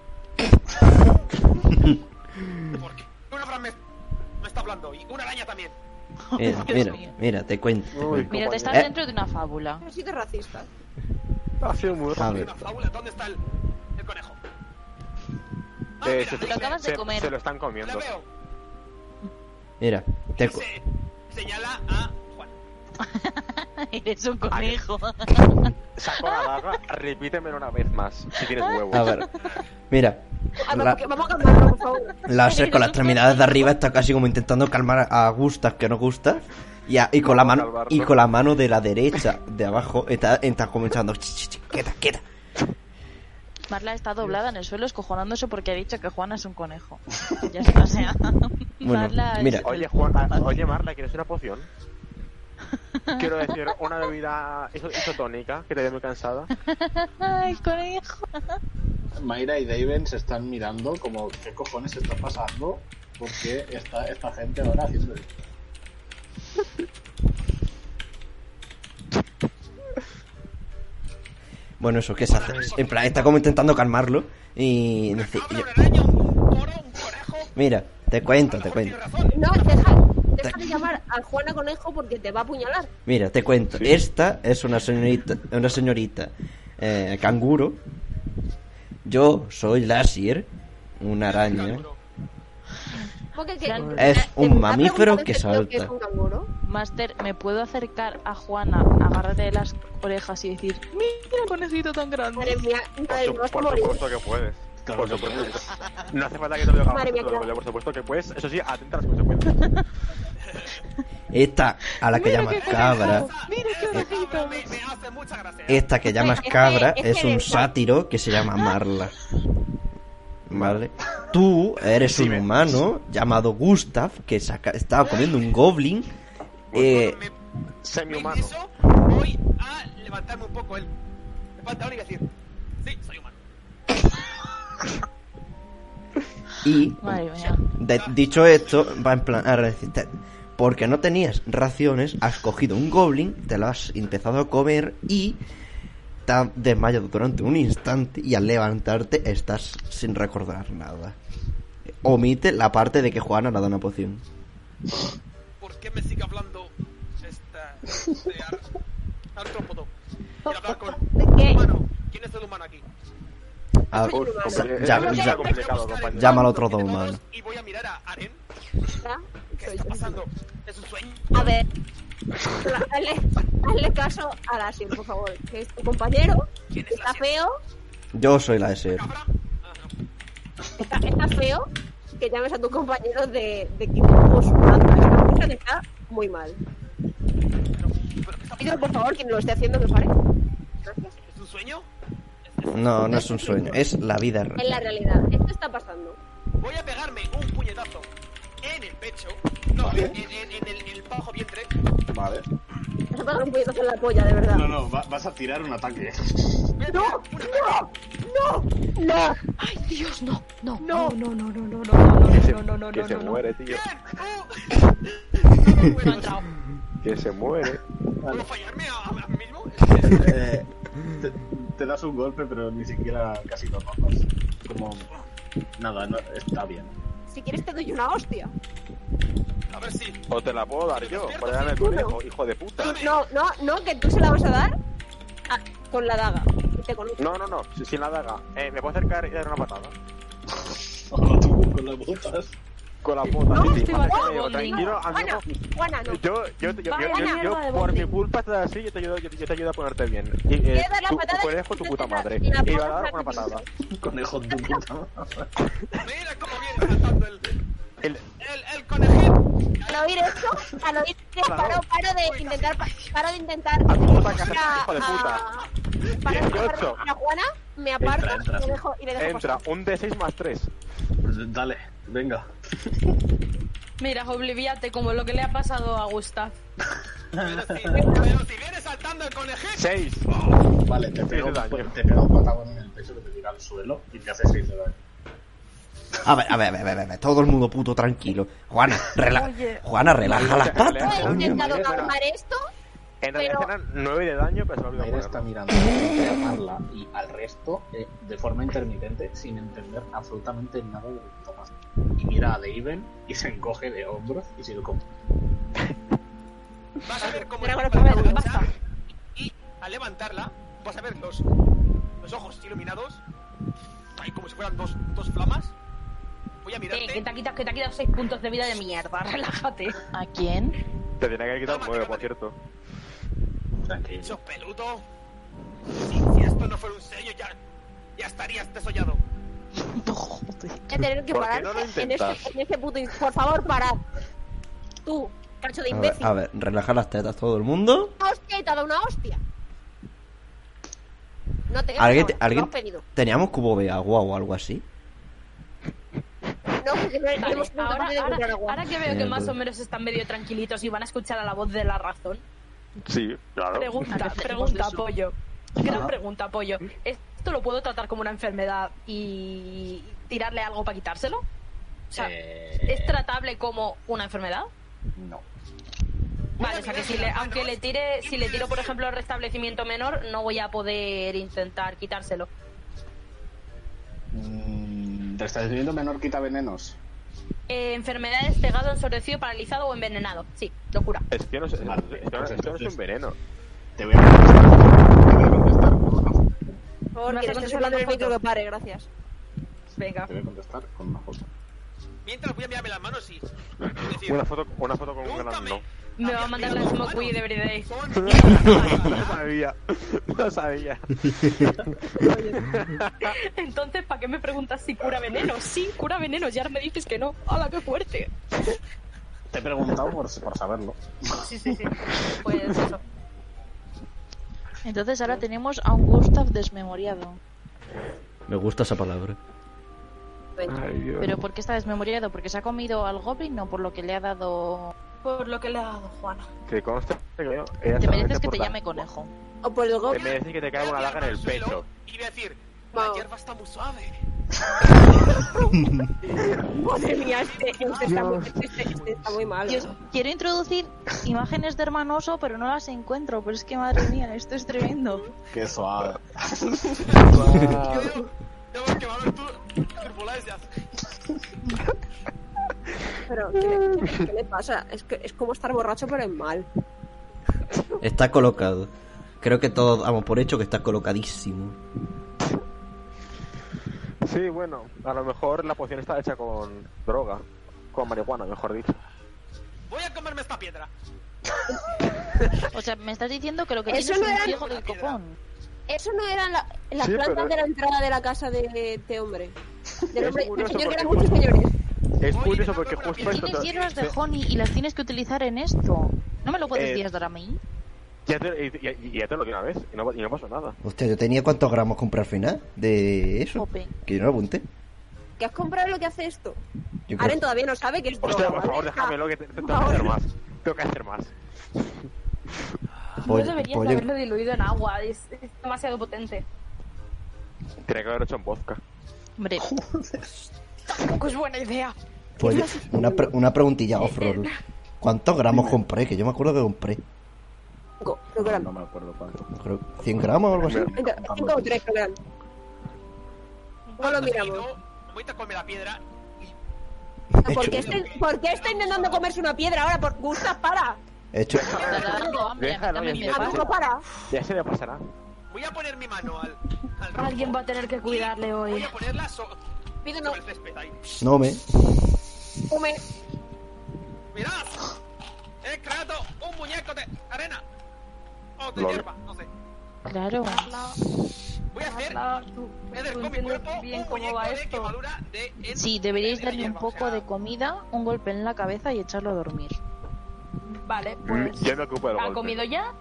[SPEAKER 9] ¿Por qué? Una fran me, me está hablando y una araña también.
[SPEAKER 1] Mira,
[SPEAKER 10] Dios
[SPEAKER 1] Eh, mira,
[SPEAKER 10] mío.
[SPEAKER 1] mira, te cuento. te
[SPEAKER 4] Uy,
[SPEAKER 1] cuento.
[SPEAKER 10] Mira, te
[SPEAKER 4] compañero.
[SPEAKER 10] estás
[SPEAKER 1] Eh.
[SPEAKER 10] dentro de una fábula.
[SPEAKER 3] Pero sí que es racista.
[SPEAKER 4] Ha sido muy
[SPEAKER 1] A
[SPEAKER 4] raro.
[SPEAKER 9] Hay
[SPEAKER 1] ver,
[SPEAKER 9] una fábula. ¿Dónde está el, el conejo? Ah,
[SPEAKER 4] Eh,
[SPEAKER 9] mira,
[SPEAKER 4] se-
[SPEAKER 10] Te lo acabas de
[SPEAKER 4] se-
[SPEAKER 10] comer.
[SPEAKER 4] Se lo están
[SPEAKER 9] la
[SPEAKER 4] comiendo.
[SPEAKER 9] veo.
[SPEAKER 1] mira, te
[SPEAKER 9] Y
[SPEAKER 1] cu-
[SPEAKER 9] se, señala a Juan.
[SPEAKER 10] eres un conejo.
[SPEAKER 4] Saco la daga, repítemelo una vez más, si tienes
[SPEAKER 10] Ah.
[SPEAKER 4] huevos.
[SPEAKER 1] A ver, mira.
[SPEAKER 3] A ver,
[SPEAKER 1] la-
[SPEAKER 3] porque vamos a cambiarlo, por favor.
[SPEAKER 1] Láser con las extremidades de arriba está casi como intentando calmar a Gustav que no gusta y, a- y con la
[SPEAKER 4] Vamos a
[SPEAKER 1] mano
[SPEAKER 4] calmarlo.
[SPEAKER 1] y con la mano de la derecha de abajo está, está comenzando "Ch, ch, ch, quieta quieta
[SPEAKER 10] Marla está doblada en el suelo escojonándose porque ha dicho que Juana es un conejo. Ya está, o sea. Marla es
[SPEAKER 1] mira.
[SPEAKER 10] el-
[SPEAKER 4] Oye, Juan, ah, oye, Marla, ¿quieres una poción? Quiero decir, una bebida iso- isotónica que te veo muy cansada.
[SPEAKER 10] Ay, conejo.
[SPEAKER 6] Mayra y Daven se están mirando como qué cojones está pasando porque está esta gente ahora haciendo esto?
[SPEAKER 1] bueno eso que se hace en plan está como intentando calmarlo y dice,
[SPEAKER 9] Cabra,
[SPEAKER 1] yo-
[SPEAKER 9] una araña, un toro, un conejo.
[SPEAKER 1] mira te cuento te
[SPEAKER 9] Mejor
[SPEAKER 1] cuento
[SPEAKER 9] tiene razón.
[SPEAKER 3] No, deja, deja de llamar a Juana Conejo porque te va a apuñalar.
[SPEAKER 1] mira te cuento esta es una señorita una señorita eh, canguro yo soy Láser una araña
[SPEAKER 9] Canguro.
[SPEAKER 3] Porque que-
[SPEAKER 10] Fran,
[SPEAKER 1] es
[SPEAKER 3] ¿te
[SPEAKER 1] un
[SPEAKER 3] ha
[SPEAKER 1] mamífero
[SPEAKER 3] preguntado
[SPEAKER 1] que
[SPEAKER 3] este tío que es
[SPEAKER 1] salta
[SPEAKER 3] un canguro?
[SPEAKER 10] Master, ¿me puedo acercar a Juana, agarrarte de las orejas y decir: Mira, conejito tan grande?
[SPEAKER 3] Madre mía, madre mía,
[SPEAKER 4] Por,
[SPEAKER 3] vas a
[SPEAKER 4] por
[SPEAKER 3] morir.
[SPEAKER 4] supuesto que puedes.
[SPEAKER 6] Claro
[SPEAKER 4] por
[SPEAKER 6] que
[SPEAKER 4] supuesto. No hace falta que te lo diga.
[SPEAKER 3] Madre mía,
[SPEAKER 4] te lo digo
[SPEAKER 3] claro.
[SPEAKER 4] yo, por supuesto que puedes. Eso sí, atenta a las consecuencias.
[SPEAKER 1] esta a la que
[SPEAKER 10] Mira
[SPEAKER 1] llamas
[SPEAKER 10] qué
[SPEAKER 1] cabra
[SPEAKER 9] Esa-
[SPEAKER 10] Mira qué
[SPEAKER 9] esa
[SPEAKER 10] bonito.
[SPEAKER 9] cabra me, me hace mucha gracia.
[SPEAKER 1] Esta que llamas
[SPEAKER 3] Este-
[SPEAKER 1] cabra
[SPEAKER 3] este
[SPEAKER 1] es un
[SPEAKER 3] del-
[SPEAKER 1] sátiro que se llama Marla. Vale. Tú eres un humano llamado Gustav que saca- estaba comiendo un goblin. Eh,
[SPEAKER 9] Bueno, me-
[SPEAKER 4] Semi-humano.
[SPEAKER 9] En eso voy a levantarme un poco el el pantalón y decir, sí, soy humano.
[SPEAKER 1] y
[SPEAKER 10] Madre mía.
[SPEAKER 1] de- dicho esto, va en plan a resistir. Porque no tenías raciones, has cogido un goblin, te lo has empezado a comer y te has desmayado durante un instante y al levantarte estás sin recordar nada. Omite la parte de que Juana le da una poción.
[SPEAKER 9] ¿Por qué me sigue hablando esta este ar- artrópodo? Quiero hablar con
[SPEAKER 3] qué?
[SPEAKER 9] humano. ¿Quién es el humano aquí?
[SPEAKER 1] A-
[SPEAKER 4] Uf, compli-
[SPEAKER 1] Ah, Ya-
[SPEAKER 4] es
[SPEAKER 1] ya-
[SPEAKER 4] complicado,
[SPEAKER 9] Voy a buscar
[SPEAKER 4] compañero.
[SPEAKER 9] el
[SPEAKER 1] Llama al otro
[SPEAKER 9] de todos
[SPEAKER 1] humano.
[SPEAKER 9] Y voy a mirar a Aren.
[SPEAKER 3] ¿verdad?
[SPEAKER 9] ¿Qué
[SPEAKER 3] Soy
[SPEAKER 9] está
[SPEAKER 3] yo.
[SPEAKER 9] pasando? ¿Es un sueño?
[SPEAKER 3] A ver, Fran, hazle, hazle caso a Lassie, por favor, que es tu compañero,
[SPEAKER 9] ¿Quién es la
[SPEAKER 3] está feo,
[SPEAKER 1] Yo soy la SR.
[SPEAKER 9] cabra? Ah, no.
[SPEAKER 3] está, está feo que llames a tu compañero de, de equipo por su lado. Esta mujer está muy mal.
[SPEAKER 9] Pero, pero ¿qué
[SPEAKER 3] Pido,
[SPEAKER 9] está pasando?
[SPEAKER 3] por favor, quien lo esté haciendo que pare. Gracias.
[SPEAKER 9] ¿Es un sueño?
[SPEAKER 1] No, no es un sueño, es la vida
[SPEAKER 3] Es
[SPEAKER 1] real.
[SPEAKER 3] la realidad, esto está pasando.
[SPEAKER 9] Voy a pegarme un puñetazo en el pecho. No,
[SPEAKER 6] Vale.
[SPEAKER 9] en, en- en el, en el bajo vientre.
[SPEAKER 6] Vale.
[SPEAKER 3] Vas a pegar un puñetazo en la polla, de verdad.
[SPEAKER 6] No, no, va- vas a tirar un ataque.
[SPEAKER 3] ¡No! ¡No! ¡No! ¡No!
[SPEAKER 2] Ay, Dios, no, no,
[SPEAKER 3] No.
[SPEAKER 2] no, no, no, no, no, no, no,
[SPEAKER 4] Que se,
[SPEAKER 2] no, no, no,
[SPEAKER 4] que
[SPEAKER 2] no,
[SPEAKER 4] se
[SPEAKER 2] no, no.
[SPEAKER 4] muere, tío.
[SPEAKER 9] ¡Em!
[SPEAKER 2] No ha entrado.
[SPEAKER 4] Que se muere.
[SPEAKER 9] ¿Puedo fallarme a, a mí mismo?
[SPEAKER 6] Eh, te, te das un golpe, pero ni siquiera casi lo notas. Como. Nada, no, está bien.
[SPEAKER 3] Si quieres te doy una hostia.
[SPEAKER 9] A ver si.
[SPEAKER 4] O te la puedo dar yo, para darme el
[SPEAKER 3] Uno.
[SPEAKER 4] conejo, hijo de puta.
[SPEAKER 3] No, no, no, que tú se la vas a dar a- con la daga. Que te conozco.
[SPEAKER 4] No, no, no, si- sin la daga. Eh, me puedo acercar y dar una patada.
[SPEAKER 6] Hola, tú, con las botas.
[SPEAKER 4] Con la puta,
[SPEAKER 3] No,
[SPEAKER 4] sí, sí,
[SPEAKER 2] estoy
[SPEAKER 4] más
[SPEAKER 2] matando
[SPEAKER 4] que medio,
[SPEAKER 2] a Golding.
[SPEAKER 4] tranquilo,
[SPEAKER 3] Juana,
[SPEAKER 4] amigo.
[SPEAKER 3] Juana, no.
[SPEAKER 4] Yo, yo, te- yo,
[SPEAKER 10] Vaya
[SPEAKER 4] yo- yo-
[SPEAKER 10] mierda
[SPEAKER 4] yo,
[SPEAKER 10] de
[SPEAKER 4] por
[SPEAKER 10] Golding.
[SPEAKER 4] mi culpa estás así, yo te ayudo, yo, yo te ayudo a ponerte bien. Y, eh,
[SPEAKER 3] Quiero dar la
[SPEAKER 4] tu, tu
[SPEAKER 3] patada y
[SPEAKER 4] conejo, tu
[SPEAKER 3] te-
[SPEAKER 4] puta
[SPEAKER 3] te la-
[SPEAKER 4] madre.
[SPEAKER 3] la
[SPEAKER 4] Y le va
[SPEAKER 3] pongo
[SPEAKER 4] a dar
[SPEAKER 3] en
[SPEAKER 4] una
[SPEAKER 3] plan de-
[SPEAKER 4] patada.
[SPEAKER 6] Conejo de puta madre.
[SPEAKER 9] Mira cómo viene saltando el.
[SPEAKER 4] El-
[SPEAKER 9] El, el conejito.
[SPEAKER 3] Al oír esto, al oír esto,
[SPEAKER 4] Claro.
[SPEAKER 3] paro, paro de intentar, pa- paro de intentar.
[SPEAKER 4] A tu puta casa,
[SPEAKER 3] a-
[SPEAKER 4] hijo de
[SPEAKER 3] a- Paro de
[SPEAKER 4] 18.
[SPEAKER 3] intentar resistir a Juana, me aparto
[SPEAKER 6] Entra, entra.
[SPEAKER 3] y le dejo, y le dejo
[SPEAKER 4] Entra,
[SPEAKER 3] pasar.
[SPEAKER 4] un D6 más 3.
[SPEAKER 6] Pues Dale, venga.
[SPEAKER 2] Mira, obliviate como lo que le ha pasado a Gustav.
[SPEAKER 9] Pero si, pero si viene saltando el conejito.
[SPEAKER 4] 6.
[SPEAKER 6] Vale, te pega,
[SPEAKER 4] de daño.
[SPEAKER 6] un, te pega un patagón en el pecho que te tira al suelo y te hace 6 de daño.
[SPEAKER 1] A ver, a ver, a ver, a ver, a ver, todo el mundo puto tranquilo. Juana, rela- Juana relaja las patas.
[SPEAKER 3] He
[SPEAKER 4] Coño,
[SPEAKER 3] intentado
[SPEAKER 6] madre,
[SPEAKER 3] calmar esto.
[SPEAKER 4] En
[SPEAKER 3] Pero-
[SPEAKER 4] realidad eran 9 de daño, pero se me ha olvidado
[SPEAKER 6] Mayra está
[SPEAKER 4] ponerlo.
[SPEAKER 6] mirando a Marla y al resto eh, de forma intermitente sin entender absolutamente nada de lo que está pasando. Y mira a Daven y se encoge de hombros y sigue como...
[SPEAKER 9] Vas a ver cómo
[SPEAKER 3] Pero
[SPEAKER 9] el
[SPEAKER 3] bueno,
[SPEAKER 9] tipo
[SPEAKER 3] Pablo,
[SPEAKER 9] la
[SPEAKER 3] basta.
[SPEAKER 9] agacha Y al levantarla, vas a ver los, los ojos iluminados. Ahí como si fueran dos, dos flamas. Voy a mirarte.
[SPEAKER 2] Eh, que te ha quitado, que te ha quitado seis puntos de vida de mierda, relájate.
[SPEAKER 10] ¿A quién?
[SPEAKER 4] Te tenía que haber quitado 9, por cierto.
[SPEAKER 6] Tranquilo.
[SPEAKER 9] ¡Sos peludo! Si, si esto no fuera un sello, ya, ya estarías desollado.
[SPEAKER 3] Voy a tener que
[SPEAKER 4] ¿Por qué
[SPEAKER 3] parar
[SPEAKER 4] no lo
[SPEAKER 3] en,
[SPEAKER 4] intentas?
[SPEAKER 3] este, en este puto... in- Por favor, parad. Tú, cacho de
[SPEAKER 1] A ver,
[SPEAKER 3] imbécil.
[SPEAKER 1] a ver, relaja las tetas todo el mundo.
[SPEAKER 3] Una hostia y te ha dado una hostia. No te
[SPEAKER 1] ¿Alguien, te-
[SPEAKER 3] no,
[SPEAKER 1] alguien
[SPEAKER 3] no has pedido.
[SPEAKER 1] teníamos cubo de agua o algo así?
[SPEAKER 3] No, porque no
[SPEAKER 2] Vale,
[SPEAKER 3] hemos sido
[SPEAKER 2] ahora,
[SPEAKER 3] capaces de encontrar
[SPEAKER 2] ahora,
[SPEAKER 3] agua.
[SPEAKER 2] ahora que veo que más o menos están medio tranquilitos y van a escuchar a la voz de la razón,
[SPEAKER 4] Sí, claro.
[SPEAKER 2] pregunta,
[SPEAKER 10] Ahora tenemos
[SPEAKER 2] pregunta,
[SPEAKER 10] eso.
[SPEAKER 2] pollo. Gran pregunta, pollo. ¿Esto lo puedo tratar como una enfermedad y tirarle algo para quitárselo? O sea, ¿es tratable como una enfermedad?
[SPEAKER 6] No.
[SPEAKER 2] Vale, o sea que si le- aunque le tire, si le tiro por ejemplo el restablecimiento menor, no voy a poder intentar quitárselo.
[SPEAKER 6] Mm, ¿Te estás viendo menor quita venenos?
[SPEAKER 2] Eh, enfermedades, cegado, ensordecido, paralizado o envenenado. Sí, locura.
[SPEAKER 4] Es que no sé, es, es que no- es que no es un veneno.
[SPEAKER 6] Te voy a contestar. Te voy a contestar. con una-
[SPEAKER 3] Por favor,
[SPEAKER 2] ¿Me
[SPEAKER 3] que
[SPEAKER 2] vas a
[SPEAKER 3] estés
[SPEAKER 2] contestar
[SPEAKER 3] hablando del
[SPEAKER 2] con
[SPEAKER 3] micro
[SPEAKER 2] foto?
[SPEAKER 3] que pare, gracias.
[SPEAKER 2] Venga.
[SPEAKER 6] Te voy a contestar con una cosa.
[SPEAKER 9] Mientras voy a mirarme las manos y. y decir,
[SPEAKER 4] Una foto, una foto con un
[SPEAKER 9] Nunca
[SPEAKER 4] gran
[SPEAKER 9] me-
[SPEAKER 4] no.
[SPEAKER 2] Me va a mandar la smoke weed every day.
[SPEAKER 9] Son...
[SPEAKER 4] No sabía. No sabía.
[SPEAKER 2] Entonces, ¿para qué me preguntas si cura veneno? Sí, cura veneno, y ahora me dices que no. ¡Hala, qué fuerte!
[SPEAKER 6] Te he preguntado por, por saberlo.
[SPEAKER 2] Sí, sí, sí. Pues eso.
[SPEAKER 10] Entonces ahora tenemos a un Gustav desmemoriado.
[SPEAKER 1] Me gusta esa palabra.
[SPEAKER 10] ¿Pero por qué está desmemoriado? ¿Porque se ha comido al Goblin o por lo que le ha dado...?
[SPEAKER 2] Por lo que le ha dado Juana.
[SPEAKER 4] Que conste que yo.
[SPEAKER 10] Te mereces que te llame conejo.
[SPEAKER 3] O por el
[SPEAKER 4] Te
[SPEAKER 3] gobierno.
[SPEAKER 4] mereces que te
[SPEAKER 9] Voy
[SPEAKER 4] caiga
[SPEAKER 9] a
[SPEAKER 4] una daga
[SPEAKER 9] tirarme
[SPEAKER 4] en el
[SPEAKER 9] al suelo
[SPEAKER 4] pecho.
[SPEAKER 9] Y voy a decir, la
[SPEAKER 3] Wow.
[SPEAKER 9] hierba está muy suave.
[SPEAKER 3] Madre mía, este, este está, muy, este- este está muy malo.
[SPEAKER 10] Dios, quiero introducir imágenes de hermanoso, pero no las encuentro. Pero es que, madre mía, esto es tremendo.
[SPEAKER 6] Qué suave.
[SPEAKER 9] Yo digo, tengo que va a haber tu- turbulencias.
[SPEAKER 3] Pero, ¿qué le, qué le pasa? Es, que, es como estar borracho, pero en mal.
[SPEAKER 1] Está colocado. Creo que todos damos por hecho que está colocadísimo.
[SPEAKER 4] Sí, bueno, a lo mejor la poción está hecha con droga. Con marihuana, mejor dicho.
[SPEAKER 9] Voy a comerme esta piedra.
[SPEAKER 10] O sea, me estás diciendo que lo que
[SPEAKER 3] Eso
[SPEAKER 10] tienes
[SPEAKER 3] no
[SPEAKER 10] es
[SPEAKER 3] era
[SPEAKER 10] un ciego del
[SPEAKER 9] piedra.
[SPEAKER 10] copón.
[SPEAKER 3] Eso no eran la- las
[SPEAKER 4] Sí,
[SPEAKER 3] plantas
[SPEAKER 4] pero-
[SPEAKER 3] de la entrada de la casa de este hombre. Del
[SPEAKER 4] Es
[SPEAKER 3] hombre, del
[SPEAKER 4] curioso
[SPEAKER 3] señor que eran
[SPEAKER 4] porque-
[SPEAKER 3] muchos señores.
[SPEAKER 4] Es
[SPEAKER 9] Oye,
[SPEAKER 4] curioso
[SPEAKER 9] no,
[SPEAKER 4] porque
[SPEAKER 9] pero
[SPEAKER 4] justo esto.
[SPEAKER 10] Tienes
[SPEAKER 4] te-
[SPEAKER 10] hierbas de
[SPEAKER 4] te-
[SPEAKER 10] honey y las tienes que utilizar en esto. ¿No me lo puedes
[SPEAKER 4] Eh,
[SPEAKER 10] días dar a mí?
[SPEAKER 4] Ya te, y- y- y ya te lo di una vez y no, y no pasó nada.
[SPEAKER 1] Hostia, yo tenía cuántos gramos compré al final de eso.
[SPEAKER 10] Jope.
[SPEAKER 1] Que yo no lo apunté.
[SPEAKER 3] ¿Que has comprado lo que hace esto?
[SPEAKER 1] Yo creo-
[SPEAKER 3] Aren todavía no sabe que es
[SPEAKER 4] Hostia, por
[SPEAKER 3] droga, ¿vale? Ah,
[SPEAKER 4] favor,
[SPEAKER 3] O sea,
[SPEAKER 4] déjamelo, que te- te-
[SPEAKER 3] por
[SPEAKER 4] tengo que hacer
[SPEAKER 3] favor.
[SPEAKER 4] más. Tengo que hacer más.
[SPEAKER 1] pollo-
[SPEAKER 2] no deberías
[SPEAKER 1] pollo-
[SPEAKER 2] haberlo diluido en agua, es, es demasiado potente.
[SPEAKER 4] Tiene que haber hecho en vodka.
[SPEAKER 10] Hombre,
[SPEAKER 2] Tampoco es buena idea.
[SPEAKER 1] pollo- una, pre- una preguntilla off-roll. ¿Cuántos gramos compré? Que yo me acuerdo que compré.
[SPEAKER 3] Cinco, creo que eran.
[SPEAKER 6] No me acuerdo cuánto.
[SPEAKER 1] Creo, ¿100 gramos o algo así?
[SPEAKER 3] Venga, Cinco o tres, creo que eran. No lo miramos.
[SPEAKER 9] Voy a comer la piedra
[SPEAKER 1] He
[SPEAKER 3] ¿Por
[SPEAKER 1] hecho,
[SPEAKER 3] qué, está, ¿Por qué está intentando comerse una piedra ahora? Por Gustav, para.
[SPEAKER 1] he hecho-
[SPEAKER 10] está dando hambre,
[SPEAKER 4] Déjalo,
[SPEAKER 10] dame
[SPEAKER 4] ya
[SPEAKER 10] mi
[SPEAKER 4] se le
[SPEAKER 3] A
[SPEAKER 10] pan.
[SPEAKER 3] tú no para.
[SPEAKER 4] Ya se le pasará.
[SPEAKER 9] Voy a poner mi mano al, al rojo.
[SPEAKER 2] Alguien va a tener que cuidarle
[SPEAKER 9] Voy
[SPEAKER 2] hoy.
[SPEAKER 9] a ponerla so
[SPEAKER 3] Pídelo.
[SPEAKER 9] sobre el césped ahí.
[SPEAKER 1] No me.
[SPEAKER 3] Come.
[SPEAKER 9] ¡Mirad! He creado un muñeco de arena. O de
[SPEAKER 4] Lol.
[SPEAKER 9] hierba, no sé.
[SPEAKER 10] claro.
[SPEAKER 9] Voy a hacer.
[SPEAKER 2] Carla, tú,
[SPEAKER 9] He
[SPEAKER 2] tú
[SPEAKER 9] descubierto mi
[SPEAKER 2] entiendes
[SPEAKER 9] cuerpo
[SPEAKER 2] Ah, bien
[SPEAKER 9] un
[SPEAKER 2] cómo
[SPEAKER 9] muñeco
[SPEAKER 2] va
[SPEAKER 9] de
[SPEAKER 2] esto.
[SPEAKER 9] quemadura de. en-
[SPEAKER 10] Sí, deberíais
[SPEAKER 9] arena y
[SPEAKER 10] darle un
[SPEAKER 9] hierba, o
[SPEAKER 10] poco
[SPEAKER 9] sea,
[SPEAKER 10] de comida, un golpe en la cabeza y echarlo a dormir.
[SPEAKER 2] Vale,
[SPEAKER 4] Mm,
[SPEAKER 2] pues.
[SPEAKER 4] Yo me ocupo del
[SPEAKER 2] ¿Ha
[SPEAKER 4] golpe.
[SPEAKER 2] comido ya?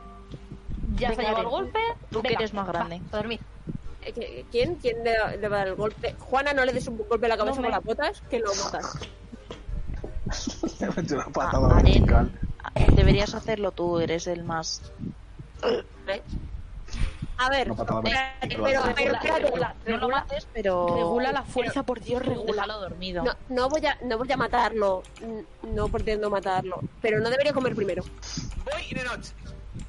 [SPEAKER 2] ¿Ya se
[SPEAKER 10] Venga,
[SPEAKER 2] ha llevado el
[SPEAKER 10] Eren,
[SPEAKER 2] golpe?
[SPEAKER 10] tú que
[SPEAKER 2] Venga,
[SPEAKER 10] eres más
[SPEAKER 2] va,
[SPEAKER 10] grande.
[SPEAKER 2] a dormir.
[SPEAKER 3] Eh, ¿qué- ¿Quién? ¿Quién le, le va a dar el golpe? Juana, no le des un golpe en la cabeza
[SPEAKER 2] No me-
[SPEAKER 3] con las botas, que lo matas.
[SPEAKER 6] Te metí una patada
[SPEAKER 10] Ah, Aren,
[SPEAKER 6] vertical.
[SPEAKER 10] deberías hacerlo tú, eres el más.
[SPEAKER 3] ¿eh? A ver,
[SPEAKER 6] Una patada
[SPEAKER 3] espérate,
[SPEAKER 6] vertical.
[SPEAKER 3] pero, pero
[SPEAKER 2] Regula,
[SPEAKER 3] espérate.
[SPEAKER 2] regula,
[SPEAKER 10] No lo
[SPEAKER 2] regula,
[SPEAKER 10] mates, pero.
[SPEAKER 2] regula la fuerza, por Dios, regula.
[SPEAKER 10] Déjalo dormido.
[SPEAKER 3] No, no voy a, no voy a matarlo. N- No pretendo matarlo. Pero no debería comer primero.
[SPEAKER 9] Voy in the noche.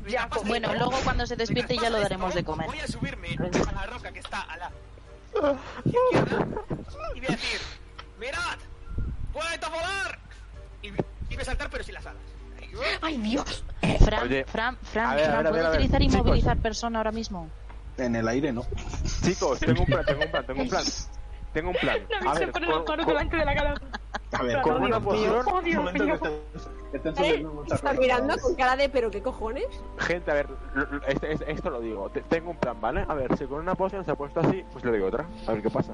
[SPEAKER 2] Ya, pues,
[SPEAKER 10] Bueno, luego cuando se despierte ya lo daremos de comer.
[SPEAKER 9] Voy a subirme a la roca que está a la izquierda y voy a decir: ¡Mirad! ¡Puedo volar! Y, y voy a saltar, pero sin las alas. uh,
[SPEAKER 2] ¡Ay, Dios!
[SPEAKER 10] Fran,
[SPEAKER 4] Oye,
[SPEAKER 10] Fran, Fran,
[SPEAKER 4] a ver, a ver,
[SPEAKER 10] Fran,
[SPEAKER 4] a ver,
[SPEAKER 10] ¿puedo
[SPEAKER 4] a ver,
[SPEAKER 10] utilizar
[SPEAKER 4] chicos.
[SPEAKER 10] inmovilizar persona ahora mismo?
[SPEAKER 6] En el aire, ¿no?
[SPEAKER 4] Chicos, tengo un plan, tengo un plan, tengo un plan. Tengo un plan. A ver, con- con-
[SPEAKER 2] de la cara.
[SPEAKER 6] A ver,
[SPEAKER 4] con una poción.
[SPEAKER 6] Un momento que estén- que estén subiendo muchas
[SPEAKER 3] Está
[SPEAKER 6] cosas.
[SPEAKER 3] mirando con cara de, pero qué cojones.
[SPEAKER 4] Gente, a ver, lo- lo- este- este- esto lo digo. Te- Tengo un plan, ¿vale? A ver, si con una poción se ha puesto así, pues le doy otra. A ver qué pasa.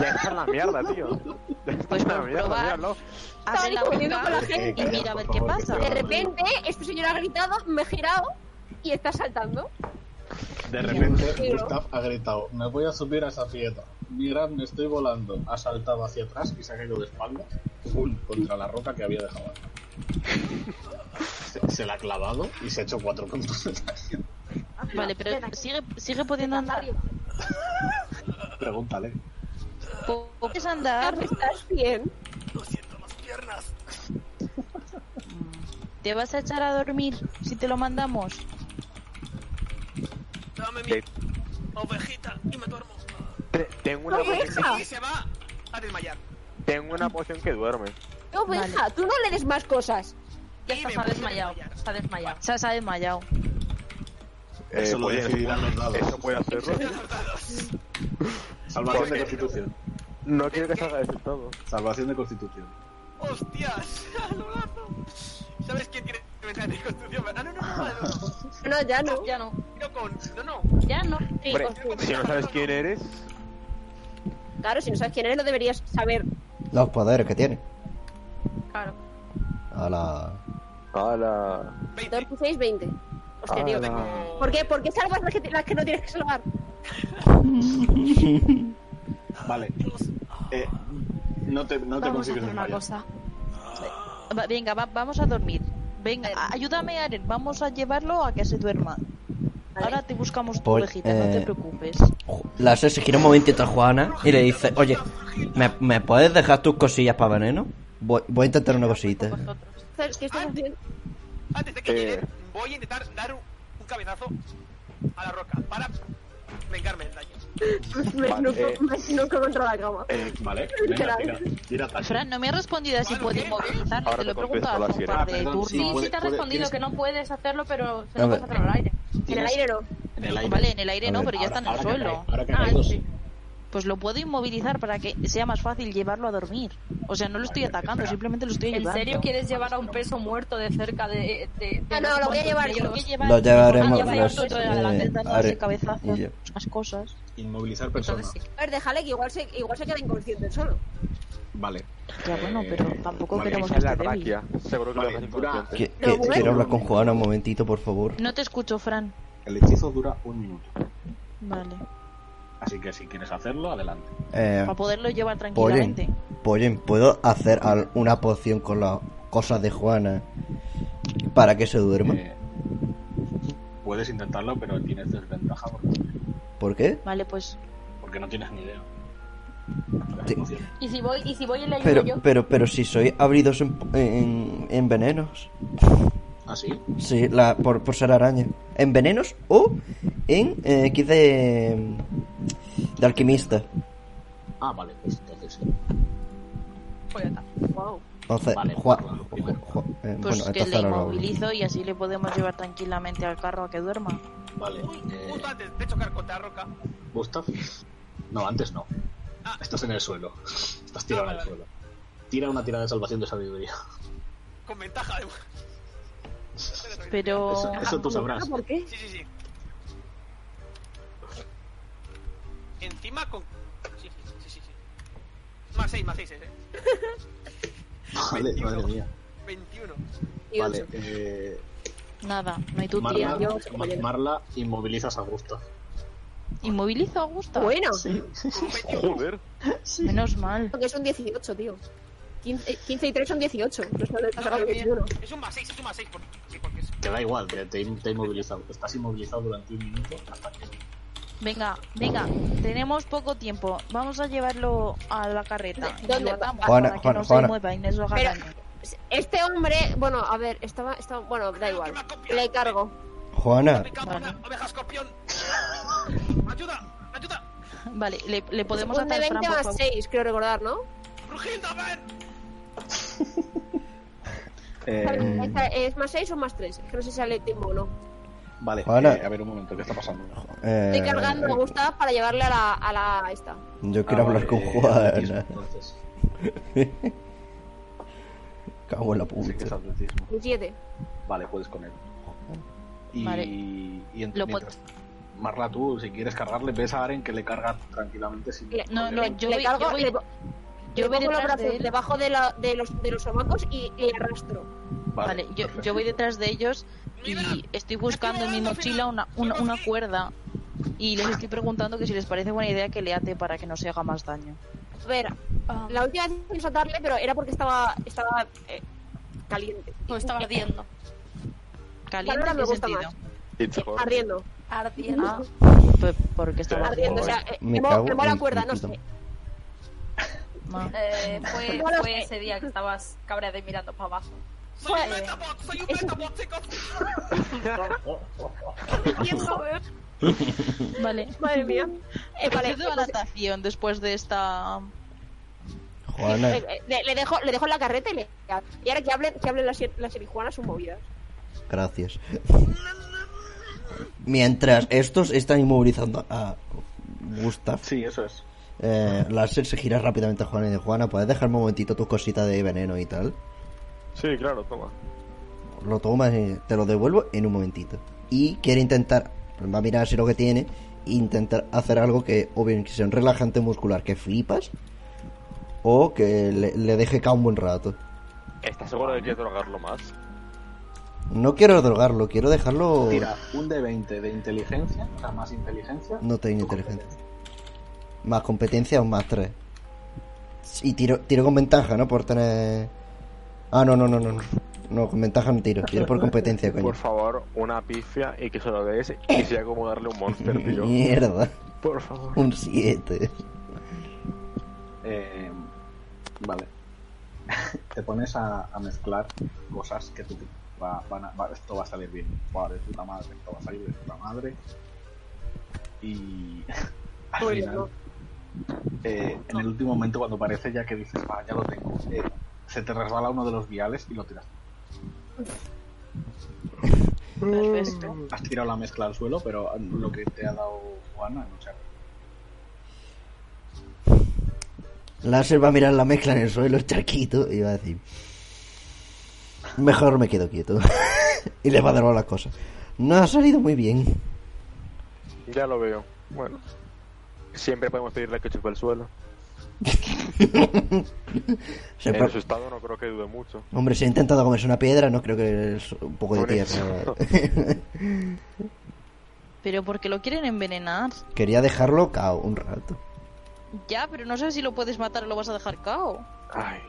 [SPEAKER 4] ya está en la mierda, tío. Ya está
[SPEAKER 10] Pues
[SPEAKER 4] en la
[SPEAKER 10] por
[SPEAKER 4] mierda,
[SPEAKER 10] probar.
[SPEAKER 4] míralo.
[SPEAKER 10] Abre la
[SPEAKER 3] comiendo con la
[SPEAKER 10] boca
[SPEAKER 6] Eh,
[SPEAKER 3] gente.
[SPEAKER 10] y mira a ver qué pasa.
[SPEAKER 3] De repente, este señor ha gritado, me he girado y está saltando.
[SPEAKER 6] De repente, Gustav ha gritado: Me voy a subir a esa piedra. Mirad, me estoy volando. Ha saltado hacia atrás y se ha caído de espaldas. ¡pum! Contra la roca que había dejado. Se, se la ha clavado y se ha hecho cuatro puntos de daño.
[SPEAKER 10] Vale, pero sigue, sigue pudiendo andar.
[SPEAKER 6] Pregúntale.
[SPEAKER 10] Po- ¿Puedes andar?
[SPEAKER 3] Carlos, ¿Estás bien?
[SPEAKER 10] ¿Te vas a echar a dormir si te lo mandamos?
[SPEAKER 9] Dame mi
[SPEAKER 4] Te-
[SPEAKER 9] ovejita y me duermo.
[SPEAKER 4] te- tengo, una poción,
[SPEAKER 10] Ah.
[SPEAKER 3] Oveja.
[SPEAKER 9] Y se va a desmayar.
[SPEAKER 4] tengo una poción que duerme.
[SPEAKER 3] No, oveja, tú no le des más cosas.
[SPEAKER 10] Ya
[SPEAKER 9] Y
[SPEAKER 10] está,
[SPEAKER 9] me
[SPEAKER 10] se ha
[SPEAKER 9] voy a
[SPEAKER 10] desmayado.
[SPEAKER 9] desmayar.
[SPEAKER 10] Se ha desmayado. Se ha desmayado.
[SPEAKER 4] Eh,
[SPEAKER 6] Eso lo
[SPEAKER 4] puede-
[SPEAKER 6] decidirán los dados.
[SPEAKER 4] Eso puede hacerlo.
[SPEAKER 6] Salvación de constitución.
[SPEAKER 4] No quiero que salga ese todo.
[SPEAKER 6] Salvación de constitución.
[SPEAKER 9] ¡Hostias! ¡Al brazo! ¿Sabes quién tiene ventaja de construcción? Ah, no, no, no, no, no.
[SPEAKER 3] No, ya no.
[SPEAKER 2] Ya no,
[SPEAKER 9] Tiro con. No, no.
[SPEAKER 2] ya no. Sí,
[SPEAKER 4] Hombre,
[SPEAKER 2] os-
[SPEAKER 4] si no sabes quién eres,
[SPEAKER 3] Claro, si no sabes quién eres, lo deberías saber.
[SPEAKER 1] Los poderes que tiene.
[SPEAKER 2] claro.
[SPEAKER 1] A la.
[SPEAKER 4] hala.
[SPEAKER 3] 2
[SPEAKER 9] 20.
[SPEAKER 3] plus 6, 20. Hostia,
[SPEAKER 4] Ah,
[SPEAKER 3] tío.
[SPEAKER 4] hala.
[SPEAKER 3] ¿Por qué? ¿Por qué salvas las que, te- las que no tienes que salvar?
[SPEAKER 6] Vale. Eh, no te, no
[SPEAKER 2] Vamos
[SPEAKER 6] te
[SPEAKER 2] a
[SPEAKER 6] consigues
[SPEAKER 2] hacer una
[SPEAKER 6] desmayar.
[SPEAKER 2] cosa.
[SPEAKER 10] Va- venga, va- vamos a dormir. Venga, a- ayúdame, Aren. Vamos a llevarlo a que se duerma. Ahora te buscamos tu
[SPEAKER 1] Pol-
[SPEAKER 10] ovejita, no
[SPEAKER 1] eh,
[SPEAKER 10] te preocupes.
[SPEAKER 1] La S se gira un momentito a Juana y le dice: Oye, ¿me, me puedes dejar tus cosillas para veneno? Voy, voy a intentar una cosita.
[SPEAKER 2] Vosotros.
[SPEAKER 3] ¿Sabes ¿Qué estás haciendo?
[SPEAKER 9] Antes de que
[SPEAKER 4] Eh.
[SPEAKER 9] lleguen, voy a intentar dar un, un cabezazo a la roca para vengarme del daño.
[SPEAKER 3] Me
[SPEAKER 4] Vale,
[SPEAKER 3] snuco-
[SPEAKER 4] eh.
[SPEAKER 3] me snuco contra la cama.
[SPEAKER 6] Eh, vale. Venga, tira, tira ataque.
[SPEAKER 10] Fran, no me ha respondido a si
[SPEAKER 9] Vale,
[SPEAKER 10] puede
[SPEAKER 9] ¿qué?
[SPEAKER 10] movilizar.
[SPEAKER 4] Ahora
[SPEAKER 10] Te lo he
[SPEAKER 4] te contesto,
[SPEAKER 10] preguntado hace un
[SPEAKER 4] Lassier.
[SPEAKER 10] par
[SPEAKER 6] Ah,
[SPEAKER 10] de
[SPEAKER 6] perdón,
[SPEAKER 10] turnos.
[SPEAKER 6] sí,
[SPEAKER 2] Sí,
[SPEAKER 6] puede-
[SPEAKER 2] sí te ha
[SPEAKER 6] puede-
[SPEAKER 2] respondido
[SPEAKER 6] tienes-
[SPEAKER 2] que no puedes hacerlo, pero se
[SPEAKER 1] A
[SPEAKER 2] lo
[SPEAKER 1] ver.
[SPEAKER 2] puedes hacer al aire.
[SPEAKER 3] En el aire no.
[SPEAKER 6] En el aire.
[SPEAKER 10] Vale, en el aire
[SPEAKER 1] A
[SPEAKER 10] no,
[SPEAKER 1] ver,
[SPEAKER 10] pero ya
[SPEAKER 6] Ahora-
[SPEAKER 10] está en el
[SPEAKER 6] ahora que
[SPEAKER 10] suelo.
[SPEAKER 6] cae- ahora que
[SPEAKER 2] Ah,
[SPEAKER 6] cae dos.
[SPEAKER 2] sí.
[SPEAKER 10] pues lo puedo inmovilizar para que sea más fácil llevarlo a dormir. O sea, no lo estoy atacando, simplemente lo estoy
[SPEAKER 2] ¿En
[SPEAKER 10] ayudando.
[SPEAKER 2] serio quieres llevar a un peso muerto de cerca de.? de, de
[SPEAKER 3] Ah, no,
[SPEAKER 2] los
[SPEAKER 3] lo voy a llevar yo.
[SPEAKER 2] cuantos ellos?
[SPEAKER 1] Lo llevaremos
[SPEAKER 2] Ah, ya
[SPEAKER 1] los.
[SPEAKER 2] sé, otro de
[SPEAKER 1] Eh,
[SPEAKER 2] adelante,
[SPEAKER 1] Are-
[SPEAKER 10] dándose cabezazos,
[SPEAKER 1] y yo.
[SPEAKER 10] más cosas.
[SPEAKER 6] Inmovilizar
[SPEAKER 2] Entonces
[SPEAKER 6] personas.
[SPEAKER 2] sí.
[SPEAKER 3] A ver, déjale que igual se, igual se queda inconsciente solo.
[SPEAKER 6] Vale.
[SPEAKER 10] Ya bueno, pero tampoco
[SPEAKER 6] vale,
[SPEAKER 10] queremos
[SPEAKER 4] Esa
[SPEAKER 10] que
[SPEAKER 4] es la
[SPEAKER 10] esté débil.
[SPEAKER 4] raquia. Seguro que lo
[SPEAKER 6] Vale,
[SPEAKER 4] dejas
[SPEAKER 6] dura-
[SPEAKER 4] inconsciente.
[SPEAKER 1] Que-
[SPEAKER 3] Pero
[SPEAKER 1] que-
[SPEAKER 3] bueno.
[SPEAKER 1] quiero hablar con Juana un momentito, por favor.
[SPEAKER 10] No te escucho, Fran.
[SPEAKER 6] El hechizo dura un minuto.
[SPEAKER 10] Vale.
[SPEAKER 6] Así que si quieres hacerlo, adelante.
[SPEAKER 1] Eh,
[SPEAKER 10] Para poderlo llevar
[SPEAKER 1] Pollen,
[SPEAKER 10] tranquilamente.
[SPEAKER 1] Pollen, ¿puedo hacer al- una poción con las cosas de Juana para que se duerma?
[SPEAKER 6] Eh, puedes intentarlo, pero tienes desventaja porque,
[SPEAKER 1] ¿Por qué?
[SPEAKER 10] Vale, pues
[SPEAKER 6] porque no tienes ni idea.
[SPEAKER 1] Sí.
[SPEAKER 2] Y si voy, y si voy y le ayudo
[SPEAKER 1] Pero,
[SPEAKER 2] yo.
[SPEAKER 1] pero, pero si soy abridos en, en- en venenos.
[SPEAKER 6] Así.
[SPEAKER 1] Sí, la, por, por ser araña. En venenos o en eh, aquí de, de alquimista.
[SPEAKER 6] Ah, vale, pues entonces sí.
[SPEAKER 2] Pues ya está.
[SPEAKER 3] Wow.
[SPEAKER 1] Entonces,
[SPEAKER 6] Vale,
[SPEAKER 1] Juan-
[SPEAKER 6] por favor,
[SPEAKER 1] Ju- Ju- eh,
[SPEAKER 10] Pues
[SPEAKER 1] bueno,
[SPEAKER 10] que
[SPEAKER 1] entonces
[SPEAKER 10] le
[SPEAKER 1] ahora lo hago.
[SPEAKER 10] inmovilizo y así le podemos llevar tranquilamente al carro a que duerma.
[SPEAKER 6] Vale.
[SPEAKER 9] Ju-
[SPEAKER 6] eh,
[SPEAKER 9] Justo antes de chocar contra la roca.
[SPEAKER 6] Gustav. No, antes no. Estás en el suelo. Estás tirado en el suelo. Tira una tirada de salvación de sabiduría.
[SPEAKER 9] Con ventaja, además.
[SPEAKER 10] Pero
[SPEAKER 6] Eso, eso
[SPEAKER 10] ah,
[SPEAKER 6] tú sabrás.
[SPEAKER 3] ¿Por qué?
[SPEAKER 9] Sí, sí, sí. Encima con. Sí, sí, sí, sí. sí. Más 6, más 6, eh.
[SPEAKER 6] Vale, madre mía.
[SPEAKER 9] 21.
[SPEAKER 3] Y
[SPEAKER 6] Vale,
[SPEAKER 3] ocho.
[SPEAKER 6] eh,
[SPEAKER 10] nada, no hay tu tía.
[SPEAKER 6] Marla,
[SPEAKER 3] yo,
[SPEAKER 6] Ma- Marla, inmovilizas a Gustav.
[SPEAKER 10] Inmovilizo a gusto.
[SPEAKER 3] Bueno,
[SPEAKER 4] Joder.
[SPEAKER 10] Menos mal.
[SPEAKER 3] que es un 18, tío. 15, eh, 15 y 3 son 18. No es
[SPEAKER 9] No,
[SPEAKER 3] sacado
[SPEAKER 9] pero
[SPEAKER 3] 21.
[SPEAKER 9] bien. es un más 6, es un más 6. Por... Sí, porque es.
[SPEAKER 6] Te da igual, que te, te he inmovilizado. Estás inmovilizado durante un minuto hasta que.
[SPEAKER 10] Venga, venga, tenemos poco tiempo. Vamos a llevarlo a la carreta.
[SPEAKER 3] ¿Dónde
[SPEAKER 10] Y lo
[SPEAKER 3] va?
[SPEAKER 10] atamos
[SPEAKER 1] Juana,
[SPEAKER 10] para que
[SPEAKER 1] Juana,
[SPEAKER 10] no
[SPEAKER 1] Juana.
[SPEAKER 10] se mueva y no se lo haga
[SPEAKER 3] Pero-
[SPEAKER 10] daño.
[SPEAKER 3] Este hombre, bueno, a ver, estaba, estaba. Bueno, da igual. Le cargo.
[SPEAKER 1] Juana,
[SPEAKER 9] Me cago en la oveja escorpión. ¡Ayuda! ¡Ayuda!
[SPEAKER 10] Vale, le, le podemos
[SPEAKER 3] un de
[SPEAKER 10] atar
[SPEAKER 3] 20
[SPEAKER 10] Fran, por
[SPEAKER 3] más
[SPEAKER 10] favor.
[SPEAKER 3] 6, creo recordar, ¿no?
[SPEAKER 9] ¡Brujilda, ven!
[SPEAKER 6] Eh,
[SPEAKER 3] Esta- ¿Es más 6 o más 3? Es que no sé si sale tiempo o no.
[SPEAKER 6] vale,
[SPEAKER 1] Juana.
[SPEAKER 6] eh, a ver un momento, ¿qué está pasando?
[SPEAKER 1] eh,
[SPEAKER 3] Estoy cargando a Gustav para llevarle a la. A la a esta.
[SPEAKER 1] yo quiero
[SPEAKER 6] Ah,
[SPEAKER 1] hablar
[SPEAKER 6] vale,
[SPEAKER 1] con
[SPEAKER 6] eh, atletismo,
[SPEAKER 1] Juana.
[SPEAKER 6] entonces.
[SPEAKER 1] Cago en la
[SPEAKER 6] Sí, que es
[SPEAKER 1] puta.
[SPEAKER 6] atletismo.
[SPEAKER 3] Un 7.
[SPEAKER 6] Vale, puedes con él. Y,
[SPEAKER 10] Vale.
[SPEAKER 6] y ent-
[SPEAKER 10] Lo
[SPEAKER 6] mientras- Marla, tú, si quieres cargarle, ves a Aren que le carga tranquilamente sin
[SPEAKER 3] Le-
[SPEAKER 10] No, no,
[SPEAKER 6] problema.
[SPEAKER 10] yo
[SPEAKER 3] le
[SPEAKER 10] voy,
[SPEAKER 3] cargo.
[SPEAKER 10] yo voy,
[SPEAKER 3] le po-
[SPEAKER 10] yo
[SPEAKER 3] yo
[SPEAKER 10] voy
[SPEAKER 3] pongo los
[SPEAKER 10] detrás de
[SPEAKER 3] brazos
[SPEAKER 10] él.
[SPEAKER 3] debajo de, la, de los, de los sobacos y le arrastro.
[SPEAKER 10] Vale, yo, yo voy detrás de ellos y estoy buscando en mi mochila una, una, una cuerda y les estoy preguntando que si les parece buena idea que le ate para que no se haga más daño.
[SPEAKER 3] A ver, la última vez que saltarle, pero era porque estaba. Estaba. eh, caliente. Eh,
[SPEAKER 2] No, Ah, estaba ardiendo.
[SPEAKER 10] Caliente
[SPEAKER 3] Ahora
[SPEAKER 10] en
[SPEAKER 3] me
[SPEAKER 10] qué
[SPEAKER 3] gusta
[SPEAKER 10] sentido.
[SPEAKER 4] It's hot.
[SPEAKER 3] eh, Ardiendo.
[SPEAKER 2] Ardiendo.
[SPEAKER 10] Ah, pues porque estaba
[SPEAKER 3] Ardiendo. O sea, eh,
[SPEAKER 1] Me
[SPEAKER 3] me,
[SPEAKER 1] cago
[SPEAKER 3] mo- me mola
[SPEAKER 1] en-
[SPEAKER 3] la cuerda, no
[SPEAKER 1] en-
[SPEAKER 3] sé.
[SPEAKER 10] ma-
[SPEAKER 2] Eh, fue,
[SPEAKER 3] No lo
[SPEAKER 2] fue
[SPEAKER 3] sé.
[SPEAKER 2] ese día que estabas cabreada y mirando para abajo.
[SPEAKER 9] ¡Soy un
[SPEAKER 3] Joder.
[SPEAKER 9] metabot! ¡Soy un
[SPEAKER 3] Es-
[SPEAKER 9] metabot, chicos!
[SPEAKER 10] Vale.
[SPEAKER 3] Madre mía. Eh, vale,
[SPEAKER 10] Procedo a
[SPEAKER 3] pues,
[SPEAKER 10] natación después de esta.
[SPEAKER 1] Juana,
[SPEAKER 3] eh, eh, le, le dejo, le dejo en la carreta y le. Y ahora que hablen, que hablen las, las erijuanas son movidas.
[SPEAKER 1] gracias. Mientras estos están inmovilizando a Gustav,
[SPEAKER 6] Sí, eso es.
[SPEAKER 1] eh, Larsen se gira rápidamente a Juana y de Juana, ¿puedes dejarme un momentito tu cosita de veneno y tal?
[SPEAKER 4] Sí, claro, toma.
[SPEAKER 1] Lo tomas y te lo devuelvo en un momentito. Y quiere intentar, va a mirar si lo que tiene, e intentar hacer algo que o bien que sea un relajante muscular que flipas, o que le, le deje caer un buen rato.
[SPEAKER 4] ¿Estás seguro de que quieres drogarlo más?
[SPEAKER 1] No quiero drogarlo, quiero dejarlo...
[SPEAKER 6] Tira un D20 de inteligencia, o sea, más inteligencia.
[SPEAKER 1] No tengo
[SPEAKER 6] tu
[SPEAKER 1] inteligencia. Más competencia o más tres. Y tiro, tiro con ventaja, ¿no? Por tener. Ah, no, no, no, no. no. No, con ventaja no tiro. Tiro por competencia, coño.
[SPEAKER 4] Por favor, una pifia y que se lo des y sea como darle un monster, tío.
[SPEAKER 1] Mierda.
[SPEAKER 4] Por favor.
[SPEAKER 1] Un 7.
[SPEAKER 6] Eh, vale. Te pones a, a mezclar cosas que tú te- va, van a- va- esto va a salir bien. Va de puta madre, esto va a salir de puta madre. Y al
[SPEAKER 3] Uy,
[SPEAKER 6] final,
[SPEAKER 3] no.
[SPEAKER 6] eh, en el último momento, cuando parece ya que dices, va, ya lo tengo, eh, se te resbala uno de los viales y lo tiras.
[SPEAKER 10] Perfecto.
[SPEAKER 6] Has tirado la mezcla al suelo, pero lo que te ha dado Juana no se ha
[SPEAKER 1] Láser va a mirar la mezcla en el suelo, el charquito, y va a decir: Mejor me quedo quieto. y le va a dar las cosas. No ha salido muy bien.
[SPEAKER 4] Ya lo veo. Bueno. Siempre podemos pedirle que chupe el suelo.
[SPEAKER 1] Se
[SPEAKER 4] en
[SPEAKER 1] pro-
[SPEAKER 4] su estado no creo que dude mucho.
[SPEAKER 1] Hombre, si ha intentado comerse una piedra, no creo que es un poco de
[SPEAKER 4] Por
[SPEAKER 1] tierra.
[SPEAKER 10] Pero porque lo quieren envenenar.
[SPEAKER 1] Quería dejarlo cao un rato.
[SPEAKER 10] Ya, pero no sé si lo puedes matar o lo vas a dejar cao.
[SPEAKER 4] Ay,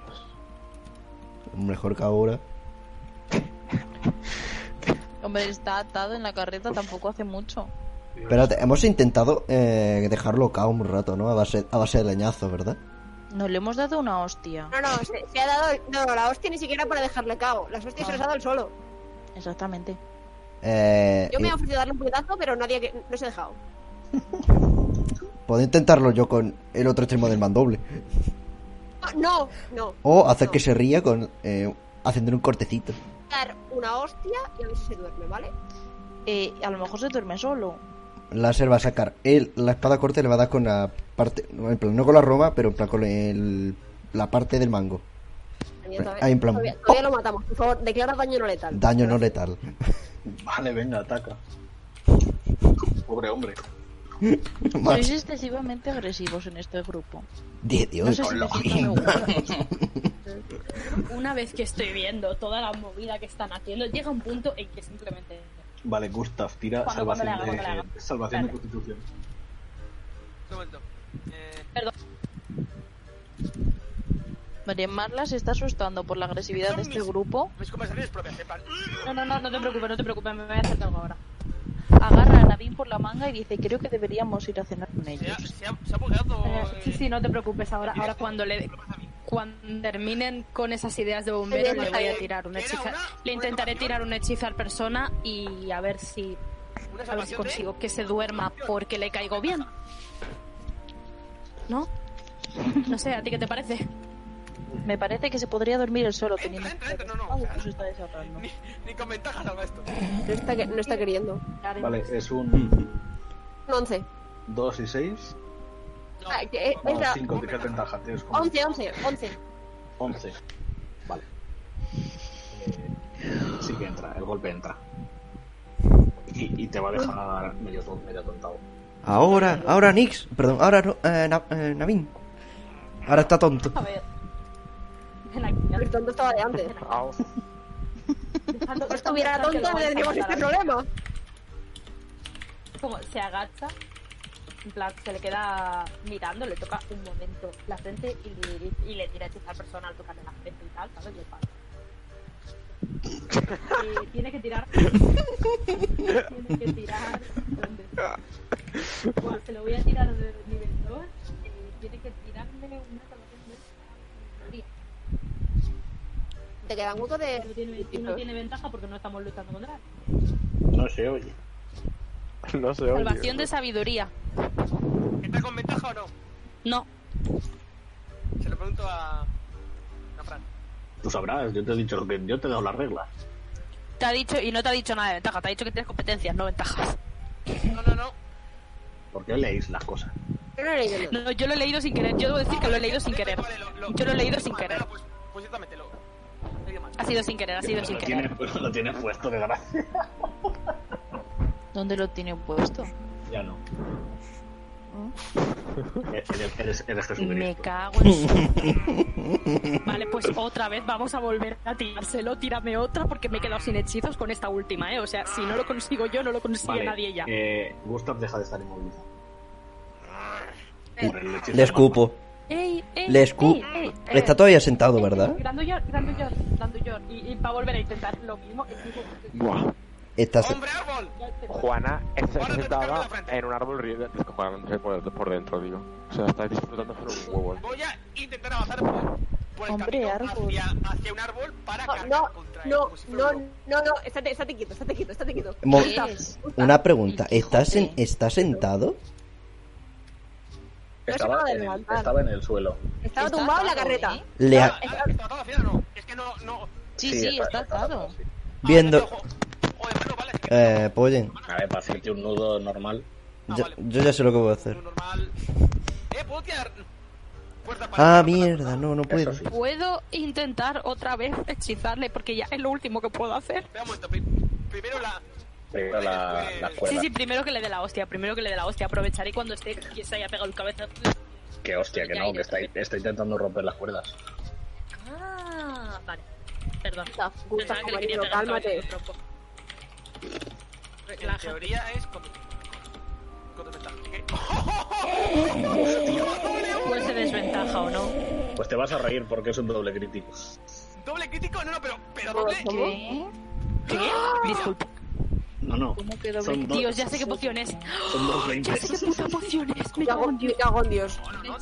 [SPEAKER 1] Mejor que ahora.
[SPEAKER 10] Hombre, está atado en la carreta tampoco hace mucho.
[SPEAKER 1] Espérate, hemos intentado eh, dejarlo cao un rato, ¿no? A base, a base de leñazo, ¿verdad?
[SPEAKER 10] No le hemos dado una hostia.
[SPEAKER 3] No, no, se, se ha dado. No, la hostia ni siquiera para dejarle cabo. Las hostias se las ha dado él solo.
[SPEAKER 10] Exactamente.
[SPEAKER 1] Eh,
[SPEAKER 3] Yo me
[SPEAKER 1] eh,
[SPEAKER 3] he ofrecido darle un puñetazo, pero nadie que- no se ha dejado.
[SPEAKER 1] Puedo intentarlo yo con el otro extremo del mandoble.
[SPEAKER 3] Ah, No, no.
[SPEAKER 1] O hacer que
[SPEAKER 3] No.
[SPEAKER 1] se ría con eh, haciendo un cortecito.
[SPEAKER 3] Dar una hostia y a ver si se duerme, ¿vale?
[SPEAKER 10] Eh, a lo mejor se duerme solo.
[SPEAKER 1] Láser va a sacar él, la espada corta y le va a dar con la parte. no, En plan, no con la roma, pero en plan con el- la parte del mango.
[SPEAKER 3] Daniel, todavía-
[SPEAKER 1] Pues, Ahí en plan-
[SPEAKER 3] Todavía, todavía lo matamos. Por favor, declara daño no letal.
[SPEAKER 1] Daño no letal.
[SPEAKER 6] Vale, venga, ataca. Pobre hombre.
[SPEAKER 1] Más
[SPEAKER 10] Sois excesivamente agresivos en este grupo.
[SPEAKER 1] 10 de
[SPEAKER 10] No sé si
[SPEAKER 1] ocho.
[SPEAKER 10] necesito me gusta.
[SPEAKER 2] Una vez que estoy viendo toda la movida que están haciendo, llega un punto en que simplemente.
[SPEAKER 6] Vale, Gustav, tira
[SPEAKER 2] Cuando- cuando
[SPEAKER 6] salvación,
[SPEAKER 2] le haga,
[SPEAKER 6] de,
[SPEAKER 2] cuando le haga.
[SPEAKER 6] salvación de
[SPEAKER 2] Vale.
[SPEAKER 6] constitución.
[SPEAKER 9] Un momento. Eh,
[SPEAKER 10] María Marla se está asustando por la agresividad de este grupo.
[SPEAKER 9] mis conversaciones propias, en plan. "Mm,
[SPEAKER 2] No, no, no, no te preocupes, no te preocupes, me voy a hacer cargo ahora.
[SPEAKER 10] Agarra a Navin por la manga y dice, creo que deberíamos ir a cenar con
[SPEAKER 9] Se ha,
[SPEAKER 10] ellos.
[SPEAKER 9] se ha, se ha bugueado.
[SPEAKER 2] Eh, Sí,
[SPEAKER 9] eh,
[SPEAKER 2] sí, no te preocupes ahora.
[SPEAKER 9] mira,
[SPEAKER 2] Ahora cuando le
[SPEAKER 9] pasa a mí.
[SPEAKER 2] cuando terminen con esas ideas de bombero le voy a tirar un
[SPEAKER 9] Era
[SPEAKER 2] hechizo.
[SPEAKER 9] una-
[SPEAKER 2] Le intentaré
[SPEAKER 9] una
[SPEAKER 2] tirar un hechizo al persona y a ver si
[SPEAKER 9] Una
[SPEAKER 2] a ver si
[SPEAKER 9] salvación de-
[SPEAKER 2] consigo que se duerma porque le caigo bien. ¿No? No sé, ¿a ti qué te parece?
[SPEAKER 10] Me parece que se podría dormir el solo teniendo... en
[SPEAKER 9] Entra, entra,
[SPEAKER 10] cuenta
[SPEAKER 9] entra, no,
[SPEAKER 10] que
[SPEAKER 9] no.
[SPEAKER 10] Pablo se está desahogando.
[SPEAKER 9] Ni, ni con ventaja salva esto.
[SPEAKER 3] No está, que- no está queriendo.
[SPEAKER 6] Vale, es un
[SPEAKER 3] Un 11.
[SPEAKER 6] 2 y 6.
[SPEAKER 9] No,
[SPEAKER 3] Ah, que- eh,
[SPEAKER 9] no,
[SPEAKER 3] es
[SPEAKER 6] Más
[SPEAKER 3] la-
[SPEAKER 6] 5, tienes ventaja. Tienes como
[SPEAKER 3] 11, 11, 11.
[SPEAKER 6] 11. Vale. Eh, sí que entra, el golpe entra. Y, y te va a dejar medio, ton- medio tontado.
[SPEAKER 1] Ahora, ahora Nix. Perdón, ahora no, eh, Na- eh, Navin. Ahora está tonto.
[SPEAKER 2] A ver. Ven aquí, ya.
[SPEAKER 3] El tonto estaba de antes.
[SPEAKER 4] au.
[SPEAKER 3] Si
[SPEAKER 2] Dejando-
[SPEAKER 3] no Pues estuviera
[SPEAKER 2] dejando que
[SPEAKER 3] tonto,
[SPEAKER 2] lo
[SPEAKER 3] no
[SPEAKER 2] vais a
[SPEAKER 3] tendríamos
[SPEAKER 2] matar
[SPEAKER 3] este
[SPEAKER 2] a mí.
[SPEAKER 3] problema.
[SPEAKER 2] Como se agacha, en plan, se le queda mirando, le toca un momento la frente y, y le tira hechizo al persona al tocarle la frente y tal, ¿sabes? Y el palo. Eh, tiene que tirar. tiene que tirar. ¿dónde está? Bueno, se lo voy a tirar de nivel 2. eh, tiene que tirarme una salvación de sabiduría.
[SPEAKER 3] Te quedan huecos de.
[SPEAKER 2] Pero tiene, no tiene ventaja porque no estamos luchando contra él.
[SPEAKER 13] No se oye.
[SPEAKER 4] No sé, oye.
[SPEAKER 14] Salvación de sabiduría.
[SPEAKER 9] ¿Está con ventaja o no?
[SPEAKER 14] No.
[SPEAKER 9] Se lo pregunto a. a Fran.
[SPEAKER 6] Tú sabrás, yo te he dicho lo que. Yo te he dado las reglas.
[SPEAKER 14] Te ha dicho, y no te ha dicho nada de ventaja, te ha dicho que tienes competencias, no ventajas.
[SPEAKER 9] No, no, no.
[SPEAKER 6] Porque leéis las cosas.
[SPEAKER 3] Yo no he leído.
[SPEAKER 14] No, yo lo he leído sin querer, yo debo decir que lo he leído sin
[SPEAKER 9] Vale,
[SPEAKER 14] querer.
[SPEAKER 9] vale, lo-
[SPEAKER 14] Yo lo he leído sin
[SPEAKER 9] vale,
[SPEAKER 14] querer.
[SPEAKER 9] Pues, pues yo también te lo. te digo mal.
[SPEAKER 14] Ha sido sin querer, ha sido sin
[SPEAKER 6] lo,
[SPEAKER 14] querer.
[SPEAKER 6] tienes, lo tienes puesto de gracia.
[SPEAKER 10] ¿Dónde lo tiene puesto?
[SPEAKER 6] Ya no. Eres, eres, eres
[SPEAKER 14] Me
[SPEAKER 6] Jesucristo.
[SPEAKER 14] cago en su-
[SPEAKER 2] Vale, pues otra vez vamos a volver a tirárselo. Tírame otra porque me he quedado sin hechizos con esta última, ¿eh? O sea, si no lo consigo yo, no lo consigue
[SPEAKER 6] Vale,
[SPEAKER 2] nadie ya.
[SPEAKER 6] eh, Gustav deja de estar inmovilizado. Por el hechizo
[SPEAKER 1] Le escupo.
[SPEAKER 2] Ey, ey,
[SPEAKER 1] Le escupo.
[SPEAKER 2] ey, ey,
[SPEAKER 1] Le está todavía sentado, ¿verdad?
[SPEAKER 2] Grandullón, grandullón, grandullón. Y, y va a volver a intentar lo mismo. el mismo-
[SPEAKER 4] Buah.
[SPEAKER 1] Está se-
[SPEAKER 9] ¡Hombre árbol!
[SPEAKER 4] Juana está
[SPEAKER 9] Ahora te toca
[SPEAKER 4] sentada
[SPEAKER 9] la frente.
[SPEAKER 4] en un árbol riendo. Juana por, por dentro, digo. O sea, está disfrutando solo un huevo.
[SPEAKER 9] Voy a intentar avanzar por, por el
[SPEAKER 10] Hombre,
[SPEAKER 9] camino
[SPEAKER 10] árbol.
[SPEAKER 9] Hacia, hacia un árbol para
[SPEAKER 3] No,
[SPEAKER 9] cargar
[SPEAKER 3] Ah, no,
[SPEAKER 9] contra él.
[SPEAKER 3] no,
[SPEAKER 9] como si fuera
[SPEAKER 3] no,
[SPEAKER 9] un loco.
[SPEAKER 3] no, no, estate, estate quieto, estate quieto, estate quieto.
[SPEAKER 1] Mo-
[SPEAKER 10] ¿Qué es?
[SPEAKER 1] Una pregunta. ¿Estás, en,
[SPEAKER 10] Joder.
[SPEAKER 1] ¿Estás sentado?
[SPEAKER 3] acaba
[SPEAKER 6] Estaba
[SPEAKER 3] de
[SPEAKER 6] en, el,
[SPEAKER 3] levantar.
[SPEAKER 6] estaba en el suelo.
[SPEAKER 3] Estaba
[SPEAKER 10] Está
[SPEAKER 3] tumbado en la
[SPEAKER 10] atado,
[SPEAKER 3] carreta.
[SPEAKER 10] ¿eh?
[SPEAKER 1] Le
[SPEAKER 9] Ah,
[SPEAKER 1] ha-
[SPEAKER 9] ah, ¿Está atado al final o no? Es que no, no.
[SPEAKER 10] Sí, sí, está atado.
[SPEAKER 6] sí.
[SPEAKER 1] Viendo.
[SPEAKER 9] Ah, Joder, bueno, vale, es que
[SPEAKER 1] Eh, Pollen.
[SPEAKER 6] A ver, para hacerte un nudo normal.
[SPEAKER 9] Ah,
[SPEAKER 1] Yo,
[SPEAKER 9] vale.
[SPEAKER 1] yo ya sé lo que voy a hacer.
[SPEAKER 9] Lo normal. Eh, puedo tirar. fuerza para.
[SPEAKER 1] Ah, mierda, no, no puedo.
[SPEAKER 5] sí.
[SPEAKER 2] Puedo intentar otra vez hechizarle porque ya es lo último que puedo hacer.
[SPEAKER 9] Espera un momento, pri- primero la.
[SPEAKER 5] Pero la, la cuerda.
[SPEAKER 2] Sí, sí, primero que le dé la hostia, primero que le dé la hostia. Aprovecharé cuando esté que se haya pegado el cabeza.
[SPEAKER 5] Que hostia, que no, que está, está intentando romper las cuerdas.
[SPEAKER 2] Ah, vale. Perdón.
[SPEAKER 3] Gustav, Gustav,
[SPEAKER 2] Pensaba que le quería
[SPEAKER 3] compañero,
[SPEAKER 2] pegar el cabezazo
[SPEAKER 3] cálmate.
[SPEAKER 2] con el trompo.
[SPEAKER 9] En
[SPEAKER 2] Relaja.
[SPEAKER 9] teoría es con. Con desventaja, ¿ok?
[SPEAKER 2] Puede ser desventaja o no.
[SPEAKER 5] Pues te vas a reír porque es un doble crítico.
[SPEAKER 9] oh! Doble crítico, no, no, pero, pero doble.
[SPEAKER 10] ¿Qué?
[SPEAKER 2] ¿Qué? Disculpa.
[SPEAKER 5] No, no.
[SPEAKER 10] ¿Cómo que doble?
[SPEAKER 5] Son dos,
[SPEAKER 2] Dios, ya sé qué poción es.
[SPEAKER 5] son dos
[SPEAKER 2] Ya sé qué
[SPEAKER 5] 20.
[SPEAKER 2] puta poción es. Me
[SPEAKER 3] Me cago,
[SPEAKER 2] cago
[SPEAKER 3] en-
[SPEAKER 2] en Dios.
[SPEAKER 3] me cago en Dios.
[SPEAKER 9] No, no, no.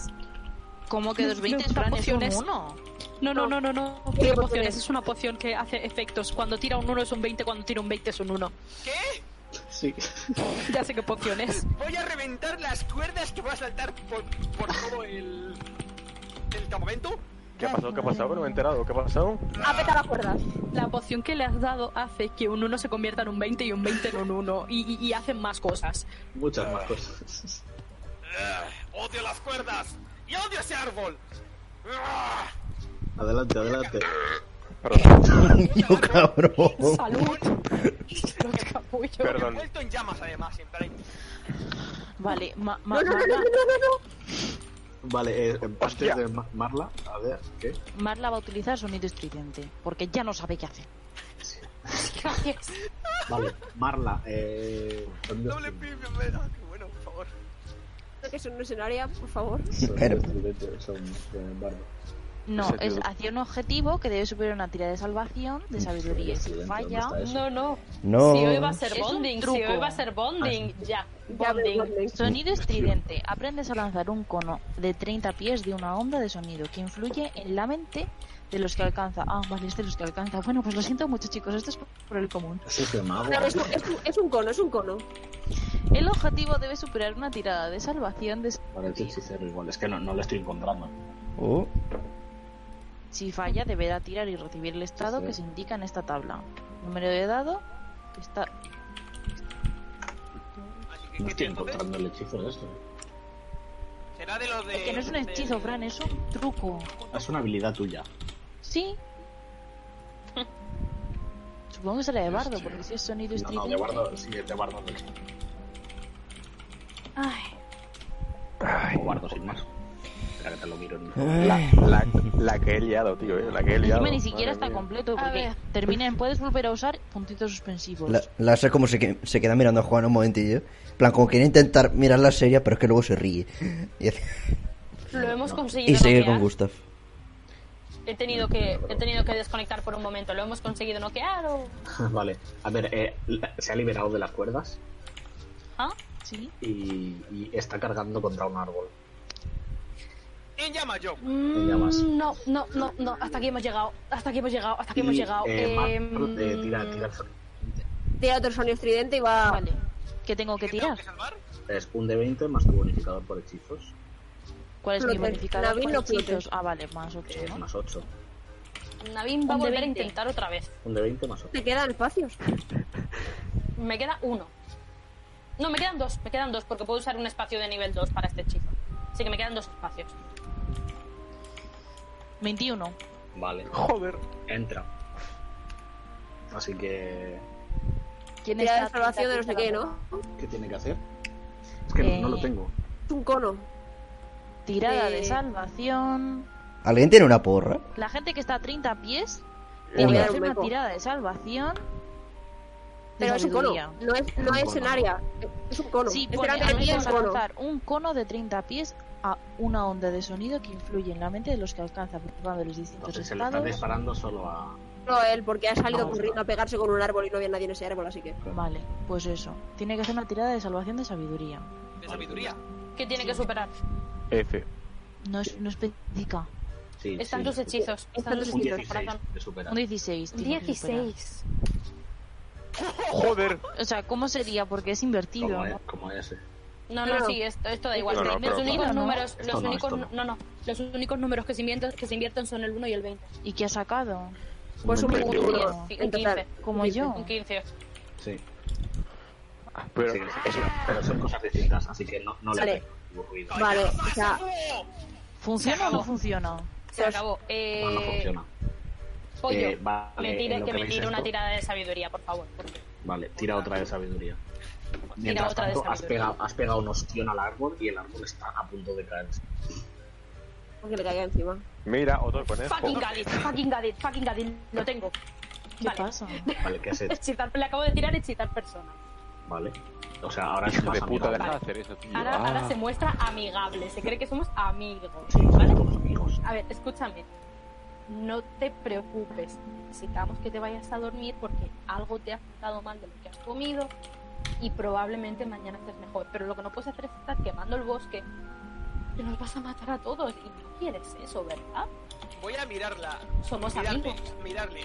[SPEAKER 10] ¿Cómo que dos
[SPEAKER 2] No,
[SPEAKER 10] 20
[SPEAKER 2] no,
[SPEAKER 10] Fran, es un
[SPEAKER 2] pociones.
[SPEAKER 10] uno?
[SPEAKER 2] No, no, no, no, no.
[SPEAKER 3] ¿Qué
[SPEAKER 2] ¿Qué
[SPEAKER 3] poción
[SPEAKER 2] poción es?
[SPEAKER 3] es?
[SPEAKER 2] Es una poción que hace efectos. Cuando tira un 1 es un 20, cuando tira un 20 es un 1.
[SPEAKER 9] ¿Qué?
[SPEAKER 6] Sí.
[SPEAKER 2] Ya sé qué poción es.
[SPEAKER 9] Voy a reventar las cuerdas que va a saltar por, por todo el. el campamento.
[SPEAKER 4] ¿Qué ha pasado? ¿Qué ha pasado? Que No me he enterado. ¿Qué ha pasado?
[SPEAKER 3] Apeta las cuerdas.
[SPEAKER 2] La poción que le has dado hace que un 1 se convierta en un 20 y un 20 en un 1. Y, y- y hacen más cosas.
[SPEAKER 6] Muchas más cosas.
[SPEAKER 9] Ugh, odio las cuerdas. Y odio ese árbol. Ugh,
[SPEAKER 6] Adelante, adelante.
[SPEAKER 1] Yo,
[SPEAKER 6] Oh.
[SPEAKER 1] cabrón.
[SPEAKER 2] Salud. Los capullos.
[SPEAKER 9] Me he
[SPEAKER 4] Perdón.
[SPEAKER 9] vuelto en llamas, además, en plan.
[SPEAKER 10] Vale, ma, ma-
[SPEAKER 3] No, no, no, no,
[SPEAKER 10] Marla,
[SPEAKER 3] no, no,
[SPEAKER 6] Vale, eh, antes de Ma- Marla, a ver, ¿qué?
[SPEAKER 10] Marla va a utilizar sonido estridente, porque ya no sabe qué hacer.
[SPEAKER 2] Gracias.
[SPEAKER 6] Vale, Marla, eh. sonido
[SPEAKER 9] Doble
[SPEAKER 6] estridente,
[SPEAKER 9] pibe, me da- qué bueno, por favor.
[SPEAKER 3] no. Que es un escenario, por favor.
[SPEAKER 6] sonido estridente, son- son bardo.
[SPEAKER 10] No,
[SPEAKER 4] Ese
[SPEAKER 10] es
[SPEAKER 4] tío-
[SPEAKER 10] hacia un objetivo que debe superar una tira de salvación, de sabiduría. Si
[SPEAKER 5] ¿dónde
[SPEAKER 10] falla,
[SPEAKER 5] está eso?
[SPEAKER 2] No, no.
[SPEAKER 1] No.
[SPEAKER 2] Si hoy va a ser
[SPEAKER 10] Es un
[SPEAKER 2] bonding, si
[SPEAKER 10] truco.
[SPEAKER 2] hoy va a ser bonding, ya.
[SPEAKER 3] Ya me
[SPEAKER 2] Bonding.
[SPEAKER 10] Sonido estridente. Aprendes a lanzar un cono de 30 pies de una onda de sonido que influye en la mente de los que alcanza. Ah, vale, es de los que alcanza. Bueno, pues lo siento mucho, chicos. Esto es por el común.
[SPEAKER 5] Eso es de mago.
[SPEAKER 3] No, es, un, es, un, es un cono, es un cono.
[SPEAKER 10] El objetivo debe superar una tirada de salvación de
[SPEAKER 5] Parece
[SPEAKER 10] sabiduría.
[SPEAKER 5] hechicero igual. Es que no, no lo estoy encontrando.
[SPEAKER 1] Oh,
[SPEAKER 10] Si falla, deberá tirar y recibir el estado que se indica en esta tabla. Número de dado que está
[SPEAKER 9] Así que,
[SPEAKER 5] No
[SPEAKER 9] ¿qué
[SPEAKER 5] estoy
[SPEAKER 9] tiene entonces?
[SPEAKER 5] encontrando el hechizo de esto.
[SPEAKER 9] Será de los de.
[SPEAKER 10] Es que no es un hechizo,
[SPEAKER 9] de-
[SPEAKER 10] Fran, es un truco.
[SPEAKER 6] Es una habilidad tuya.
[SPEAKER 10] Sí. Supongo que será de bardo, porque si es sonido
[SPEAKER 5] No, no,
[SPEAKER 10] estridente.
[SPEAKER 5] de bardo, sí, es de bardo.
[SPEAKER 12] Ay,
[SPEAKER 5] O bardo sin más. Espera que te lo miro en
[SPEAKER 4] La, la, la que he liado, tío. eh, La que he liado.
[SPEAKER 10] Encima ni
[SPEAKER 4] Madre
[SPEAKER 10] siquiera está
[SPEAKER 4] mía.
[SPEAKER 10] completo,
[SPEAKER 12] A
[SPEAKER 10] porque
[SPEAKER 12] ver.
[SPEAKER 10] termina en puedes volver a usar puntitos suspensivos.
[SPEAKER 1] la, la sé como se, que- se queda mirando a Juan un momentillo. En plan, como quiere intentar mirar la serie, pero es que luego se ríe. Y,
[SPEAKER 2] Lo hemos conseguido.
[SPEAKER 1] y sigue con
[SPEAKER 2] noquear.
[SPEAKER 1] Gustav.
[SPEAKER 2] He tenido que he tenido que desconectar por un momento. Lo hemos conseguido noquear o
[SPEAKER 6] Vale, a ver, eh, la- se ha liberado de las cuerdas
[SPEAKER 10] ¿Ah? Sí.
[SPEAKER 6] y, y está cargando contra un árbol.
[SPEAKER 9] En llamas, yo.
[SPEAKER 6] En llamas.
[SPEAKER 2] Mm, no, no, no, no. Hasta aquí hemos llegado. Hasta aquí hemos llegado. Hasta aquí
[SPEAKER 6] Y,
[SPEAKER 2] hemos llegado.
[SPEAKER 6] eh,
[SPEAKER 2] Em,
[SPEAKER 6] Marla, eh, tira, tira el sonido.
[SPEAKER 3] Tira otro sonido estridente y va.
[SPEAKER 10] Ah, Vale. ¿Qué tengo que
[SPEAKER 9] ¿Qué tengo
[SPEAKER 10] tirar?
[SPEAKER 9] que salvar?
[SPEAKER 6] Es un de 20 más tu bonificador por hechizos,
[SPEAKER 10] ¿Cuál es
[SPEAKER 3] Flote.
[SPEAKER 10] mi bonificador?
[SPEAKER 3] Nabil
[SPEAKER 10] ¿Cuál
[SPEAKER 3] no
[SPEAKER 10] es el
[SPEAKER 3] flote.
[SPEAKER 10] hechizos? Ah, vale, más 8,
[SPEAKER 6] que es
[SPEAKER 10] ¿no?
[SPEAKER 6] más 8.
[SPEAKER 2] Navín va a
[SPEAKER 10] Un de
[SPEAKER 2] volver a
[SPEAKER 10] 20.
[SPEAKER 2] intentar otra vez.
[SPEAKER 6] Un de 20 más 8.
[SPEAKER 3] Te quedan espacios.
[SPEAKER 2] Me queda uno. No, me quedan dos. Me quedan dos porque puedo usar un espacio de nivel 2 para este hechizo. Así que me quedan dos espacios.
[SPEAKER 10] 21.
[SPEAKER 6] Vale,
[SPEAKER 4] Joder.
[SPEAKER 6] entra. Así que,
[SPEAKER 10] ¿Quién
[SPEAKER 3] Tira de
[SPEAKER 10] está-
[SPEAKER 3] salvación de no sé qué, ¿no?
[SPEAKER 6] ¿qué tiene que hacer? Es que no-
[SPEAKER 10] Eh,
[SPEAKER 6] no lo tengo.
[SPEAKER 3] Es un cono.
[SPEAKER 10] Tirada
[SPEAKER 3] Eh.
[SPEAKER 10] de salvación.
[SPEAKER 1] ¿Alguien tiene una porra?
[SPEAKER 10] La gente que está a 30 pies
[SPEAKER 1] Le
[SPEAKER 10] tiene
[SPEAKER 1] voy
[SPEAKER 10] que
[SPEAKER 1] a
[SPEAKER 3] dar
[SPEAKER 10] hacer
[SPEAKER 3] un
[SPEAKER 10] una
[SPEAKER 3] beco.
[SPEAKER 10] tirada de salvación. de
[SPEAKER 3] Pero es un cono.
[SPEAKER 10] sabiduría.
[SPEAKER 3] No es, no es en área. Es un cono.
[SPEAKER 10] Sí,
[SPEAKER 3] Es
[SPEAKER 10] pone,
[SPEAKER 3] grande,
[SPEAKER 10] amigos,
[SPEAKER 3] es un cono.
[SPEAKER 10] lanzar un cono de 30 pies a una onda de sonido que influye en la mente de los que alcanza, provocando los distintos
[SPEAKER 6] Entonces se le está
[SPEAKER 10] estados.
[SPEAKER 6] disparando solo a.
[SPEAKER 3] No, él, porque ha salido
[SPEAKER 10] Ah.
[SPEAKER 3] corriendo a pegarse con un árbol y no había nadie en ese árbol, así que.
[SPEAKER 10] Vale, pues eso. Tiene que hacer una tirada de salvación de sabiduría.
[SPEAKER 9] De sabiduría.
[SPEAKER 2] ¿Qué tiene que superar?
[SPEAKER 4] F.
[SPEAKER 10] No, es, no especifica.
[SPEAKER 6] Sí,
[SPEAKER 2] Están
[SPEAKER 6] sí,
[SPEAKER 2] tus
[SPEAKER 6] lo escucho.
[SPEAKER 2] hechizos. Están tus
[SPEAKER 6] Un
[SPEAKER 2] hechizos,
[SPEAKER 6] 16
[SPEAKER 2] corazón.
[SPEAKER 6] de supera.
[SPEAKER 10] Un 16. tiene que superar.
[SPEAKER 2] 16.
[SPEAKER 4] Joder.
[SPEAKER 10] O sea, ¿cómo sería? Porque es invertido.
[SPEAKER 6] Como,
[SPEAKER 10] ¿no?
[SPEAKER 6] es- eh. como ese.
[SPEAKER 2] No, no,
[SPEAKER 3] Pero-
[SPEAKER 2] sí, esto, esto da igual.
[SPEAKER 4] No, no, pero
[SPEAKER 2] los
[SPEAKER 4] claro.
[SPEAKER 2] únicos
[SPEAKER 10] Esto no,
[SPEAKER 2] números,
[SPEAKER 6] esto
[SPEAKER 2] los
[SPEAKER 6] no,
[SPEAKER 2] únicos,
[SPEAKER 6] esto
[SPEAKER 2] no, no, los únicos números que se invierten, que se invierten son el 1 y el 20.
[SPEAKER 10] ¿Y qué ha sacado?
[SPEAKER 3] Pues un
[SPEAKER 4] Hombre,
[SPEAKER 3] poco
[SPEAKER 4] tío.
[SPEAKER 10] uno.
[SPEAKER 3] en total.
[SPEAKER 10] Como yo.
[SPEAKER 2] Un 15.
[SPEAKER 6] Sí.
[SPEAKER 4] Pero,
[SPEAKER 6] Sí, es- pero son cosas distintas, así que no, no
[SPEAKER 3] Vale.
[SPEAKER 6] le hace ningún ruido.
[SPEAKER 3] Vale, o sea,
[SPEAKER 10] ¿Funciona o no
[SPEAKER 2] acabó.
[SPEAKER 10] funciona?
[SPEAKER 2] Se acabó. Eh,
[SPEAKER 6] No, no funciona.
[SPEAKER 2] Pollo,
[SPEAKER 6] Eh, vale,
[SPEAKER 2] me
[SPEAKER 6] en
[SPEAKER 2] tire,
[SPEAKER 6] lo
[SPEAKER 2] que
[SPEAKER 6] que
[SPEAKER 2] me
[SPEAKER 6] veis
[SPEAKER 2] tire una
[SPEAKER 6] esto-
[SPEAKER 2] tirada de sabiduría, por favor.
[SPEAKER 6] Vale, tira otra de sabiduría. Mientras
[SPEAKER 2] otra de
[SPEAKER 6] tanto, has
[SPEAKER 2] sabiduría.
[SPEAKER 6] pegado, has pegado un ostión al árbol y el árbol está a punto de caerse.
[SPEAKER 3] Porque le caiga encima.
[SPEAKER 4] Mira, otro conejo.
[SPEAKER 2] Fucking Gadit, fucking Gadit, fucking Gadit, lo tengo.
[SPEAKER 10] ¿Qué
[SPEAKER 2] Vale.
[SPEAKER 10] pasa?
[SPEAKER 6] Vale, ¿qué has hecho?
[SPEAKER 2] Excitar- le acabo de tirar excitar persona.
[SPEAKER 6] Vale. O sea, ahora es
[SPEAKER 4] Hijo
[SPEAKER 6] más
[SPEAKER 4] de puta,
[SPEAKER 6] amigable.
[SPEAKER 4] deja de hacer eso, tío.
[SPEAKER 2] Ahora,
[SPEAKER 4] Ah.
[SPEAKER 2] ahora se muestra amigable, se cree que somos amigos,
[SPEAKER 6] Sí,
[SPEAKER 2] ¿vale?
[SPEAKER 6] somos amigos.
[SPEAKER 2] A ver, escúchame. No te preocupes. Necesitamos que te vayas a dormir porque algo te ha dado mal de lo que has comido y probablemente mañana estés mejor. Pero lo que no puedes hacer es estar quemando el bosque que nos vas a matar a todos y no quieres eso, ¿verdad?
[SPEAKER 9] Voy a mirarla.
[SPEAKER 2] Somos
[SPEAKER 9] mirarle,
[SPEAKER 2] amigos.
[SPEAKER 9] mirarle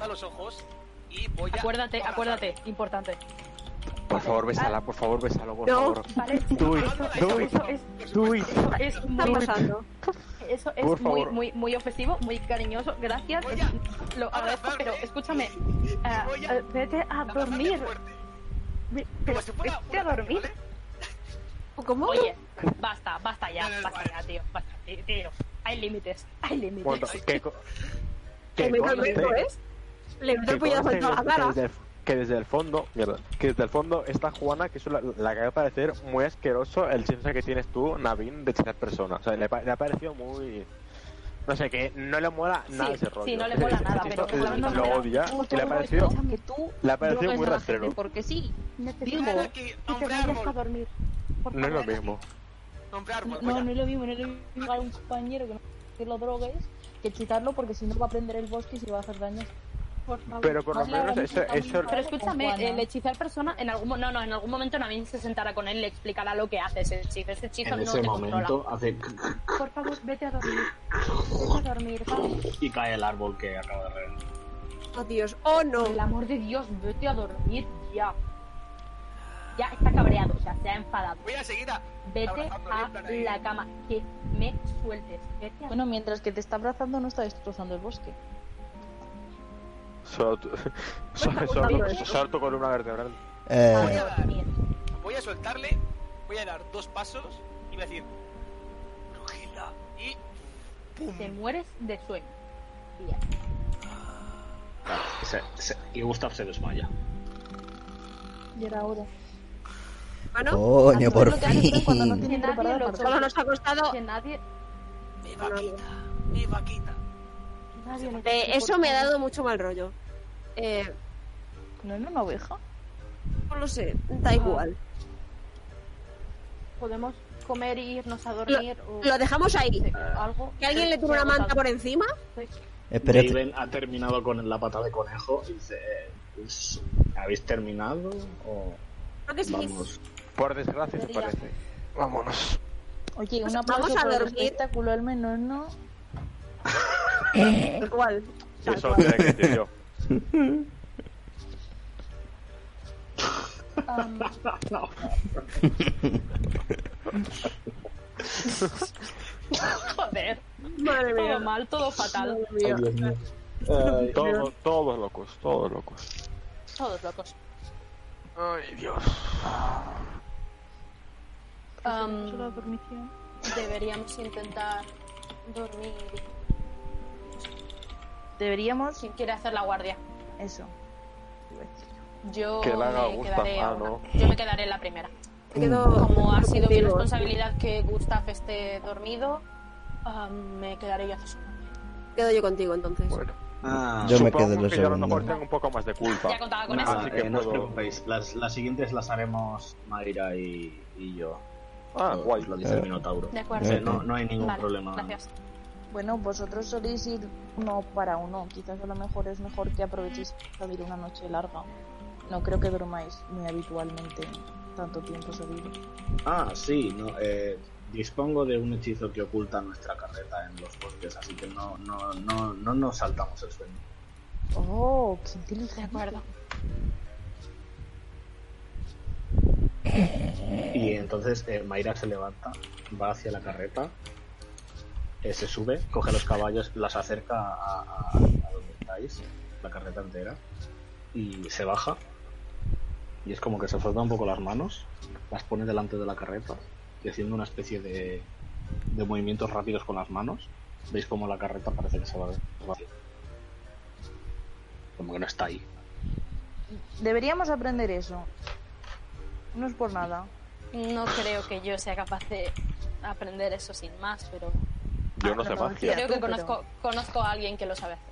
[SPEAKER 9] a los ojos y voy a.
[SPEAKER 2] Acuérdate,
[SPEAKER 9] abrazarle.
[SPEAKER 2] acuérdate, importante.
[SPEAKER 4] Por favor, bésala, por favor, bésalo, por
[SPEAKER 3] No.
[SPEAKER 4] favor.
[SPEAKER 2] Vale,
[SPEAKER 4] Do it,
[SPEAKER 9] Abrazándola,
[SPEAKER 4] do it,
[SPEAKER 9] eso,
[SPEAKER 2] es-
[SPEAKER 9] por
[SPEAKER 4] do it.
[SPEAKER 2] eso es
[SPEAKER 3] ¿Qué está
[SPEAKER 2] muy,
[SPEAKER 3] pasando?
[SPEAKER 2] eso
[SPEAKER 4] Por
[SPEAKER 2] es muy,
[SPEAKER 4] favor.
[SPEAKER 2] muy, muy ofensivo, muy cariñoso. Gracias,
[SPEAKER 9] Voy a
[SPEAKER 2] lo agradezco,
[SPEAKER 9] abrazarle.
[SPEAKER 2] pero escúchame.
[SPEAKER 9] Y
[SPEAKER 2] ah,
[SPEAKER 9] voy a-
[SPEAKER 2] eh, vete a
[SPEAKER 9] abrazarle
[SPEAKER 2] dormir.
[SPEAKER 9] fuerte,
[SPEAKER 2] Ve-
[SPEAKER 9] como
[SPEAKER 2] Pero
[SPEAKER 9] si fuera
[SPEAKER 2] vete a
[SPEAKER 9] un ataque,
[SPEAKER 2] dormir.
[SPEAKER 9] ¿vale?
[SPEAKER 3] ¿Cómo?
[SPEAKER 2] ¿eh? Oye, basta, basta ya,
[SPEAKER 9] No, no, no,
[SPEAKER 2] basta
[SPEAKER 9] vale.
[SPEAKER 2] ya, tío, basta, tío, tío. Hay límites, hay límites.
[SPEAKER 4] Bueno, que co- que
[SPEAKER 3] Le meto el
[SPEAKER 4] conste-
[SPEAKER 3] dedo, ¿eh? Le meto
[SPEAKER 4] que
[SPEAKER 3] el puñetazo
[SPEAKER 4] conste
[SPEAKER 3] en toda la
[SPEAKER 4] que
[SPEAKER 3] cara.
[SPEAKER 4] desde el- que desde el fondo, mierda, que desde el fondo está Juana, que es la, la que va a parecer muy asqueroso el chisme que tienes tú, Navin, de esa persona. O sea, le, pa- le ha parecido muy. No sé, que no le mola nada
[SPEAKER 2] Sí,
[SPEAKER 4] ese rollo.
[SPEAKER 2] sí, no le
[SPEAKER 4] Ese-
[SPEAKER 2] mola
[SPEAKER 4] ese
[SPEAKER 2] nada,
[SPEAKER 4] chico
[SPEAKER 2] pero
[SPEAKER 4] lo,
[SPEAKER 2] claramente
[SPEAKER 4] odia y le ha parecido,
[SPEAKER 10] parecido que tú
[SPEAKER 4] le ha parecido
[SPEAKER 10] drogas
[SPEAKER 4] muy
[SPEAKER 10] a la
[SPEAKER 4] rastrero.
[SPEAKER 10] gente porque sí.
[SPEAKER 9] Ven
[SPEAKER 10] Digo,
[SPEAKER 9] aquí,
[SPEAKER 10] que te
[SPEAKER 9] hombre
[SPEAKER 10] vayas a
[SPEAKER 9] árbol,
[SPEAKER 10] dormir. Por
[SPEAKER 4] No es lo
[SPEAKER 10] favor.
[SPEAKER 4] mismo.
[SPEAKER 9] hombre árbol,
[SPEAKER 10] No,
[SPEAKER 9] voy a-
[SPEAKER 10] no es lo mismo, no es lo mismo a un compañero que, no, que lo drogues que excitarlo porque si no va a prender el bosque y se va a hacer daño. Por favor.
[SPEAKER 4] Pero por lo
[SPEAKER 10] Hazle ahora
[SPEAKER 4] menos
[SPEAKER 10] mismo
[SPEAKER 4] eso-
[SPEAKER 10] a un
[SPEAKER 4] eso-
[SPEAKER 10] padre
[SPEAKER 2] Pero
[SPEAKER 10] con
[SPEAKER 2] escúchame, eh,
[SPEAKER 10] Juana.
[SPEAKER 2] el hechizar persona, en algún mo- no, no, en algún momento Navin se sentará con él y le explicará lo que hace ese hechizo. Ese hechizo
[SPEAKER 6] En
[SPEAKER 2] no
[SPEAKER 6] ese
[SPEAKER 2] te controla.
[SPEAKER 6] momento hace
[SPEAKER 10] Por favor, vete a dormir. Vete a dormir, vale.
[SPEAKER 6] y cae el árbol que acaba de reventar.
[SPEAKER 3] Oh, Dios. Oh, no.
[SPEAKER 2] Por el amor de Dios, vete a dormir ya. Ya está cabreado, o sea, se ha enfadado.
[SPEAKER 9] voy a seguir a.
[SPEAKER 2] Vete
[SPEAKER 9] Abrazándole,
[SPEAKER 2] a
[SPEAKER 9] en plan ahí.
[SPEAKER 2] la cama, que me sueltes. Vete a...
[SPEAKER 10] Bueno, mientras que te está abrazando no está destrozando el bosque.
[SPEAKER 4] Solo tu, solo,
[SPEAKER 3] gustando
[SPEAKER 4] solo,
[SPEAKER 3] eso.
[SPEAKER 4] solo tu columna vertebral.
[SPEAKER 1] Eh,
[SPEAKER 2] a dormir.
[SPEAKER 9] Voy a soltarle, voy a dar dos pasos y voy a decir. Brujita. Y.
[SPEAKER 2] Te mueres de sueño. Bien.
[SPEAKER 6] Se- se- y Gustav se desmaya.
[SPEAKER 10] Y era ahora.
[SPEAKER 3] Bueno,
[SPEAKER 1] coño, por
[SPEAKER 10] Lo que haces es cuando no
[SPEAKER 1] fin.
[SPEAKER 10] tienes
[SPEAKER 2] Que nadie
[SPEAKER 10] preparado
[SPEAKER 2] lo
[SPEAKER 10] para-
[SPEAKER 3] solo nos ha costado.
[SPEAKER 2] Que nadie...
[SPEAKER 9] Mi
[SPEAKER 3] No, no, no.
[SPEAKER 9] vaquita, mi vaquita.
[SPEAKER 10] nadie lo-
[SPEAKER 3] Eh, eso me ha dado mucho mal rollo. Eh,
[SPEAKER 10] ¿No era una oveja?
[SPEAKER 3] no lo sé, da igual.
[SPEAKER 2] Podemos comer e irnos a dormir o...
[SPEAKER 3] Lo dejamos ahí.
[SPEAKER 2] Sí, algo.
[SPEAKER 3] Que alguien le tire
[SPEAKER 2] Se ha
[SPEAKER 3] una manta
[SPEAKER 2] agotado.
[SPEAKER 3] por encima.
[SPEAKER 1] Espérate.
[SPEAKER 6] Raven ha terminado con la pata de conejo y dice: eh, "Ups, ¿Habéis terminado? O
[SPEAKER 3] Creo que sí.
[SPEAKER 6] vamos.
[SPEAKER 4] Por desgracia, se
[SPEAKER 2] Debería.
[SPEAKER 4] parece. Vámonos.
[SPEAKER 10] Oye,
[SPEAKER 3] Vamos-
[SPEAKER 10] un aplauso
[SPEAKER 3] vamos a
[SPEAKER 10] por el
[SPEAKER 3] dormir.
[SPEAKER 10] espectáculo del menú,
[SPEAKER 3] Tal cual.
[SPEAKER 4] Y eso lo tiene que decir yo.
[SPEAKER 2] Joder,
[SPEAKER 3] Madre
[SPEAKER 2] todo
[SPEAKER 3] mía.
[SPEAKER 2] mal, todo fatal.
[SPEAKER 3] Madre mía.
[SPEAKER 4] Ay, todos, todos locos, todos locos.
[SPEAKER 2] Todos locos.
[SPEAKER 4] Ay, Dios.
[SPEAKER 2] Am,
[SPEAKER 10] Solo permisión.
[SPEAKER 2] deberíamos intentar dormir
[SPEAKER 10] Deberíamos...
[SPEAKER 2] sin quiere hacer la guardia.
[SPEAKER 10] Eso.
[SPEAKER 2] Yo
[SPEAKER 4] Que la haga
[SPEAKER 2] me
[SPEAKER 4] Gustav.
[SPEAKER 2] quedaré a
[SPEAKER 4] Ah,
[SPEAKER 2] una.
[SPEAKER 4] no.
[SPEAKER 2] Yo me quedaré en la primera.
[SPEAKER 3] Me quedo
[SPEAKER 2] Como ha sido mi
[SPEAKER 3] contigo.
[SPEAKER 2] responsabilidad que Gustav esté dormido, am, me quedaré yo a su
[SPEAKER 3] Quedo yo contigo entonces.
[SPEAKER 4] Bueno,
[SPEAKER 6] Ah,
[SPEAKER 1] Yo me
[SPEAKER 4] supongo
[SPEAKER 1] quedo en la
[SPEAKER 4] que yo a lo mejor
[SPEAKER 1] segunda.
[SPEAKER 4] tengo un poco más de culpa.
[SPEAKER 2] Ya contaba Ah, con
[SPEAKER 6] nada,
[SPEAKER 2] eso.
[SPEAKER 4] Así que
[SPEAKER 6] eh, no os
[SPEAKER 4] puedo-
[SPEAKER 6] preocupéis. Las, las siguientes las haremos Mayra y, y yo.
[SPEAKER 4] Ah,
[SPEAKER 6] Os
[SPEAKER 4] guay.
[SPEAKER 6] Lo dice el Minotauro.
[SPEAKER 2] De acuerdo.
[SPEAKER 6] Eh, no, no hay ningún
[SPEAKER 2] Vale,
[SPEAKER 6] problema.
[SPEAKER 2] Gracias.
[SPEAKER 10] Bueno, vosotros soléis ir uno para uno. Quizás a lo mejor es mejor que aprovechéis para ir una noche larga. No creo que durmáis muy habitualmente tanto tiempo seguido.
[SPEAKER 6] Ah, sí, no, eh, dispongo de un hechizo que oculta nuestra carreta en los bosques, así que no, no, no, no nos saltamos el sueño.
[SPEAKER 10] Oh, qué
[SPEAKER 2] De
[SPEAKER 10] inteligente.
[SPEAKER 2] acuerdo.
[SPEAKER 6] Y entonces eh, Mayra se levanta, va hacia la carreta, eh, se sube, coge los caballos, las acerca a, a- a donde estáis, la carreta entera, y se baja. Y es como que se frota un poco las manos, las pone delante de la carreta, y haciendo una especie de de movimientos rápidos con las manos. ¿Veis cómo la carreta parece que se va desvaci- Como que no está ahí.
[SPEAKER 10] Deberíamos aprender eso. No es por nada.
[SPEAKER 2] No creo que yo sea capaz de aprender eso sin más, pero
[SPEAKER 4] Yo no sé
[SPEAKER 10] no,
[SPEAKER 4] magia.
[SPEAKER 10] tía.
[SPEAKER 2] creo que
[SPEAKER 10] tú, pero-
[SPEAKER 2] conozco, conozco a alguien que lo sabe hacer.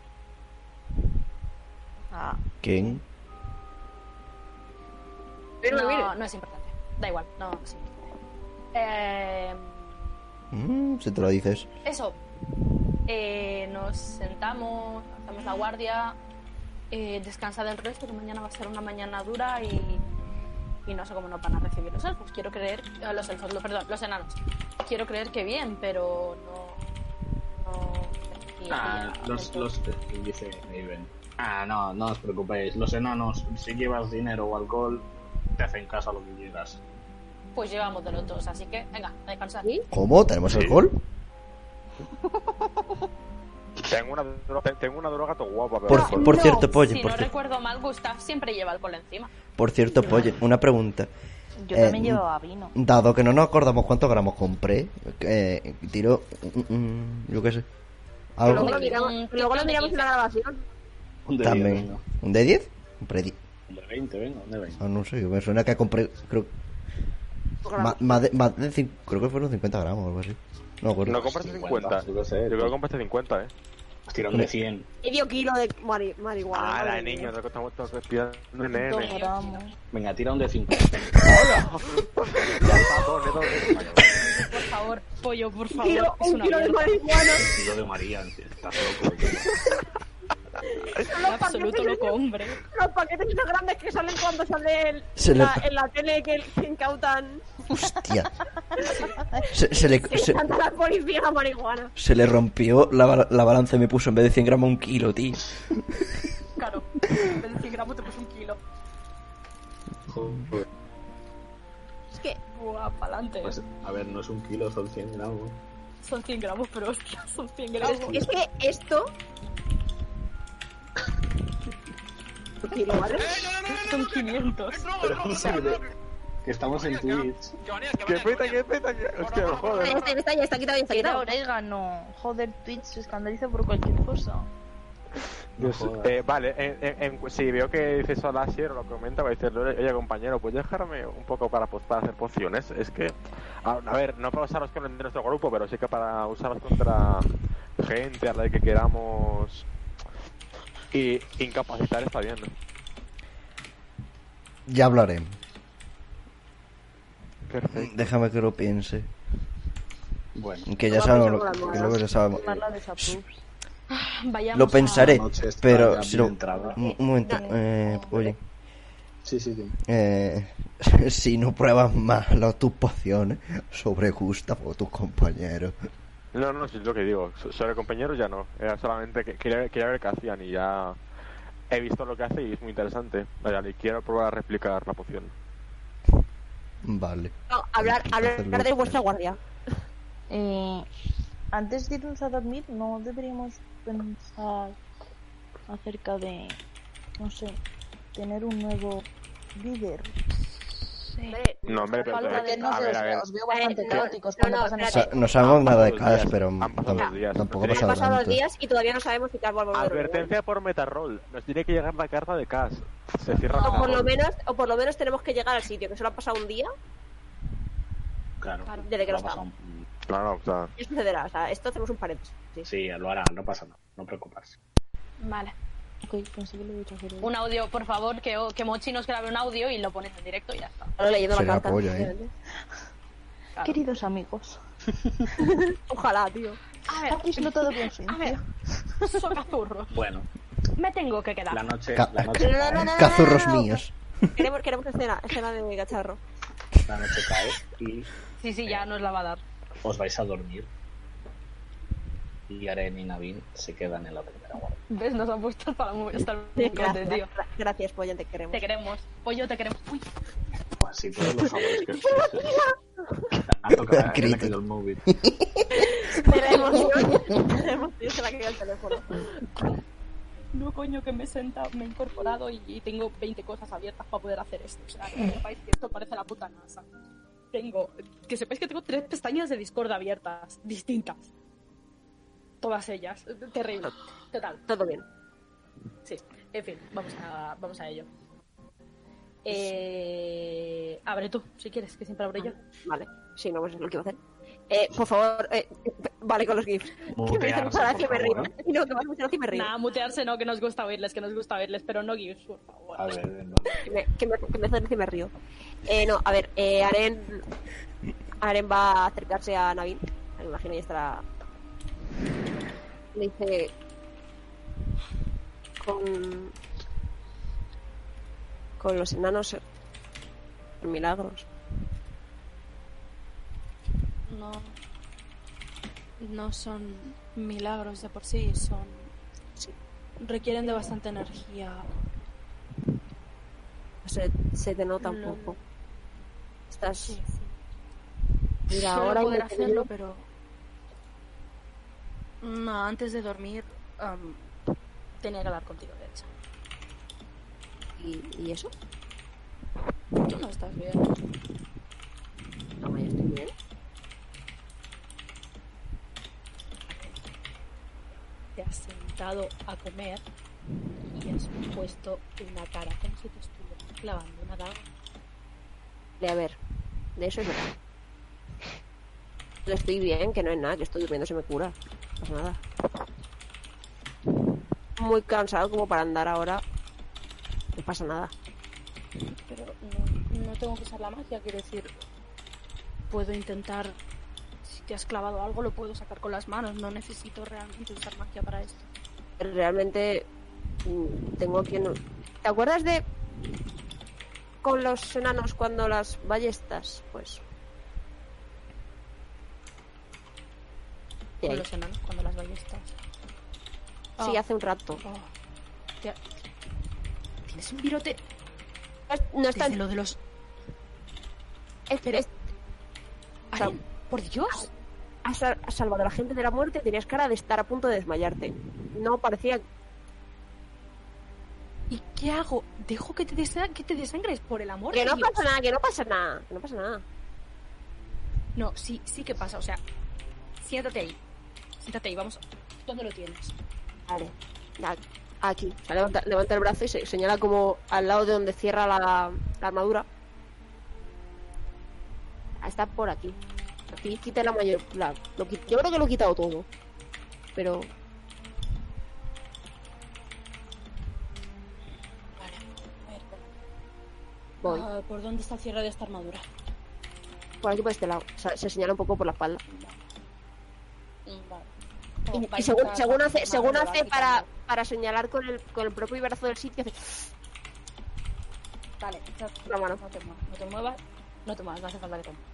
[SPEAKER 10] Ah,
[SPEAKER 1] ¿Quién?
[SPEAKER 3] Pero
[SPEAKER 2] no,
[SPEAKER 3] mire.
[SPEAKER 2] no es importante. Da igual, no es importante. Eh,
[SPEAKER 1] Mm, si te lo dices.
[SPEAKER 2] eso. Eh, nos sentamos, hacemos la guardia, eh, descansa del resto, que mañana va a ser una mañana dura y, y no sé cómo nos van a recibir los elfos. Quiero creer, eh, los elfos, lo- perdón, los enanos. Quiero creer que bien, pero no. no
[SPEAKER 5] Ah, los, los, dice Raven. Ah, no, no os preocupéis. Los enanos, si llevas dinero o alcohol, te hacen caso a lo que quieras.
[SPEAKER 2] Pues llevamos de los dos, así que venga, a descansar.
[SPEAKER 3] ¿Sí?
[SPEAKER 1] ¿Cómo? ¿Tenemos alcohol?
[SPEAKER 4] Tengo una, dro- tengo una droga todo guapa, pero.
[SPEAKER 1] Por, por
[SPEAKER 2] no,
[SPEAKER 1] cierto, Pollen,
[SPEAKER 2] si
[SPEAKER 1] por,
[SPEAKER 2] no
[SPEAKER 1] cier-
[SPEAKER 2] recuerdo mal, Gustav siempre lleva alcohol encima.
[SPEAKER 1] por cierto, Pollen, una pregunta.
[SPEAKER 10] yo
[SPEAKER 1] Eh,
[SPEAKER 10] también llevaba vino.
[SPEAKER 1] Dado que no nos acordamos cuántos gramos compré, eh, tiro, mm, mm, yo qué sé, algo
[SPEAKER 3] Luego lo miramos,
[SPEAKER 2] Un
[SPEAKER 3] luego lo miramos en la grabación.
[SPEAKER 6] Un de
[SPEAKER 1] también.
[SPEAKER 6] 10, venga.
[SPEAKER 1] ¿Un de 10? Compré 10.
[SPEAKER 6] Un de 20, venga, un de 20.
[SPEAKER 1] Ah, no sé, me suena que compré, creo, ma-
[SPEAKER 3] Grabamos.
[SPEAKER 1] más de, más de cin- creo que fueron 50 gramos o algo así. No, me acuerdo.
[SPEAKER 4] No compraste 50.
[SPEAKER 6] 50, yo qué sé,
[SPEAKER 4] Yo creo que compraste 50, eh.
[SPEAKER 6] Tirón de 100.
[SPEAKER 3] Medio kilo de mari- marihuana.
[SPEAKER 4] Ah, la
[SPEAKER 3] madre
[SPEAKER 4] niño,
[SPEAKER 3] mía.
[SPEAKER 4] te costamos todo tirando
[SPEAKER 10] Dos
[SPEAKER 4] nene.
[SPEAKER 10] gramos.
[SPEAKER 6] Venga, tira un de 50.
[SPEAKER 4] Ya está, dos, dos, dos.
[SPEAKER 2] Por favor, pollo, por
[SPEAKER 3] Un
[SPEAKER 2] favor.
[SPEAKER 3] kilo,
[SPEAKER 2] es
[SPEAKER 3] un
[SPEAKER 2] una
[SPEAKER 3] kilo de
[SPEAKER 2] mierda.
[SPEAKER 3] marihuana.
[SPEAKER 6] Tiro de María, estás loco.
[SPEAKER 2] Un absoluto loco hombre.
[SPEAKER 3] Los paquetes esos grandes que salen cuando sale el-
[SPEAKER 1] Se
[SPEAKER 3] la-
[SPEAKER 1] le-
[SPEAKER 3] en la tele que, que incautan
[SPEAKER 1] Hostia. Se, se le,
[SPEAKER 3] que
[SPEAKER 1] se,
[SPEAKER 3] incautan a la policía la marihuana.
[SPEAKER 1] se le rompió la, bala- la balanza y me puso en vez de 100 gramos un kilo, tío.
[SPEAKER 2] Claro. En vez de 100 gramos te puso un kilo. Es que, buah, Ah, pa'lante.
[SPEAKER 5] Pues, a ver, no es un kilo, son 100 gramos.
[SPEAKER 2] Son 100 gramos, pero hostia, son 100
[SPEAKER 3] Es,
[SPEAKER 2] gramos.
[SPEAKER 3] es que esto. Un kilo, ¿vale?
[SPEAKER 9] ¡Eh, no, no, no,
[SPEAKER 2] Son
[SPEAKER 9] no, no, no, no,
[SPEAKER 2] 500.
[SPEAKER 9] Es droga,
[SPEAKER 6] Pero
[SPEAKER 9] droga,
[SPEAKER 6] un segundo,
[SPEAKER 9] droga.
[SPEAKER 6] que estamos en Twitch.
[SPEAKER 9] Giovanni, es que
[SPEAKER 4] Que
[SPEAKER 9] vale,
[SPEAKER 4] peta,
[SPEAKER 9] coño.
[SPEAKER 4] que peta, que. Hostia, no
[SPEAKER 3] Ya
[SPEAKER 4] joder.
[SPEAKER 3] está, ya está, ya está quitado, ya está
[SPEAKER 10] Era
[SPEAKER 3] quitado.
[SPEAKER 10] orégano. Joder, Twitch se escandaliza por cualquier cosa.
[SPEAKER 4] Eh, vale, en- en- en- si veo que dices hola, si lo comenta, voy a decirle, oye compañero, ¿puedes dejarme un poco para, po- para hacer pociones? Es que, a, a ver, no para usarlos con el de nuestro grupo, pero sí que para usarlos contra gente a la que queramos y incapacitar está bien. ¿no?
[SPEAKER 1] Ya hablaré.
[SPEAKER 4] Perfecto.
[SPEAKER 1] Déjame que lo piense.
[SPEAKER 6] Bueno,
[SPEAKER 1] Que ya
[SPEAKER 3] Vamos a
[SPEAKER 1] sabemos, lo-
[SPEAKER 3] pensar con las
[SPEAKER 1] que luego ya sabemos.
[SPEAKER 10] Llamarla de Saprups.
[SPEAKER 3] Ah,
[SPEAKER 2] Vayamos
[SPEAKER 1] Lo pensaré,
[SPEAKER 6] noche está
[SPEAKER 1] pero
[SPEAKER 6] ya
[SPEAKER 1] si lo... Mm.
[SPEAKER 6] bien entrada.
[SPEAKER 1] Un un momento, eh, oye.
[SPEAKER 6] sí, sí, sí.
[SPEAKER 1] Eh, si no pruebas más las tus pociones sobre Gustav o tus compañeros.
[SPEAKER 4] No, no, sí, es lo que digo. So- Sobre compañeros ya no. Era solamente que quería, quería ver qué hacían y ya he visto lo que hace y es muy interesante. Vaya, le quiero probar a replicar la poción.
[SPEAKER 1] Vale.
[SPEAKER 3] No, hablar,
[SPEAKER 1] Hacerlo.
[SPEAKER 3] hablar de vuestra guardia.
[SPEAKER 10] Eh, antes de irnos a dormir, no deberíamos pensar acerca de, no sé, tener un nuevo líder.
[SPEAKER 3] Hombre,
[SPEAKER 4] No, hombre, pero...
[SPEAKER 10] Falta de- no
[SPEAKER 4] a
[SPEAKER 10] sé,
[SPEAKER 4] ver, a
[SPEAKER 10] os-
[SPEAKER 4] ver.
[SPEAKER 10] os veo bastante
[SPEAKER 3] Eh, no,
[SPEAKER 10] caóticos
[SPEAKER 3] no,
[SPEAKER 10] cuando
[SPEAKER 3] no,
[SPEAKER 10] pasan
[SPEAKER 1] O
[SPEAKER 3] espérate.
[SPEAKER 1] sea, no sabemos
[SPEAKER 4] Han
[SPEAKER 1] nada de
[SPEAKER 4] pasado los
[SPEAKER 1] Cas,
[SPEAKER 4] días,
[SPEAKER 1] pero
[SPEAKER 4] han pasado
[SPEAKER 1] tam-
[SPEAKER 4] los días.
[SPEAKER 1] tampoco ha
[SPEAKER 4] Sí.
[SPEAKER 3] han
[SPEAKER 1] pasado
[SPEAKER 3] pasado los
[SPEAKER 1] tanto.
[SPEAKER 3] días y todavía no sabemos si te has vuelto a volver.
[SPEAKER 4] Advertencia por Metarroll. Nos tiene que llegar la carta de Cas. Se cierra
[SPEAKER 3] O por, lo
[SPEAKER 4] Metarroll.
[SPEAKER 3] menos, o por lo menos tenemos que llegar al sitio, que solo ha pasado un día
[SPEAKER 6] Claro.
[SPEAKER 3] desde que no
[SPEAKER 6] No pasa
[SPEAKER 3] estamos.
[SPEAKER 6] un-
[SPEAKER 4] No, no, o sea,
[SPEAKER 3] ¿Qué sucederá? O sea, esto hacemos un paréntesis. Sí.
[SPEAKER 6] Sí, lo hará, no pasa nada, no preocuparse.
[SPEAKER 2] Vale.
[SPEAKER 10] Ok, pensé que lo iba a hacer.
[SPEAKER 2] Un audio, por favor, que, que Mochi nos grabe un audio y lo pones en directo y ya está.
[SPEAKER 3] Ahora leyendo
[SPEAKER 1] Será
[SPEAKER 3] la carta.
[SPEAKER 1] polla, ¿eh?
[SPEAKER 10] Queridos amigos,
[SPEAKER 3] Ojalá, tío.
[SPEAKER 2] A ver,
[SPEAKER 10] habéis notado mi ausencia.
[SPEAKER 2] a ver. Socazurro.
[SPEAKER 6] Bueno,
[SPEAKER 2] Me tengo que quedar.
[SPEAKER 6] la noche,
[SPEAKER 1] Ca-
[SPEAKER 6] la noche,
[SPEAKER 3] No, no, no, no, no,
[SPEAKER 1] Cazurros
[SPEAKER 3] no, no, no.
[SPEAKER 1] míos.
[SPEAKER 3] Queremos, queremos escena, escena de cacharro.
[SPEAKER 6] la noche cae y
[SPEAKER 2] Sí, sí, ya nos la va a dar.
[SPEAKER 6] os vais a dormir. Y Aren y Navin se quedan en la primera guardia.
[SPEAKER 2] ¿Ves? Nos han puesto para mover hasta el
[SPEAKER 3] Gracias,
[SPEAKER 2] bote, tío.
[SPEAKER 3] gracias, Pollen, te queremos.
[SPEAKER 2] Te queremos. Pollo, te queremos. Uy,
[SPEAKER 6] Así todos los sabores que existen. Ha tocado ha caído el móvil.
[SPEAKER 3] De la emoción, de la emoción se me ha caído el teléfono.
[SPEAKER 2] no, coño, que me he sentado, me he incorporado y, y tengo 20 cosas abiertas para poder hacer esto. O sea, que sepáis que esto parece la puta NASA. Tengo, que sepáis que tengo tres pestañas de Discord abiertas, distintas. Todas ellas. Terrible. Total.
[SPEAKER 3] Todo bien.
[SPEAKER 2] Sí, en fin, vamos a, vamos a ello. Eh, abre tú, si quieres, que siempre abro yo.
[SPEAKER 3] Vale. Sí, no, pues es lo que iba a hacer. Eh, por favor, eh, vale con los GIFs. Que me
[SPEAKER 6] Mutearse,
[SPEAKER 3] hace mucha gracia y me
[SPEAKER 6] por
[SPEAKER 3] río.
[SPEAKER 6] favor,
[SPEAKER 3] No, que me hace mucha gracia y me río.
[SPEAKER 2] Nada, mutearse no, que nos gusta oírles, que nos gusta oírles, pero no GIFs, por favor.
[SPEAKER 6] A ver, venga.
[SPEAKER 3] Que me, que me- que me hace gracia y me río. Eh, no, a ver, eh, Aren... Aren va a acercarse a Navin. Me imagino y estará... Le dice... Con... Con los enanos... eh, Milagros.
[SPEAKER 10] No, no son milagros de por sí, son
[SPEAKER 3] Sí.
[SPEAKER 10] requieren de bastante energía.
[SPEAKER 3] Se, se te nota un
[SPEAKER 10] Lo-
[SPEAKER 3] poco. Estás...
[SPEAKER 10] Sí, sí.
[SPEAKER 3] Mira,
[SPEAKER 10] Solo
[SPEAKER 3] ahora
[SPEAKER 10] poder
[SPEAKER 3] yo te digo-
[SPEAKER 10] hacerlo, pero no antes de dormir am, tenía que hablar contigo, de hecho.
[SPEAKER 3] ¿Y, y eso?
[SPEAKER 10] Tú no estás bien.
[SPEAKER 3] No, yo estoy bien.
[SPEAKER 2] Te has sentado a comer y has puesto una cara como si te estuvieran clavando una daga.
[SPEAKER 3] De a ver, de eso es verdad. Pero estoy bien, que no es nada, que estoy durmiendo, se me cura. No pasa nada. Muy cansado como para andar ahora. No pasa nada.
[SPEAKER 10] Pero no, no tengo que usar la magia, quiero decir, puedo intentar, si te has clavado algo, lo puedo sacar con las manos, no necesito realmente usar magia para esto.
[SPEAKER 3] Realmente mm, tengo aquí... en- ¿Te acuerdas de... Con los enanos cuando las ballestas? Pues... De
[SPEAKER 10] Con
[SPEAKER 3] ahí.
[SPEAKER 10] los enanos, cuando las ballestas.
[SPEAKER 3] Sí,
[SPEAKER 10] Ah,
[SPEAKER 3] hace un rato.
[SPEAKER 10] ah, te ha- Tienes un virote
[SPEAKER 3] No es
[SPEAKER 10] desde
[SPEAKER 3] tan...
[SPEAKER 10] lo de los...
[SPEAKER 3] es-
[SPEAKER 10] pero-
[SPEAKER 3] es- sea,
[SPEAKER 10] Ariel, ¡Por Dios!
[SPEAKER 3] has, sal- has salvado a la gente de la muerte, tenías cara de estar a punto de desmayarte. No parecía.
[SPEAKER 10] ¿Y qué hago? ¿Dejo que te, desa- que te desangres por el amor?
[SPEAKER 3] Que
[SPEAKER 10] de
[SPEAKER 3] no
[SPEAKER 10] Dios?
[SPEAKER 3] pasa nada, que no pasa nada, que no pasa nada.
[SPEAKER 10] No, sí, sí que pasa, o sea, siéntate ahí. Siéntate ahí, vamos. ¿Dónde lo tienes?
[SPEAKER 3] Vale. Da- Aquí. O sea, levanta, levanta el brazo y se señala como al lado de donde cierra la, la armadura. Ah, Está por aquí. Aquí quita la mayor. la- lo qui- yo creo que lo he quitado todo. Pero.
[SPEAKER 10] Vale, a ver, por-
[SPEAKER 3] Voy.
[SPEAKER 10] Ah, ¿Por dónde está el cierre de esta armadura?
[SPEAKER 3] Por aquí, por este lado. O sea, se señala un poco por la espalda.
[SPEAKER 10] Mm, Vale.
[SPEAKER 3] Y-
[SPEAKER 10] Oh,
[SPEAKER 3] y
[SPEAKER 10] vale,
[SPEAKER 3] según,
[SPEAKER 10] está-
[SPEAKER 3] según hace,
[SPEAKER 10] está
[SPEAKER 3] según
[SPEAKER 10] armadura,
[SPEAKER 3] hace
[SPEAKER 10] quitando.
[SPEAKER 3] para, para señalar con el, con el propio brazo del sitio, hace
[SPEAKER 10] Vale, está-
[SPEAKER 3] la mano.
[SPEAKER 10] no te muevas, no te muevas, no te muevas, no hace falta que te muevas.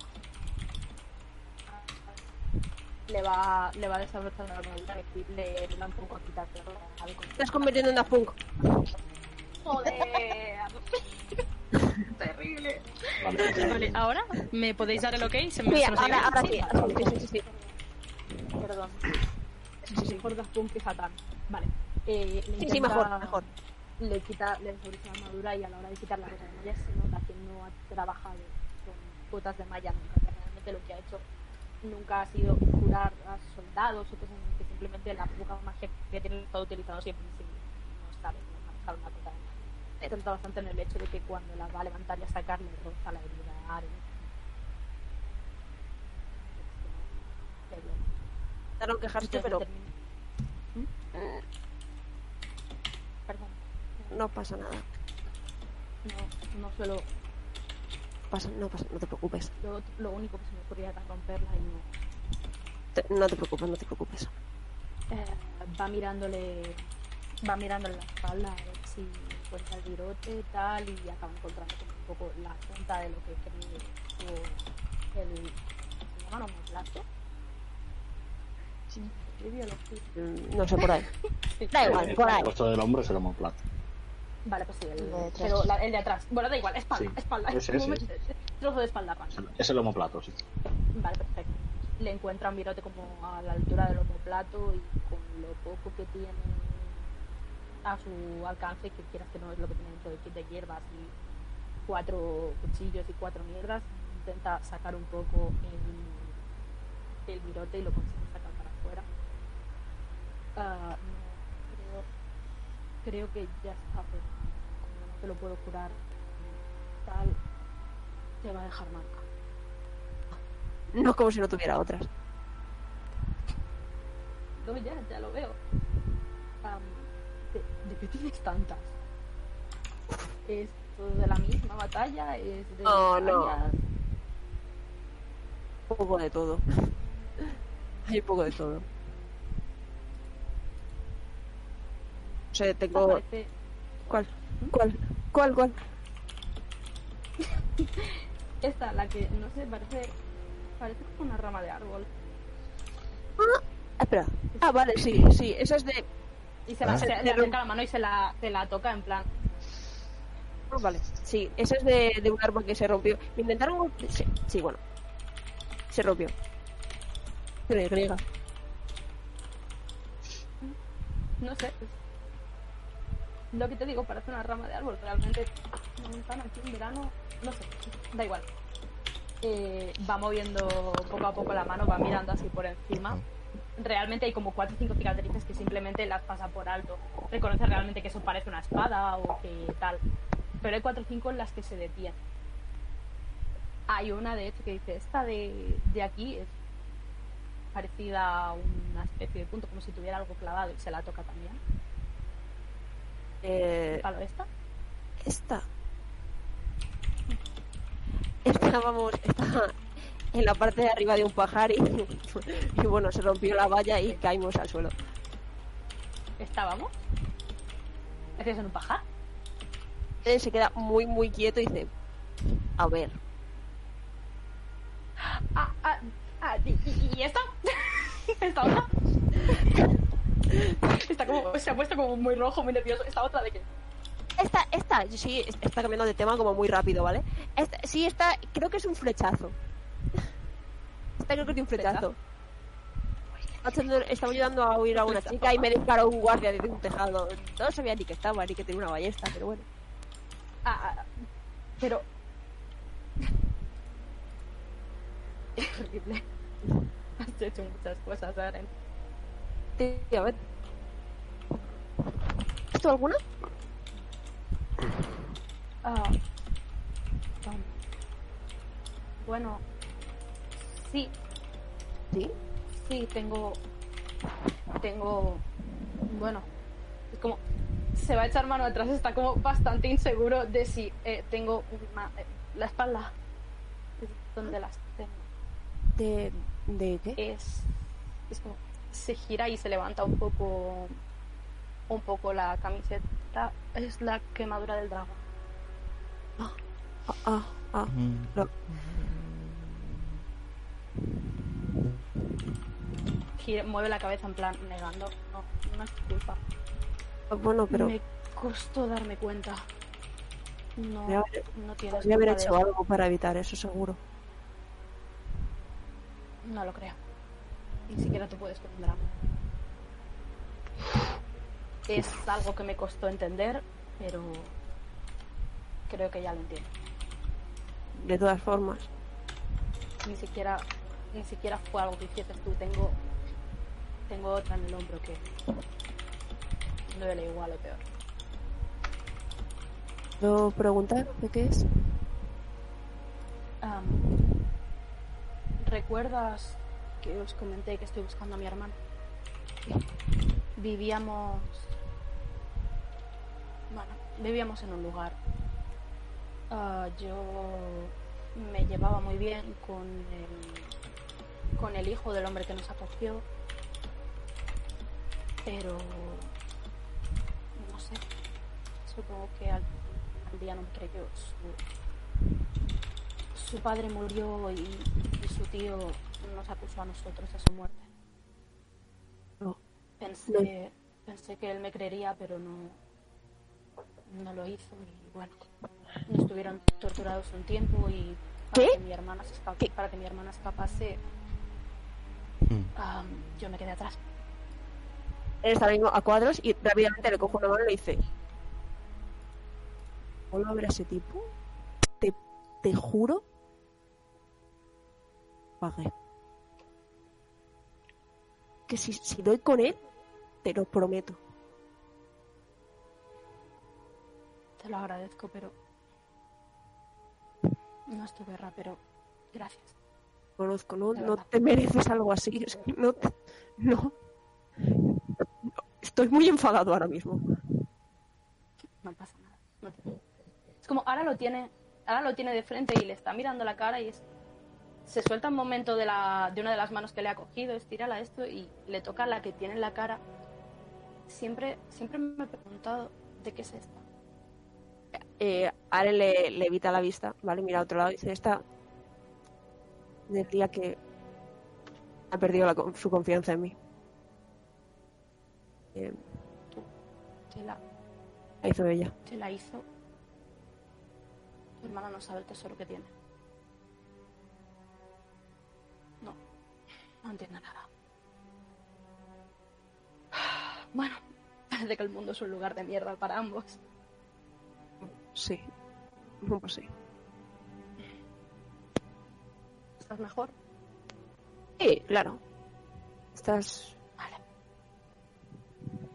[SPEAKER 10] Le va, le va a desabrochar la armadura y le, le va un poco a quitar pero a ver, con-
[SPEAKER 3] Estás convirtiendo en Daft Punk.
[SPEAKER 10] ¡Joder! Terrible.
[SPEAKER 6] Vale,
[SPEAKER 2] Vale, ahora me podéis dar el ok. Se me
[SPEAKER 3] Mira,
[SPEAKER 2] se nos ha
[SPEAKER 3] ahora,
[SPEAKER 2] ido.
[SPEAKER 3] ahora
[SPEAKER 2] Sí,
[SPEAKER 3] sí. Sí, sí, sí.
[SPEAKER 2] Perdón. Sí, sí, sí. Por Daft Punk y Satán. Vale. Eh, le
[SPEAKER 3] Sí, sí,
[SPEAKER 2] intenta-
[SPEAKER 3] mejor, mejor.
[SPEAKER 2] Le quita, le desabrocha la armadura y a la hora de quitar la gota de malla se nota que no ha trabajado con gotas de malla nunca. que Realmente lo que ha hecho nunca ha sido curar a soldados o cosas así, que simplemente la poca magia que tiene está utilizando siempre sí, no sabe cómo manejar una gota de malla. He tentado bastante en el hecho de que cuando la va a levantar y a sacar le roza la herida a Aren. Le duele.
[SPEAKER 3] Para no quejarse,
[SPEAKER 2] Entonces,
[SPEAKER 3] pero Mm,
[SPEAKER 2] termina- Perdón,
[SPEAKER 3] no pasa nada.
[SPEAKER 2] no, no suelo.
[SPEAKER 3] Pasa, no, pasa, no te preocupes.
[SPEAKER 2] Lo, lo único que se me ocurría era romperla y no.
[SPEAKER 3] Te- no te preocupes, no te preocupes.
[SPEAKER 2] Eh, va mirándole va mirándole la espalda a ver si encuentra el virote tal y acaba encontrando como un poco la punta de lo que cree o el ¿se llama nomoplasto? Sí, escribió lo que-
[SPEAKER 3] Mm, No sé por ahí. Da igual,
[SPEAKER 6] el,
[SPEAKER 3] por ahí.
[SPEAKER 6] puesto del hombro es el homoplato.
[SPEAKER 2] Vale, pues sí, el,
[SPEAKER 15] de atrás.
[SPEAKER 2] pero la- el de atrás. Bueno, da igual, espalda,
[SPEAKER 6] Sí,
[SPEAKER 2] espalda.
[SPEAKER 6] ese, ese,
[SPEAKER 2] Momento, Trozo de espalda, pan.
[SPEAKER 6] Es el- Es el homoplato, sí.
[SPEAKER 2] Vale, perfecto. Le encuentra un virote como a la altura del homoplato y con lo poco que tiene a su alcance, que quieras que no es lo que tiene dentro del kit de hierbas y cuatro cuchillos y cuatro mierdas, intenta sacar un poco el, el virote y lo consigue sacar para afuera. Ah, no, creo, creo que ya está, pero como no te lo puedo curar, tal, te va a dejar marca.
[SPEAKER 3] No como si no tuviera otras.
[SPEAKER 2] No, ya, ya lo veo. Am, ¿de, de qué tienes tantas? ¿Es todo de la misma batalla? ¿Es de
[SPEAKER 3] No, no.
[SPEAKER 2] varias?
[SPEAKER 3] Un poco de todo. Hay un poco de todo. O sea, tengo...
[SPEAKER 2] Aparece-
[SPEAKER 3] Ah, ¿Cuál? ¿Cuál? ¿Cuál? ¿Cuál?
[SPEAKER 2] Esta, la que, no sé, parece, parece como una rama de árbol.
[SPEAKER 3] Ah, espera. Ah, vale, sí, sí. Esa es de...
[SPEAKER 2] Y se la
[SPEAKER 1] Ah.
[SPEAKER 2] se- le acerca la mano y se la, se la toca en plan.
[SPEAKER 3] Ah, Vale, sí, esa es de, de un árbol que se rompió. Me intentaron. gol- Sí, sí, bueno. Se rompió. Pero griega.
[SPEAKER 2] No sé. Lo que te digo, parece una rama de árbol. Realmente, una ventana aquí en verano, no sé, da igual. Eh, va moviendo poco a poco la mano, va mirando así por encima. Realmente hay como cuatro o cinco cicatrices que simplemente las pasa por alto. Reconoce realmente que eso parece una espada o que tal. Pero hay cuatro o cinco en las que se detiene. Hay una, de hecho, que dice, esta de, de aquí es parecida a una especie de punto, como si tuviera algo clavado y se la toca también.
[SPEAKER 3] Eh,
[SPEAKER 2] Palo esta.
[SPEAKER 3] esta. Esta, vamos, está en la parte de arriba de un pajar y, y bueno, se rompió la valla y caímos al suelo.
[SPEAKER 2] Estábamos. ¿Hacías en un pajar?
[SPEAKER 3] Él se queda muy, muy quieto y dice: A ver.
[SPEAKER 2] Ah, ah, ah, ¿y, y- y esta? ¿Esta otra? Está como, se ha puesto como muy rojo, muy nervioso. ¿Esta otra de qué?
[SPEAKER 3] Esta, esta, sí, está cambiando de tema como muy rápido, ¿vale? Esta, sí, esta, creo que es un flechazo. Esta creo que es un flechazo. Estamos- Estamos ayudando a huir a una chica y me disparó un guardia desde un tejado. No sabía ni que estaba, ni que tenía una ballesta, pero bueno.
[SPEAKER 2] Ah, ah, pero... Es horrible. Has hecho muchas cosas, Aren.
[SPEAKER 3] Tío, a ver. ¿Esto alguna?
[SPEAKER 2] Ah. um, Bueno. Sí,
[SPEAKER 3] Sí.
[SPEAKER 2] sí, tengo. Tengo. Bueno. Es como. Se va a echar mano atrás, está como bastante inseguro de si eh, tengo una- eh, la espalda. Es donde las tengo.
[SPEAKER 3] ¿De, de qué?
[SPEAKER 2] Es. Es como. Se gira y se levanta un poco. Un poco la camiseta. Es la quemadura del dragón.
[SPEAKER 3] Ah, ah, ah.
[SPEAKER 2] Gira- mueve la cabeza en plan negando. No, no es tu culpa.
[SPEAKER 3] ah. Bueno, pero
[SPEAKER 2] Me costó darme cuenta. No,
[SPEAKER 3] Podría haber-
[SPEAKER 2] no tienes
[SPEAKER 3] podría haber
[SPEAKER 2] culpa de
[SPEAKER 3] hecho
[SPEAKER 2] eso.
[SPEAKER 3] algo para evitar eso, seguro.
[SPEAKER 2] No lo creo. Ni siquiera te puedes con un drama. Es algo que me costó entender, pero creo que ya lo entiendo.
[SPEAKER 3] De todas formas.
[SPEAKER 2] Ni siquiera, ni siquiera fue algo que hicieses tú. Tengo, tengo otra en el hombro que no duele igual o peor.
[SPEAKER 3] ¿Puedo preguntar de qué es?
[SPEAKER 2] Am, ¿Recuerdas que os comenté que estoy buscando a mi hermano? Vivíamos. Bueno, vivíamos en un lugar. Ah, yo me llevaba muy bien con el, con el hijo del hombre que nos acogió. Pero. No sé. Supongo que al, al día no me creyó su, su padre murió y, y su tío nos acusó a nosotros de su muerte.
[SPEAKER 3] No.
[SPEAKER 2] Pensé, pensé que él me creería, pero no, no lo hizo. Y bueno, nos tuvieron torturados un tiempo y para,
[SPEAKER 3] ¿Qué?
[SPEAKER 2] Que, mi hermana se esca-
[SPEAKER 3] ¿Qué?
[SPEAKER 2] para que mi hermana escapase,
[SPEAKER 1] Mm.
[SPEAKER 2] ah, yo me quedé atrás.
[SPEAKER 3] Él está ahora mismo a cuadros y rápidamente le cojo una mano y le dice: Vuelvo a ver a ese tipo. Te, te juro pague. Que si, si doy con él, te lo prometo.
[SPEAKER 2] Te lo agradezco, pero. No es tu guerra, pero. Gracias.
[SPEAKER 3] Conozco, no, no te mereces algo así. es que no, te- no. No. Estoy muy enfadado ahora mismo.
[SPEAKER 2] No pasa nada. no te- Es como ahora lo tiene, ahora lo tiene de frente y le está mirando la cara y es, se suelta un momento de la, de una de las manos que le ha cogido, estira la esto y le toca la que tiene en la cara. Siempre, siempre me he preguntado de qué es esta.
[SPEAKER 3] Eh, Aren le, le evita la vista, ¿vale? Mira a otro lado y dice, esta decía que ha perdido la con- su confianza en mí. Eh,
[SPEAKER 2] Te la,
[SPEAKER 3] la hizo ella.
[SPEAKER 2] te la hizo. Tu hermana no sabe el tesoro que tiene. No, no entiende nada. Bueno, parece que el mundo es un lugar de mierda para ambos.
[SPEAKER 3] Sí. No, pues sí.
[SPEAKER 2] ¿Estás mejor?
[SPEAKER 3] Sí, claro. Estás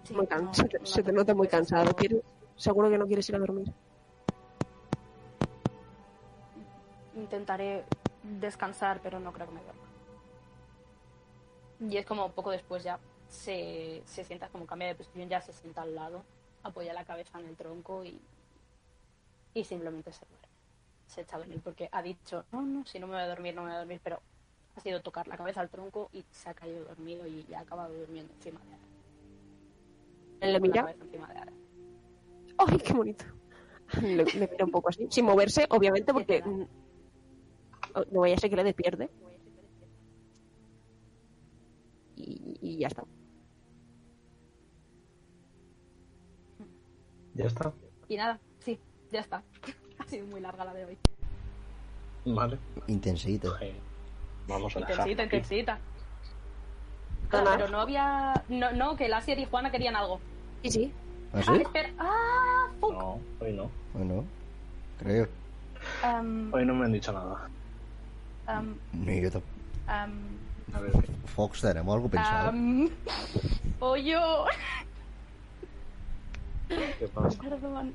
[SPEAKER 2] Sí,
[SPEAKER 3] muy cansado.
[SPEAKER 2] no,
[SPEAKER 3] se, te,
[SPEAKER 2] no
[SPEAKER 3] se te nota muy
[SPEAKER 2] preocupes,
[SPEAKER 3] cansado.
[SPEAKER 2] no.
[SPEAKER 3] ¿Quieres- Seguro que no quieres ir a dormir.
[SPEAKER 2] Intentaré descansar, pero no creo que me duerma. Y es como poco después ya se, se sienta, como cambia de posición, ya se sienta al lado, apoya la cabeza en el tronco y, y simplemente se duerme. Se echa a dormir porque ha dicho, no, no, si no me voy a dormir, no me voy a dormir, pero ha sido tocar la cabeza al tronco y se ha caído dormido y ha acabado durmiendo encima de Ada.
[SPEAKER 3] Él le
[SPEAKER 2] Con la
[SPEAKER 3] mira.
[SPEAKER 2] cabeza encima de Ada.
[SPEAKER 3] ¡Ay, qué bonito! Le, le mira un poco así, sin moverse, obviamente, porque mm, oh, no vaya a ser que le despierte. Y, y ya está.
[SPEAKER 5] Ya está.
[SPEAKER 2] Y nada, sí, ya está. ha sido muy larga la de hoy.
[SPEAKER 5] Vale.
[SPEAKER 1] Intensito.
[SPEAKER 5] Eh, vamos a dejar.
[SPEAKER 2] Intensita, intensita. Ah,
[SPEAKER 3] Hola.
[SPEAKER 2] pero no había. No, no, que Lassier y Juana querían algo.
[SPEAKER 3] Sí, sí.
[SPEAKER 1] ¿Ah,
[SPEAKER 2] Ah,
[SPEAKER 1] sí?
[SPEAKER 2] espera. Ah, fuck.
[SPEAKER 5] No, hoy no.
[SPEAKER 1] Bueno, creo.
[SPEAKER 2] Em,
[SPEAKER 5] Hoy no me han dicho nada.
[SPEAKER 2] em,
[SPEAKER 1] Ni yo tampoco.
[SPEAKER 2] em,
[SPEAKER 5] A ver, ¿qué?
[SPEAKER 1] Fox, tenemos
[SPEAKER 3] Ah,
[SPEAKER 1] algo pensado.
[SPEAKER 2] em, pollo.
[SPEAKER 5] ¿qué pasa?
[SPEAKER 2] Perdón.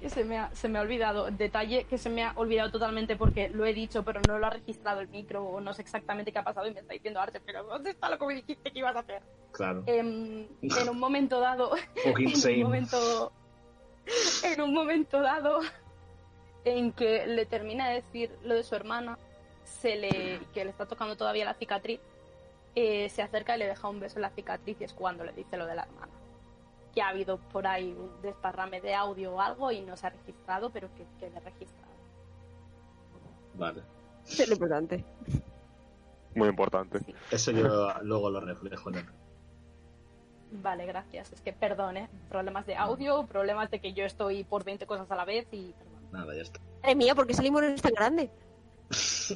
[SPEAKER 2] Que se me, ha, se me ha olvidado. Detalle que se me ha olvidado totalmente porque lo he dicho, pero no lo ha registrado el micro o no sé exactamente qué ha pasado y me está diciendo Arte, pero ¿dónde está lo que me dijiste que ibas a hacer?
[SPEAKER 5] Claro.
[SPEAKER 2] Em, en un momento dado.
[SPEAKER 5] Fucking
[SPEAKER 2] en un
[SPEAKER 5] insane.
[SPEAKER 2] momento en un momento dado en que le termina de decir lo de su hermana se le que le está tocando todavía la cicatriz eh, se acerca y le deja un beso en la cicatriz y es cuando le dice lo de la hermana que ha habido por ahí un desparrame de audio o algo y no se ha registrado pero que quede registrado
[SPEAKER 5] Vale.
[SPEAKER 3] Es lo importante.
[SPEAKER 4] Muy importante.
[SPEAKER 5] Eso yo luego lo reflejo en el.
[SPEAKER 2] vale gracias es que perdón ¿eh? problemas de audio problemas de que yo estoy por 20 cosas a la vez y perdón.
[SPEAKER 5] Nada, ya está.
[SPEAKER 3] Madre mía, ¿por qué ese limón es tan grande?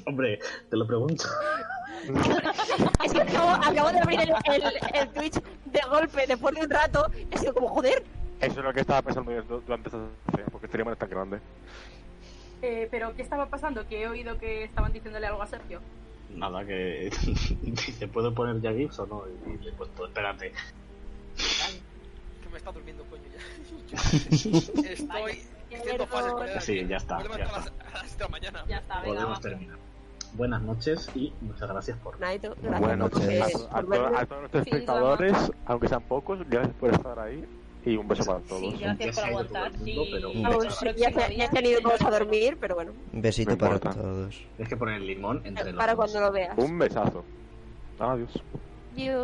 [SPEAKER 5] Hombre, te lo pregunto.
[SPEAKER 3] Es que acabo, acabo de abrir el, el- el Twitch de golpe, después de un rato, y ha sido como, joder,
[SPEAKER 4] Eso es lo que estaba pensando yo durante esta escena, porque este limón es tan grande.
[SPEAKER 2] Eh, pero qué estaba pasando que he oído que estaban diciéndole algo a Sergio
[SPEAKER 5] Nada, que dice, ¿puedo poner ya GIFs o no? Y le he puesto, espérate.
[SPEAKER 9] Que me está durmiendo, coño, ya. Estoy diciendo frases con él.
[SPEAKER 5] Sí, ya está,
[SPEAKER 9] Me
[SPEAKER 5] ya
[SPEAKER 9] levanto a las- a las 7 de la mañana.
[SPEAKER 2] Ya está, Ah, venga,
[SPEAKER 5] Podemos
[SPEAKER 2] va.
[SPEAKER 5] terminar. Buenas noches y muchas gracias por
[SPEAKER 3] Naito, gracias
[SPEAKER 4] Buenas
[SPEAKER 3] por
[SPEAKER 1] noches.
[SPEAKER 4] noches.
[SPEAKER 3] tus-
[SPEAKER 4] A,
[SPEAKER 3] por
[SPEAKER 4] to-
[SPEAKER 3] verme".
[SPEAKER 4] a todos nuestros
[SPEAKER 2] Sin
[SPEAKER 4] espectadores, aunque sean pocos, gracias por estar ahí y un beso para todos.
[SPEAKER 2] Sí, gracias
[SPEAKER 5] Ya sé
[SPEAKER 2] por
[SPEAKER 5] de todo el
[SPEAKER 2] aguantar.
[SPEAKER 5] mundo,
[SPEAKER 2] Sí,
[SPEAKER 5] pero
[SPEAKER 2] a
[SPEAKER 5] un
[SPEAKER 2] ver,
[SPEAKER 5] beso.
[SPEAKER 2] el próximo
[SPEAKER 3] Ya, se- ya
[SPEAKER 2] día.
[SPEAKER 3] se han ido todos a dormir, pero bueno,
[SPEAKER 1] Un besito
[SPEAKER 4] No
[SPEAKER 1] para
[SPEAKER 4] importa.
[SPEAKER 1] todos.
[SPEAKER 5] Tienes que poner el limón entre los
[SPEAKER 3] para
[SPEAKER 5] dos.
[SPEAKER 3] cuando lo veas.
[SPEAKER 4] Un besazo. Adiós.
[SPEAKER 3] Yo-